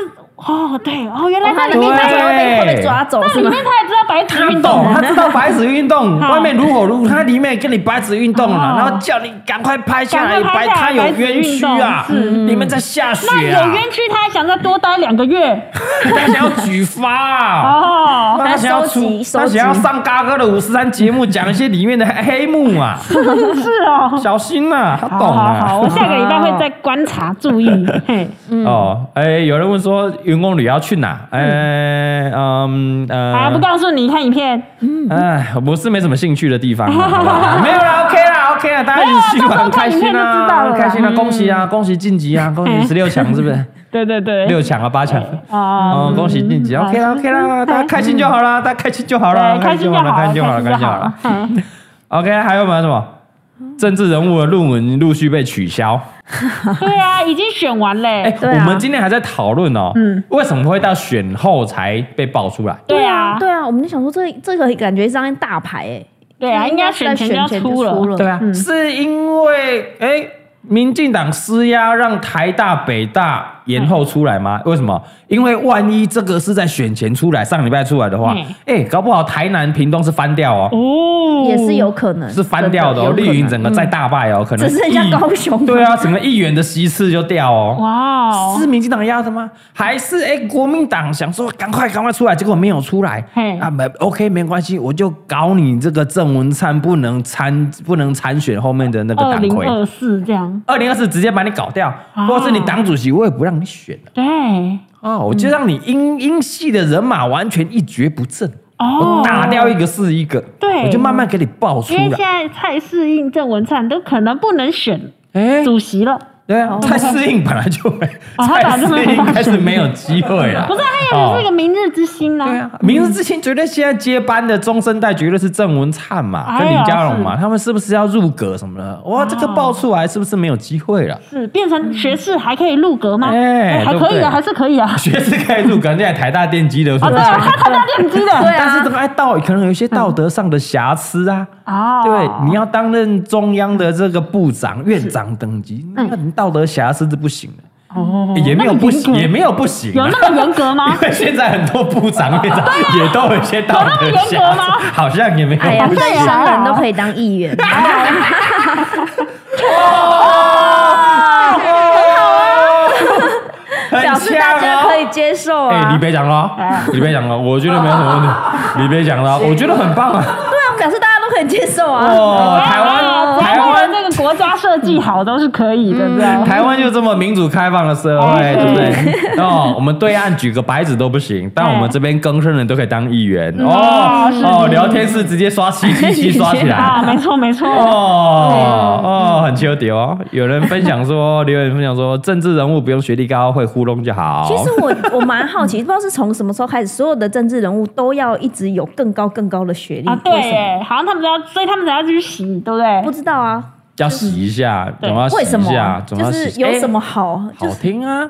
哦，对哦，原来在里里面面对他才想要被会被抓走在是里吗？面他也知道白纸他运动懂， 啊他知道白纸运动，好外面如火如荼，他里面给你白纸运动哦了，然后叫你赶快拍下来，赶快拍白下来他有冤屈啊白纸运，你们在下雪那啊有，冤屈，他还想再多待两个月他哎想要举发啊， 哦。他想要收出集，收他想要集上嘎哥的五十三节目，讲一些里面的 黑幕啊，是哦，小心啊，他好懂好好，我啊。下个礼拜会再观察注 意。嘿，哦，哎，有人问说员工旅要去哪？哎，嗯啊，不呃，告诉你，看影片。哎，我是没什么兴趣的地方 啊，好不好没有啦，OK 啦，OK 啦，大家一起去没有啊玩，到时候看开影心片就知道了啊，啦嗯开心啊，恭喜啊，恭喜晋级 啊，恭喜十六强是不是？对对对，六强啊，八强。啊哦，，恭喜晋级嗯，OK 啦，OK 啦，大家开心就好啦，大家开心就好啦，对，开心就好，开心就好了，开心开心就就好好了了。。嗯 OK，还有没有什么？政治人物的论文陆续被取消。对啊，已经选完哎、嘞。对啊嗯我们今天还在讨论哦，为什么会到选后才被爆出来？对啊，对啊，我们就想说这这个感觉一张大牌哎，对啊，应该选前就要在选出了。嗯对啊，嗯是因为哎、民进党施压让台大、北大延后出来嗯吗？为什么？因为万一这个是在选前出来，上礼拜出来的话，嗯哎、搞不好台南、屏东是翻掉哦。哦，也是有可能是翻掉的哦，真有可绿能嗯营整个再大败哦，可能只剩下议高雄对啊，整个议员的席次就掉哦。哇哦，是民进党压的吗？还是哎、国民党想说赶快赶快出来，结果没有出来嘿啊？没 OK 没关系，我就搞你这个郑文灿不能参不能参选后面的那个二党零魁，二啊四这样。二零二四直接把你搞掉，或者是你党主席我也不让你选了对，嗯啊、我就让你英英系的人马完全一蹶不振，哦我，打掉一个是一个，对我就慢慢给你爆出因为现来。在蔡适应、郑文灿都可能不能选哎、主席了。对啊，蔡适应本来就没，哦他本来蔡就没适应应该是没有机会啊哦了。不是，啊他也不是一个明日之星呐、对啊， 明日之星绝对现在接班的中生代绝对是郑文灿嘛，跟哎林呀佳龙嘛，他们是不是要入阁什么的？哇，这个爆出来是不是没有机会了？是变成学士还可以入阁吗？哎还可以对不对啊，还是可 以啊。学士可以入阁，现在台大电机的，啊，对啊，他台大电机的对 但是这啊，个哎道可能有一些道德上的瑕疵啊。啊，对，你要担任中央的这个部长、院长等级，那你道德瑕疵是不行的，嗯哦也没有不行，那么也严格没有不行有啊。那么严格吗因？为现在很多部长、 院长也都有一些道德有那么严格瑕疵吗，好像也没有哎 呀，不对行。商人都可以当议 员，哦表示大家可以接受哦哎，啊你。别讲了哦，你别讲了，我觉得没有什么问 题。你别讲了，我觉得很棒啊！对啊，表示大家都可以接受啊。哦，台啊湾，只台要为了湾，这个国家设计好都是可以的，对啊嗯台湾就这么民主开放的社哦会，哎对不对？ 哦，我们对岸举个白纸都不行，但我们这边更生人都可以当议员嗯哦是哦，聊天室直接刷七七七刷 起啊，来。没错没错，哦哦，很秋屌哦！有人分享说， 留言分享说，政治人物不用学历高，会糊弄就好。其实我我 蛮好奇，不知道是从什么时候开始，所有的政治人物都要一直有更高更高的学历嗯啊，对为什么？耶，好像他们只要，所以他们只要去洗，对不对不？知道啊，要洗一下，对总要洗为什啊一下，么？总就要洗是一下。有哎什么好？就好是听啊？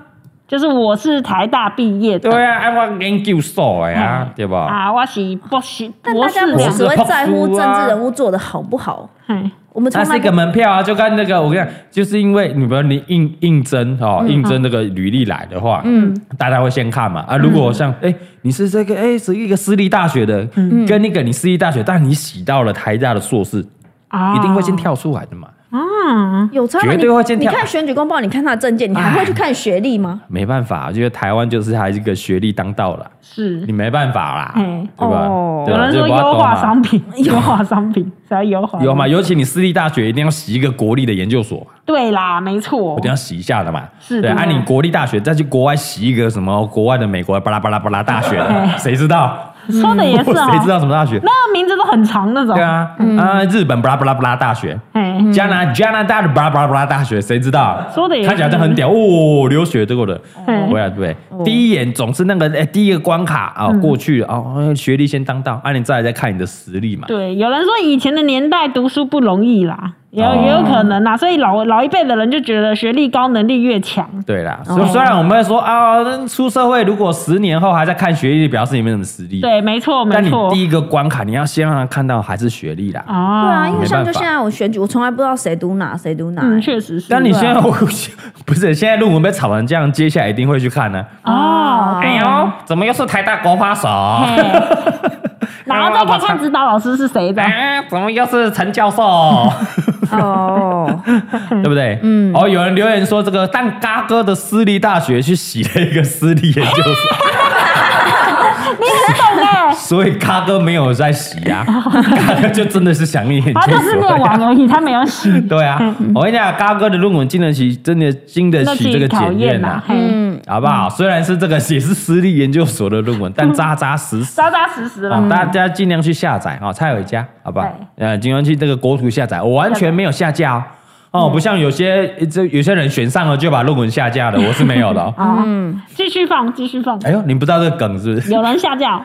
就是我是台大毕业的，对啊，啊我研究所的啊嗯，对吧？啊，我是博士但博大家士不是两只博个，哎士会在乎博士政啊治人物做的好不好，嘿我们从它是来一不个门票啊，就跟那个我跟你讲，就是因为你们你应应征嗯哦，应征那个履历来的话，嗯，大家会先看嘛啊。如果像嗯哎，你是这个哎是一个私立大学的，跟那个你私立大学，但你洗到了台大的硕士，啊，一定会先跳出来的嘛。啊，有差吗？绝对你会见你跳哎看选举公报，你看他的证件，你还会去看学历吗？没办法，啊因为台湾就是还是一个学历当道啦，是你没办法啦，嗯对吧哦？对有吧人说这个我优懂嘛化商 品，优化商品，只要优化，有嘛？？尤其你私立大学一定要洗一个国立的研究所嘛，对啦，没错一，定要洗一下的嘛。哦是的对，啊，你国立大学再去国外洗一个什么国外的美国巴拉巴拉巴拉大 学的，谁知道？说的也 是嗯谁知哦，道什么大学？那个名字都很长那种，对，啊，啊，日本巴拉巴拉巴拉大学，哎，加拿加拿大的巴拉巴拉巴拉大学，谁知道？说得也是看起来都很屌哦，留学这个的哎嗯，对啊，对，第一眼总是那个哎，第一个关卡嗯啊，过去哦，学历先当道，啊，你再来再看你的实力嘛。对，有人说以前的年代读书不容易啦，也有、哦也有可能啊啦。所以老老一辈的人就觉得学历高，能力越强。对啦，哦所以虽然我们会说啊，那出社会如果十年后还在看学历，表示你没什么实力。，对，没错，没但你错。第一个关卡，你要先让他看到还是学历啦。对啊啊，因为没像办就法现在我选举，我从来不知道谁读哪，谁读哪、嗯，欸确实是。但你现在 不是现在论文被炒成这样，接下来一定会去看呢。哦，哎呦，怎么又是台大国花手？嘿然后再看看指导老师是谁的。哎，怎么又是陈教 授？啊哦，对不对？嗯。哦，有人留言说这个但嘎哥的私立大学去洗了一个私立研究所， 你很懂 哎，所以嘎哥没有在洗呀、 嘎哥就真的是想念研究他所。就是念完而已，他没有洗。 对嗯啊，我跟你讲，嘎哥的论文经得起，真的经得那自起这个己考检验啊验啊嗯呐、啦，嗯嘿，好不好？虽然是这个也是私立研究所的论文，但扎扎实实。扎扎实实了哦，。大家尽量去下载哦，蔡伟佳，好吧？呃，尽量去这个国图下载，我完全没有下架哦，哦，不像有些这有些人选上了就把论文下架了，我是没有的、哦。啊，嗯继续放，继续放。哎呦，你不知道这个梗是不 是？有人下架，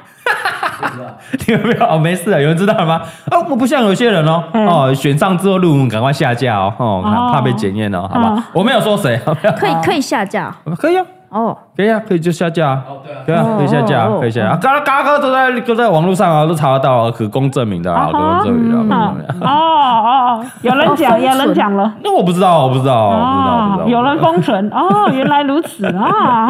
你有没有？哦，没事啊，有人知道了吗？哦，我不像有些人哦，嗯哦，选上之后论文赶快下架哦，哦，哦怕被检验哦，好吧？嗯我没有说谁， 好不好可以可以下架可以啊，哦，可以啊，可以就下架啊。哦，对啊，对啊哦，可以下架哦哦，可以下架。啊嘎嘎哥都在都在网络上啊，都查得到啊，可供证明的啊，啊可供证明的啊。可供证明的哦哦，哦，有人讲，有人讲了。那我不知道，我不知道，我不知道，我不哦，知道有人封 存哦，原来如此啊！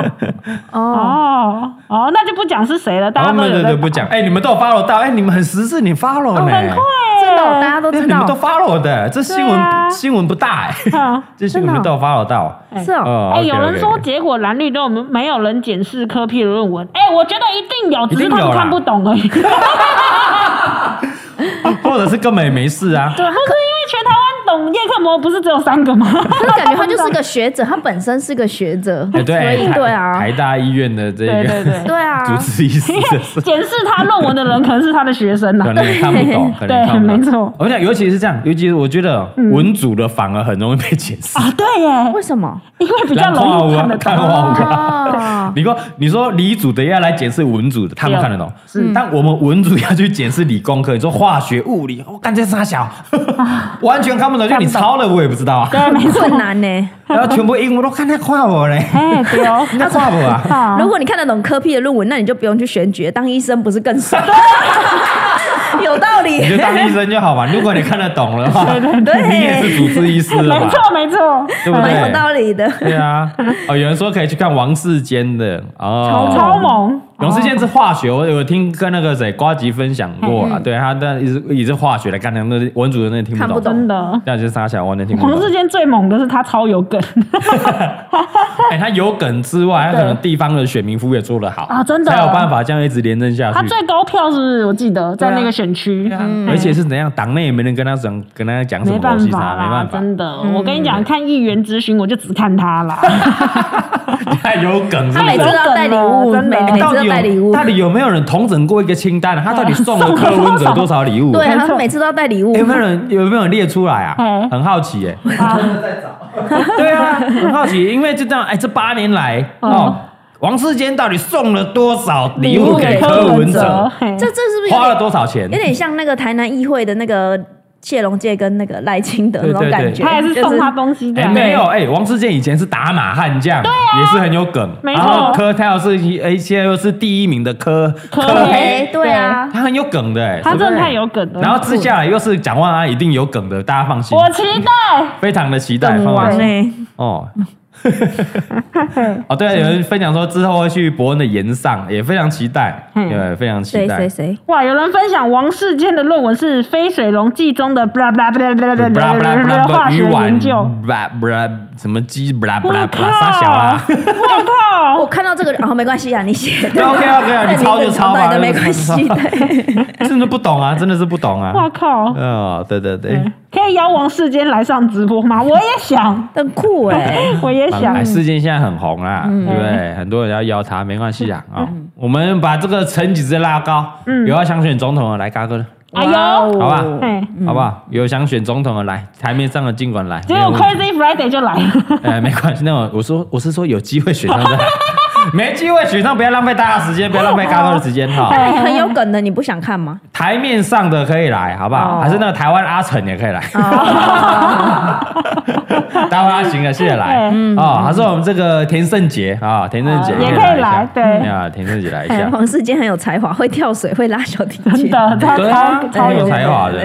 哦哦，那就不讲是谁了，大然家后都有对在对不讲，哎，你们都有 follow 到，哎，你们很实质，你 follow 呢，很快，真的哦、大家都对知你们道都，follow 的，这新对啊闻新闻不大哎，嗯这新闻你们都有 follow 到。是哦，哦哎，有 OK，OK，人说结果蓝绿都没有人检视科批的论文，哎，我觉得一定有，只一是他定有们啦看不懂而 已。或者是根本也没事啊。不是因为全台湾懂叶克膜不是只有三个 吗？可是感觉他就是个学者，他本身是个学者，哎，所 对，以台对啊台，大医院的这对对个对对，啊， 主治医师因的为事，检视他论文的人可能是他的学生呐可。能也看不懂，可能也看不对懂。没错嗯我跟你讲，尤其是这样，尤其是我觉得文组的反而很容易被检视。啊，对耶，为什 么？因为比较容易看得看懂。花舞啊。哦，你说你说理组的要来检视文组的，他们对看得懂。但我们文组要去检视理工科，你说化学、物理，我感觉傻小，完全看不懂。就你抄了，我也不知道啊。对，没错。哦困难呢、然后全部英文都看他跨我嘞，哎，对 哦。你在跨我啊？啊如果你看得懂科批的论文，那你就不用去选举，当医生不是更 爽？有道理你，就当医生就好嘛。如果你看得懂的话，对你也是主治医师了没嘛，错，没错。对不蛮有对？道理的。对啊，哦，有人说可以去看王世坚的哦，超猛王世坚是化学，我有听跟那个谁瓜吉分享过啦，对他但也是也是化学的，干的那文主任那听看不不懂懂，真的。那就是傻小完全听不黄世懂。坚最猛哦的是他超有梗哎，他有梗之外，他可能地方的选民服务也做得好啊真的才有办法这样一直连任下他去。最高票是不是？我记得在那个选区，而且是怎样，党内也没人跟他讲，跟他讲什没么办东西，法啥没啦，办法，真的。我跟你讲，看议员咨询我就只看他啦。太有梗是他不每是次都？要带礼物，真的每哎每哎次到都底带礼有物，到底有没有人统整过一个清单啊？他到底送了送了柯文多哲少多少礼物？对没他错每次都要带礼物有。没有人有没有人列出来啊嗯？很好奇耶、真的在 找。 对啊，很好奇，因为就这样，哎，这八年来哦，王世坚到底送了多少礼物给柯文哲？嘿这这是不是有花点了多少钱有？点像那个台南议会的那个谢龙介跟那个赖清德那种对对对感觉，他也是就送他东西的哎，。没有，哎，王世坚以前是打马悍将，也是很有梗。没然错后柯他又是一，哎，现在又是第一名的柯柯哎黑对啊，他很有梗的，哎，他真是不的是太有梗了。然后之下来又是蒋万安，一定有梗的，大家放心，我期待。非常的期待。梗放王心哎，哦。 哦，对啊，有人分享说之后会去伯恩的岩上，也非常期待，嗯对，非常期谁待谁。谁，哇，有人分享王世坚的论文是《非水溶剂中的 blah blah blah blah 布 blah 拉布拉布 blah 拉 blah 化鱼学研丸，究。布拉布拉什么鸡布拉布拉我布拉傻小啊 靠！！我我靠！看到这个哦，没关系啊，你写对的 OK OK 啊， 那你抄就抄吧，的没关系，真的不懂啊，真的是不懂我啊。靠！嗯哦，对对对，可以邀王世坚来上直播吗？我也 想，很酷哎，我也想嗯哎，。世界现在很红啦，对不对？很多人要邀他，没关系啊啊。我们把这个层级再拉高，嗯有要想选总统的来，嘎哥的，哎呦哇哦好吧哎，好不好？有想选总统的来，台面上的尽管来。结没有果问题 Crazy Friday 就来了，哎，没关系，那我我说我是说有机会选上的， 没机会取上，不要浪费大家时间，不要浪费咖啡的时间哦哈。那你哎很有梗的，你不想看吗？台面上的可以来，好不好？哦还是那个台湾阿成也可以来。哦台湾阿行的，谢谢来哦，还是我们这个田胜杰啊，田胜杰嗯哦也可以来一下对啊，田胜杰来一哎下，黄世坚很有才华，会跳水，会拉小提真琴。的，他对啊超，超很有有才华的。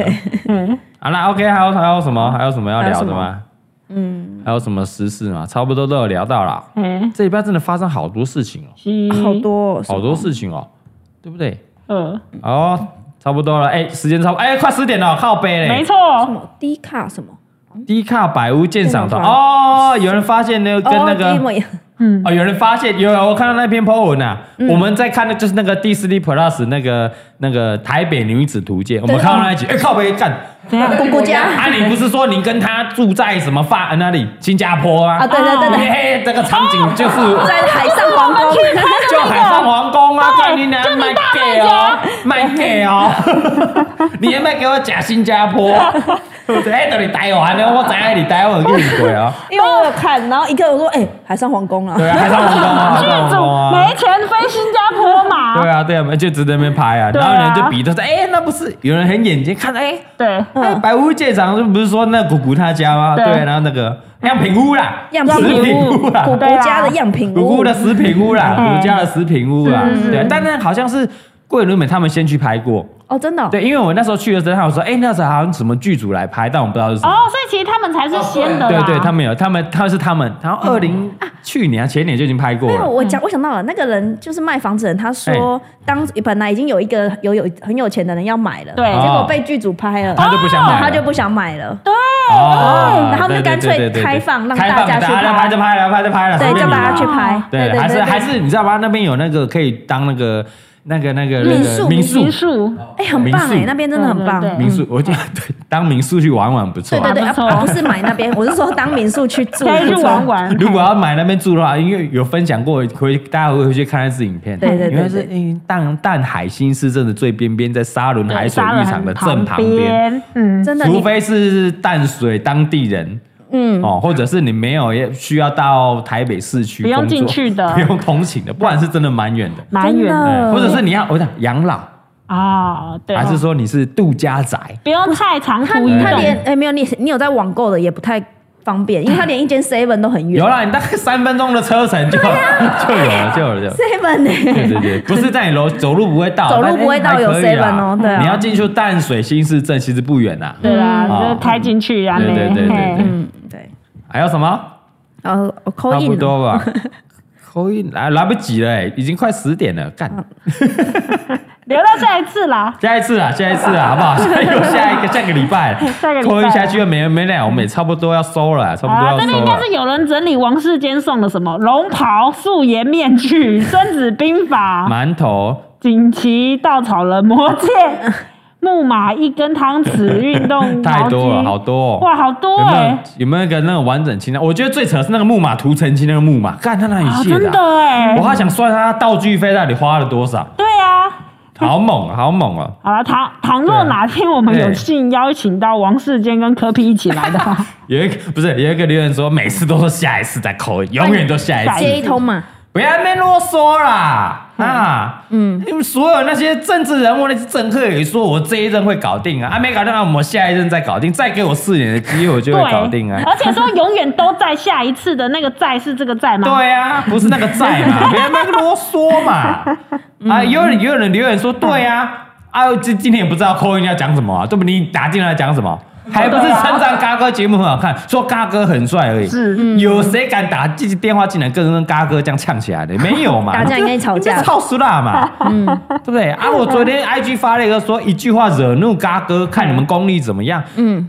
嗯，好啦 o k 还有还有什么？还有什么要聊还有的什吗？嗯，还有什么时事吗？差不多都有聊到啦。哎，这礼拜真的发生好多事情哦，七好，多哦 好多事情哦，对不对？呃，嗯哦，差不多了，哎，时间差不多，哎，快十点了，靠背嘞，没错，低卡什么？低卡百屋鉴赏团哦，有人发现那个跟那哦个低模一哦，有人发现有有我看到那篇 po 文啊，嗯我们在看的就是那个第四 D Plus 那个那个台北女子图鉴，我们看到那一集，哎靠北干，怎样？姑姑 家啊你不是说您跟他住在什么法呃那里新加坡吗啊，？对对对嘿对， 嘿，这个场景就是在海上皇宫。 就海上皇宫啊， 对干你娘就你卖大 gay 哦，卖 gay 哦， 你也卖给我假新加坡，对不对？哎，到底台湾的，我知道你台湾去过 啊。因为我有看，然后一个我说，哎、海上皇宫啊，对啊，海上皇宫 啊，海剧上皇组宫啊没。钱飞新加坡嘛对？啊，对啊，就只在那边拍啊，对然啊后人就比他说，哎，那不是有人很眼尖看，哎，对，哎白屋舰长就不是说那古古他家吗？嗯对对，啊然后那个样品屋啦，样品屋食品屋啦，古对国啊家的样品古屋屋的食品屋啦，嗯古家的食品屋啦，是对，但那好像是桂纶镁他们先去拍过，哦，真的、哦，对，因为我那时候去的时候，他们说，哎，那时候好像什么剧组来拍，但我们不知道是什么。哦，所以其实他们才是先的啦，对啊对，他们有，他们他们是他们，然后二零去年啊前年就已经拍过没有，了，嗯我讲我想到了，那个人就是卖房子的人，他说哎当本来已经有一个有有很有钱的人要买了，对结果被剧组拍了，哦哦他就不想买了，他就不想买了，对，哦，然后就干脆对对对对对开放让开大家放去大家拍拍就拍了，拍就拍了，随对，便就你把他去拍，对对，对还是对，还是你知道吗？那边有那个可以当那个那个那个那民个宿民宿民宿，哎、很棒民哎、宿那边真的很棒。对对对民宿，我觉得对当民宿去玩玩不错对啊。对对，还啊不错啊不是买那边，我是说当民宿去住，可以去玩 玩。如果要买那边住的话，因为有分享过，回大家回去看那支影片。对对对因为是对嗯淡淡海新市镇的最边边，在沙仑海水浴场的正旁边。边，嗯，真的，除你非是淡水当地人，嗯，哦，或者是你没有也需要到台北市区不用工作进去的 不用通勤的，不然是真的蛮远的，蛮真远的的嗯或者是你要我想养老，啊，对，还是说你是度假宅？不用太长他途移他连动，哎、没有你你有在网购的也不太方便，因为他连一间 seven 都很远有啦，你大概三分钟的车程就就有了，就有了，就有了。 ，seven 呢、对对 对，不是在你楼走路不会到，走路但不会到哎有还可以啦 seven 哦对啊你要进去淡水新市镇其实不远呐。对啦，嗯就开进去啊，对对对对嘿对嗯，对，哦还有什么？然后差扣不印多 吧。口音来来不及了、哎已经快十点了，干。留到下一次啦。下一次啊，下一次 啊，好不好？又下一个，下个礼拜，下个礼拜拖一下去又没没了，我们也差不多要收了，差不多啊，要这边收应该是了。有人整理王世坚送的什么龙袍、素颜面具、孙子兵法、馒头，锦旗、稻草人、魔 戒、木马一根汤匙、运动太多了毛巾好多哦哇，好多有没有哎，有没有一个那个完整清单？我觉得最扯是那个木马屠城记那个木马，干他那里啊，借真的啊、的哎我，还想算他道具费到底花了多少，对啊。好猛啊，好猛哦、好了，倘倘若哪天我们对有幸邀请到王世坚跟柯 P 一起来的话，有一个不是有一个留言说，每次都说下一次再扣，永远都下一次。接一通嘛，不要在那边啰嗦啦！啊，嗯，你们所有那些政治人物、那些政客也说，我这一任会搞定啊，啊没搞定，那我们下一任再搞定，再给我四年的机会，我就 会搞定啊。而且说永远都在下一次的那个债是这个债吗？对啊，不是那个债嘛，不要在那个啰嗦嘛。啊，有人有人留言说，对啊，啊，今今天也不知道扣音要讲什么啊，对不？你打进来讲什么？还不是称赞嘎哥节目很好看，说嘎哥很帅而已。是有谁敢打自己电话进来跟跟嘎哥这样呛起来的？没有嘛？打架应该吵架你这超死啦嘛，嗯，对不对？啊，我昨天 IG 发了一个说一句话惹怒嘎哥，看你们功力怎么样？嗯，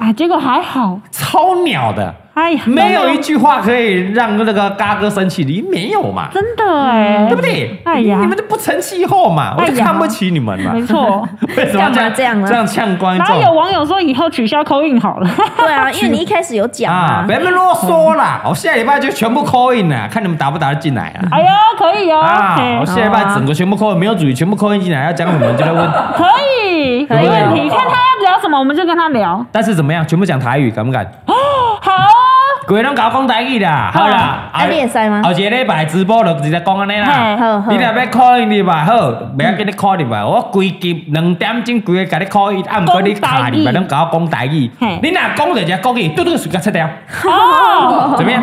啊，结果还好，超鸟的，哎呀， 没有一句话可以让那个嘎哥生气的，没有嘛，真的哎，嗯对不？对？哎呀你们都不成气候嘛，我哎就呀看不起你们嘛没，错。 为什么干嘛这样呢这样呛观然后众有网友说以后取消口音好了， 对 啊，因为你一开始有讲啊啊？别，那么啰嗦啦，我下礼拜就全部 call in 啦，看你们打不打得进来啊。哎呀，可以哦，啊！我嘿下礼拜整个全部扣，没有主题，全部扣进来，要讲什么就来问。可以，可以没问题。看他要聊什么，我们就跟他聊。但是怎么样，全部讲台语，敢不敢？好哦，鬼拢甲我讲台语啦，好啦，啊你会使吗后一个礼拜直播就直接讲安尼嘿哎好啦。好你若要考入来好，袂要紧你考入来，我规集两点钟规个甲你考伊，啊毋过你卡入来拢甲我讲台语嘿，你若讲着一个国语，嘟嘟随甲切掉，哦，怎么样？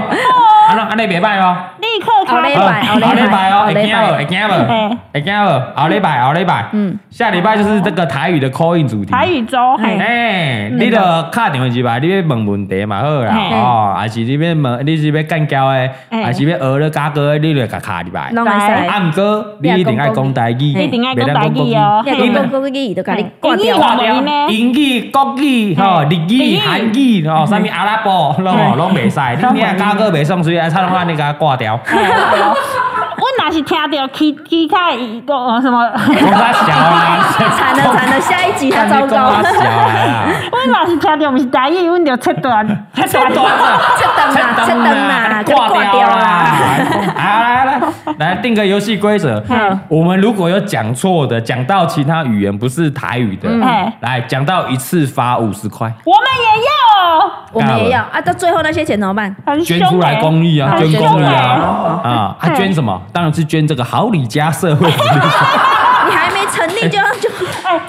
安怎安尼袂歹哦。 立刻好嘞开礼拜啊好后后礼拜礼拜哦，后会礼惊拜无？会惊无嘿？会惊无？后礼拜，后礼拜，嗯嗯，下礼拜就是这个台语的 call in 主题。台语周，嘿，哎，你著敲电话入来，你要问问题嘛好啦，嘿哦，还是你要问，你是要干交的，嘿还是要学咧教哥的，你著甲敲入来。拢会使。啊，毋过你一定爱讲台语，你一定要讲台语哦，啊你嘿若讲国语，伊就甲你挂英语掉。嘛无 呢英语、国语、吼日日语、语韩语、吼啥物阿拉伯，拢拢袂使。你若教哥袂爽，所以差拢安尼甲挂掉。我若是听到其其他一个呃什么， 讲啥笑啦？惨了惨了，下一集他糟糕， 笑啦！我若是听到不是台语，阮就切断，切切断啦！切灯啦，切灯啦，啊挂啊挂掉掉啊 啦。！来来来，来定个游戏规则。我们如果有讲错的，讲到其他语言不是台语的，来讲到一次发五十块，我们也要哦，我们也要啊，到最后那些钱怎么办？很凶捐出来欸公益啊，很捐凶公益欸啊！啊，他捐什么？当然是捐这个好礼家社会 福利。你还没成立 就就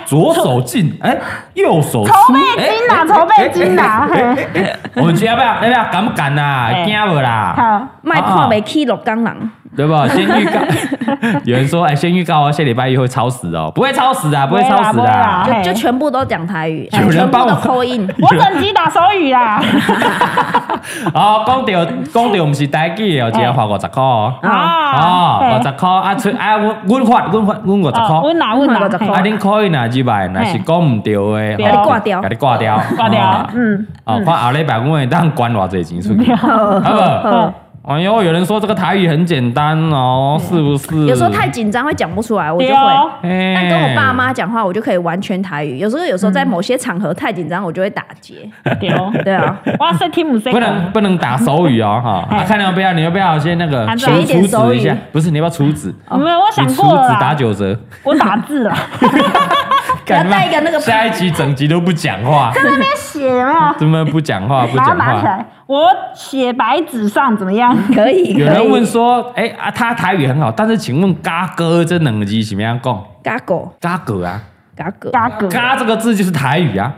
左手进，哎，右手出，哎筹备金呐，筹备金啊呐，嘿我们要不 要要不要敢不敢呐？惊不啦？好，卖看袂起鹿港人，对吧？先预告， 有人说，哎，先预告哦，下礼拜一会超时哦，不会超时啊，不会超时不会啦啊不会。啦就就全部都讲台语，哎有全人部帮都我 call in。我整集打手语啦，哦，讲到讲到，唔是台语哦，一人花五十块哦，哎啊，哦，嘿五十块 啊，出啊，阮阮发阮发阮五十哦，块阮。哪阮哪，我嘿啊，恁可以拿几百，若是讲唔对的，甲你挂掉甲你挂掉，挂掉哦，嗯，哦，看后礼拜阮会当捐偌济钱出嗯去，好不好？嗯哎呦，有人说这个台语很简单哦，是不是？嗯有时候太紧张会讲不出来，我就对会。哦，嘿，但跟我爸妈讲话，我就可以完全台语。有时候，有时候在某些场合太紧张，我就会打结。对哦，对啊，哇塞，听不不能不能打手语 哦，哈，哎啊看你要不要，你要不要先那个按照除一点除手子一下语？不是，你要不要除子？没有，我你想除过了子打啦，九折，我打字了，要干嘛带一个那个下一集整集都不讲话， 那边写有没有？怎么不讲话不把它讲拿起话？来，我写白纸上怎么样？可以，有可人以问说，哎啊，他台语很好，但是请问“嘎哥”这两个字怎么样讲？嘎狗嘎哥啊，嘎狗，嘎 哥，嘎这个字就是台语 啊。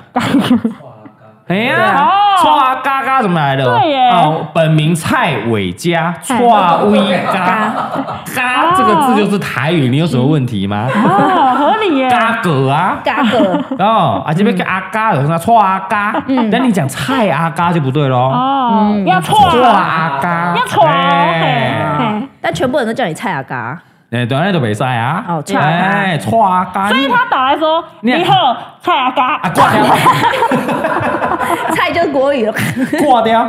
哎呀啊，错啊嘎嘎怎么来的？对耶哦，本名蔡伟 佳，哎错威 嘎嘎这个字就是台语，你有什么问题吗？哦，合理 耶，嘎哥啊，嘎狗，哦，啊这边跟阿嘎有什么错阿嘎？那你讲蔡阿嘎就不对喽，嗯哦，要错错啊，阿嘎，要错啊，哎嘿嘿但全部人都叫你蔡阿嘎，哎，对，那就没赛啊，哦蔡阿嘎哎，错阿嘎，所以他打来说，你你好，蔡阿嘎啊，挂掉，蔡就是国语了。挂掉，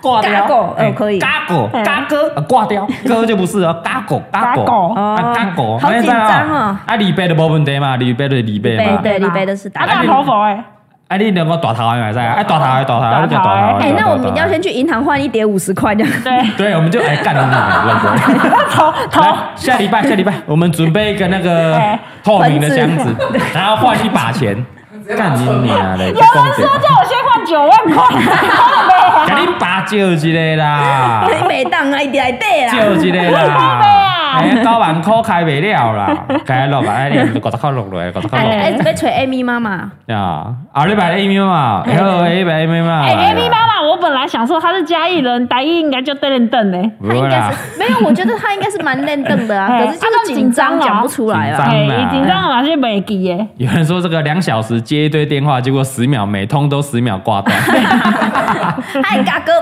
挂掉，嘎狗哎哦可以嘎狗，嗯嘎哥，啊挂掉，哥就不是哦，嘎狗，嘎嘎狗狗，啊，嘎狗，好紧张哦啊，李贝的没问题嘛，李贝的李贝对嘛，对，李贝的是啊，打。大头佛哎，啊，你两个大头还在啊，哎，大头的，大头的，大头的你讲大头的，哎，那我们大头的要先去银行换一叠五十块这样。对，对，我们就哎干你娘的，认真。头头来，下礼拜，下礼拜我们准备一个那个哎透明的箱子，然后换一把钱。干你娘嘞！这有公人子说叫我先换九万块，赶紧把借一个啦， 你每当啊，一叠来 对啦。借一个啦，哎，九万块开不了啦，开落吧，哎，你五十块落落，五十块哎落哎，要找 Amy 妈妈，啊！啊，你买 A 米嘛，哎呦，哎，买 A 米嘛，哎，A B 妈妈，我本来想说她是嘉义人，台语应该就对人瞪呢。不她会哎应该啦，是没有，我觉得她应该是蛮认真的啊，哎可是就是紧张啊那紧张了讲不出来紧啊。张哎，啦紧张嘛是袂 记耶，有人说这个两小时接一堆电话，结果十秒每通都十秒挂断。嗨，嘎哥，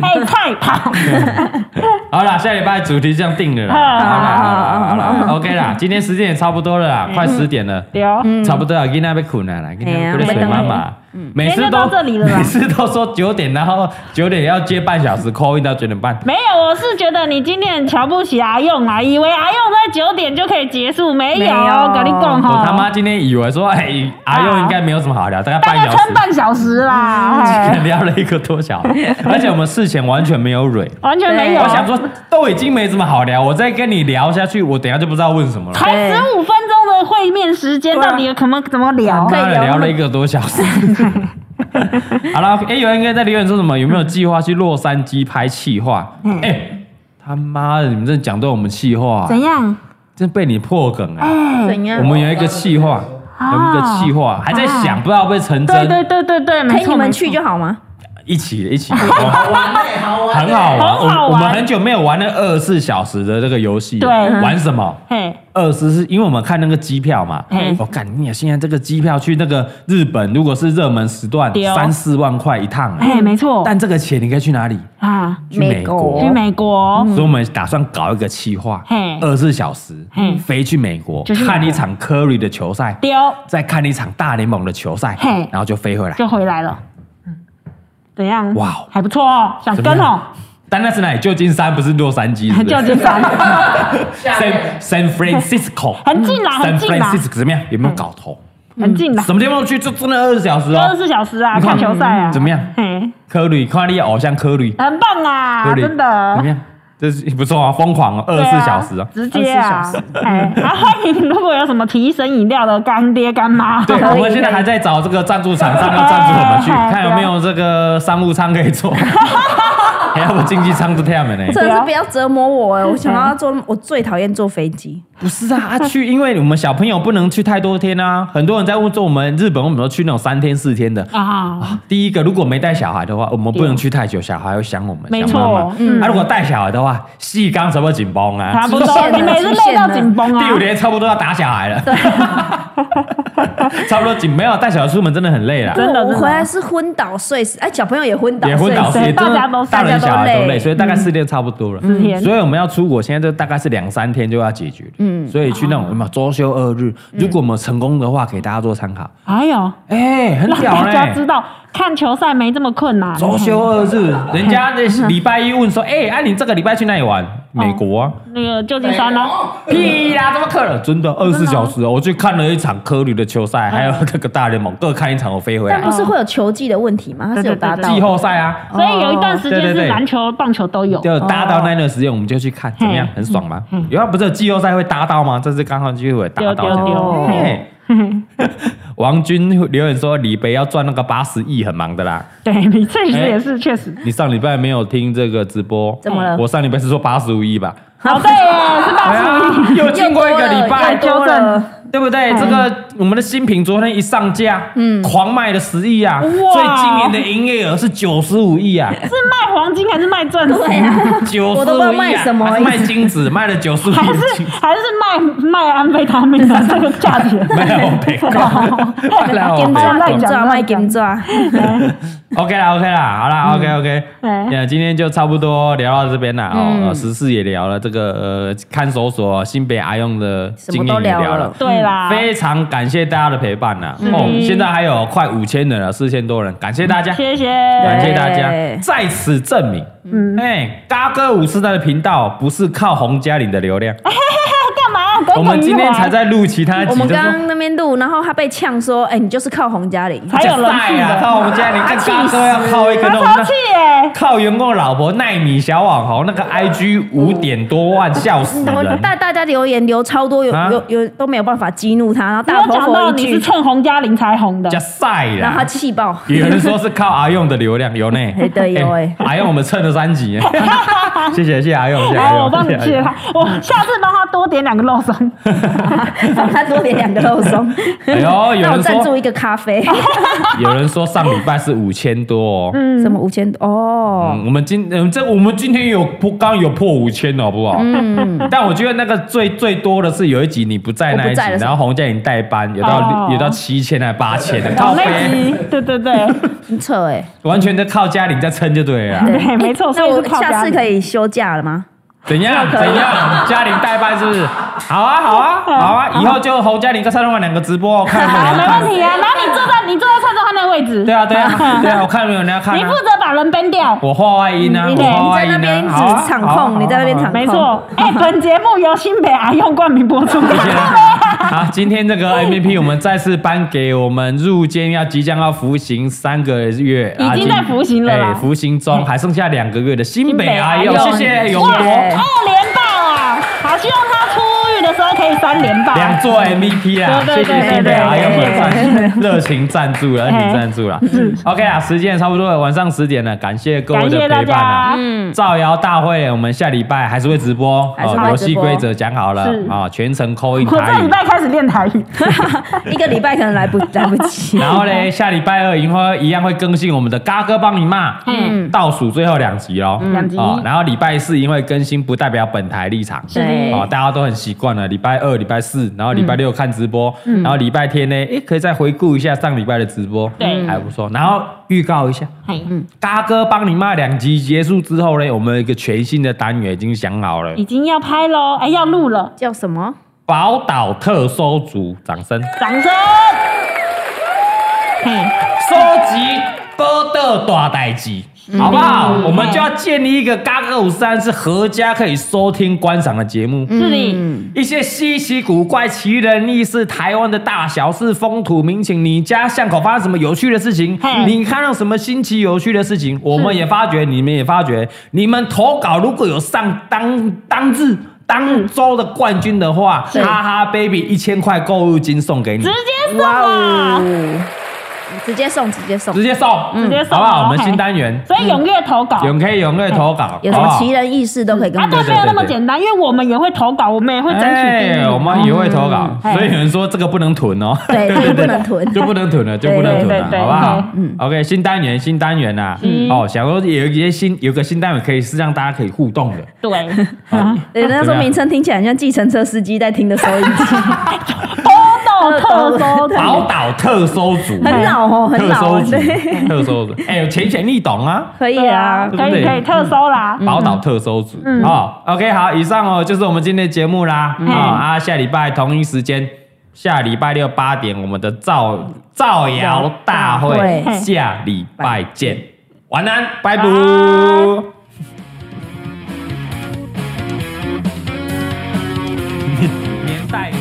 哎，菜跑，好啦，下礼拜主题这样定了啦。好好啦，好好啦好啦，OK 啦，今天时间也差不多了啦，快十点了。对哦，差不多啊，今天被困了啦，今天被水妈妈，每次今天就都到这里了 啦每次都说九点，然后九点要接半小时，call in 到九点半。没有，我是觉得你今天瞧不起阿用啦，以为阿用在九点就可以结束，没没有，有跟你讲我他哈，妈今天以为说，哎，阿佑应该没有什么好聊，大概大半概小时嗯撑，半小时啦，哎聊了一个多小 时，而且我们事前完全没有蕊。完全没有我。想说，都已经没什么好聊，我再跟你聊下去，我等一下就不知道问什么了。才十五分钟的会面时间，对啊到底有可么怎么聊？妈可以的聊聊 那么了一个多小时。好了，哎、有人应该在留言说什么？有没有计划去洛杉矶拍气话？哎、他妈的，你们这讲对我们气话、嗯怎样？哎真被你破梗啊！怎样我？们有一个气话，有一个气话还在想，不知道会不会成对真。啊对对对对，陪没错，你们没去错就好吗？一起一起， 好玩嘞，好玩欸很嘞，好玩。很好玩我我们很久没有玩那二十四小时的这个游戏了，对玩什么？嘿，二十是因为我们看那个机票嘛嗯，我干你啊！现在这个机票去那个日本，如果是热门时段对哦，三四万块一趟啊，哎，没错但这个钱你可以去哪里？啊，去美美国去美国，所以我们打算搞一个企划嗯嘿，二十四小时嘿飞去美国就是美国看一场 Curry 的球赛，丢再看一场大联盟的球赛嘿，然后就飞回来。就回来了。怎样？嗯哇哦还不错哦，想怎么跟哦，但那是哪里？旧金山不是洛杉矶，是不是 旧金 山下 San 面 San Francisco， 很近啦，San 很近啦， Francisco 怎么样？有没有搞头？很近啦，什么地方都去，就真的二十小时二十哦。四小时啊，你看看球赛啊，嗯嗯怎么样 嘿，科里，看你的偶像科里，很棒啊，科里真的怎么。样？这是不错啊，疯狂哦，二对十啊四小 时哦。直接啊！哎，啊，欢迎！如果有什么提神饮料的干爹干妈，对，可以我们现在还在找这个赞助厂商要赞助我们去， 啊看有没有这个商务舱可以坐，还要不经济舱都跳没呢？真的是不要折磨我 哎！我想到要坐，我最讨厌坐飞机。不是啊，啊去，因为我们小朋友不能去太多天啊，很多人在问说我们日本，我们都去那种三天四天的。啊，第一个，如果没带小孩的话，我们不能去太久，小孩会想我们，没想妈错妈，。嗯啊，，如果带小孩的话，细钢什么紧绷啊，差不 极多，限了你每次累到紧绷啊第，五年差不多要打小孩了， 差不多紧没有带小孩出门真的很累了。 真的我真的回来是昏倒睡死，哎，小朋友也昏倒，也昏倒，睡也死真的大家都嗯大人大家都小孩都累，累所以大概四天差不多了。四天所以我们要出国，现在就大概是两三天就要解决嗯，所以去那种哦什么周休二日，如果我们成功的话，给大家做参考。哎呦，哎，很让屌大家知嘞！道看球赛没这么 困难。周休二日，人家的礼拜一问说，哎，啊你这个礼拜去哪里玩？美国 啊？那个旧金山哦，屁啦，怎么可能？真的哦二十四小时哦，我去看了一场科里的球赛，还有那个大联盟各看一场，我飞回来哦但。不是会有球技的问题吗？它是有达到 季后赛啊，所以有一段时间哦对对是对篮球、棒球都有。就搭到那段时间，我们就去看，怎么样？嘿很爽吗？有啊，不是有季后赛会搭到吗？这次刚好就会搭到对对这样。对 嘿王军留言说：“李北要赚那个八十亿，很忙的啦。对，你确实也哎是确实。 你上礼拜没有听这个直播，怎么了我上礼拜是说八十五亿吧？好，对耶，哎是吧？呀， 又经过一个礼拜又，多了嗯对不对？这个我们的新品昨天一上架，嗯，狂卖了十亿啊，哇所以今年的营业额是九十五亿啊，是卖黄金还是卖钻石？对啊，九 我十都不知道五卖亿什么啊，还是卖金子， 卖了九十五亿还的是 金子，还是卖卖安非他命的这个价 钱？卖了我 北哦卖了我金北抓乱金抓讲乱卖讲金抓， OK 啦，OK 啦，嗯好啦，OK OK，哎那今天就差不多聊到这边啦。嗯哦，十四也聊了，这个呃看守所新北阿用的什么经都验也聊聊了了。。对啦，嗯非常感谢大家的陪伴呐！的哦，现在还有快五千人了，啊四千多人，感谢大家，谢谢，感谢大家对，在此证明，嗯，哎，嘎哥五四代的频道不是靠洪嘉玲的流量，干嘛？耿耿于怀我们今天才在录哎其他我集，们就刚说刚那边录，然后他被呛说：“哎，你就是靠洪嘉玲。”才有人哎气呀，的，靠洪嘉玲，看嘎哥要靠一个他那种超气耶！靠员工老婆奈米小网红那个 IG 五点多万，笑死嗯然后人！大大家留言留超多，有啊有有都没有办法激怒他，然后只大有头讲佛到一你是句，蹭洪嘉玲才红的加，晒然后他啦！气爆。 有人说是靠阿用的流量，有呢，哎对 有哎阿用我们蹭了三集，谢谢谢谢阿用，谢谢阿来用，哎哦我帮你谢谢谢阿他用，我下次帮他多点两个肉松，帮他多点两个肉松。哎呦有 人那我赞说助一个咖 啡，有人说上礼拜是五千多哦，嗯什么五千多哦，嗯，我们今嗯这我们今天有破，刚刚有破五千哦了，好不好？嗯，但我觉得那个最最多的是有一集你不在那一我不在的集，时然候后洪嘉玲代班，有哦到有到七千还八千的， 靠哦背那集对 对对很扯哎。完全在靠嘉玲在撑就对 了啦。嗯对，没错，所那以是我靠下嘉次玲可。以休假了吗？怎样？怎样？嘉玲代班是不是？好啊，好啊，好啊！以后就侯嘉玲跟蔡中华两个直播哦，看有没有好，人 没问看。题啊。然后你坐在你坐在蔡宗翰那位置，对啊，对啊，对啊，我看有没有人要看你啊负。责把人崩掉，我话外音啊，你我你话外在那音边啊，只好啊场好啊控好啊你在那边场没 错。哎，本节目由新北阿用冠名播出。啊好，今天这个 MVP 我们再次颁给我们入监要即将要服刑三个月，啊已经在服刑了啦哎服刑中还剩下两个月的新新北北阿阿佑，佑啊谢谢永谢博谢。二连霸啊！好，希望他出狱的时候可以会三连霸，两座 MVP 啦，对谢对谢对新北对阿对勇的对哎赞热情赞助了，热情赞助了。OK 啦，时间也差不多了，晚上十点了，感谢各位感的谢大陪伴啊家。。嗯，造谣大会，我们下礼拜还是会直播，还是会哦游戏直播规则讲好了是啊，全程扣印我这台礼语。拜开始练台语，一个礼拜可能来不来不及。 然后嘞，下礼拜二银花一样会更新我们的嘎哥帮你骂，嗯倒数最后两集哦，两集哦然后礼拜四因为更新不代表本台立场，对哦，大家都很习惯了。礼拜二、礼拜四，然后礼拜六看直播，然后礼拜天呢，诶，可以再回顾一下上礼拜的直播，对还不错。然后预告一下，嘿嗯嘎哥帮你骂两集结束之后呢，我们有一个全新的单元已经想好了已，经要拍喽，哎，要录了，叫什么？宝岛特搜组，掌声。掌声。嘿，收集波的大代志，好不好？我们就要建立一个嘎哥五三是合家可以收听观赏的节目。是的，一些稀奇古怪、奇人异事、台湾的大小事、风土民情，你家巷口发生什么有趣的事情嘿，你看到什么新奇有趣的事情，我们也发觉，你们也发觉，你们投稿如果有上当当日。当周的冠军的话，哈哈 baby 一千块购物金送给你，直接送啊！哦！直接送，直接送哦直。接送，直接送好不好？哦我们嘿新单元，所以踊跃投稿，嗯永可以踊跃投稿，哎有什好不么好奇？人异事都可以跟我啊，们对，对没有那么对对简单，因为我们也会投稿，我们也会争取第一哎，名。我们也会投稿，嗯所以有人说这个不能囤哦， 对这个不能囤就不能囤了，就不能囤对了对，对好不好对？嗯，OK，新单元，新单元呐，哦，想说有一些新，有个新单元可以是让大家可以互动的，对， 对，那时候怎么样名称听起来很像计程车司机在听的收音机，豆特搜宝岛特搜组，很老哦，很特老搜哦，组对，，特搜组，哎，有浅显易懂啊。可以 对啊啊，对可不对以可以特搜啦，宝岛特搜组哦 o k 好，以上哦就是我们今天的节目啦。哦啊，下礼拜同一时间，下礼拜六八点，我们的造造谣大会对，下礼拜见，晚安，拜拜晚。安 年代。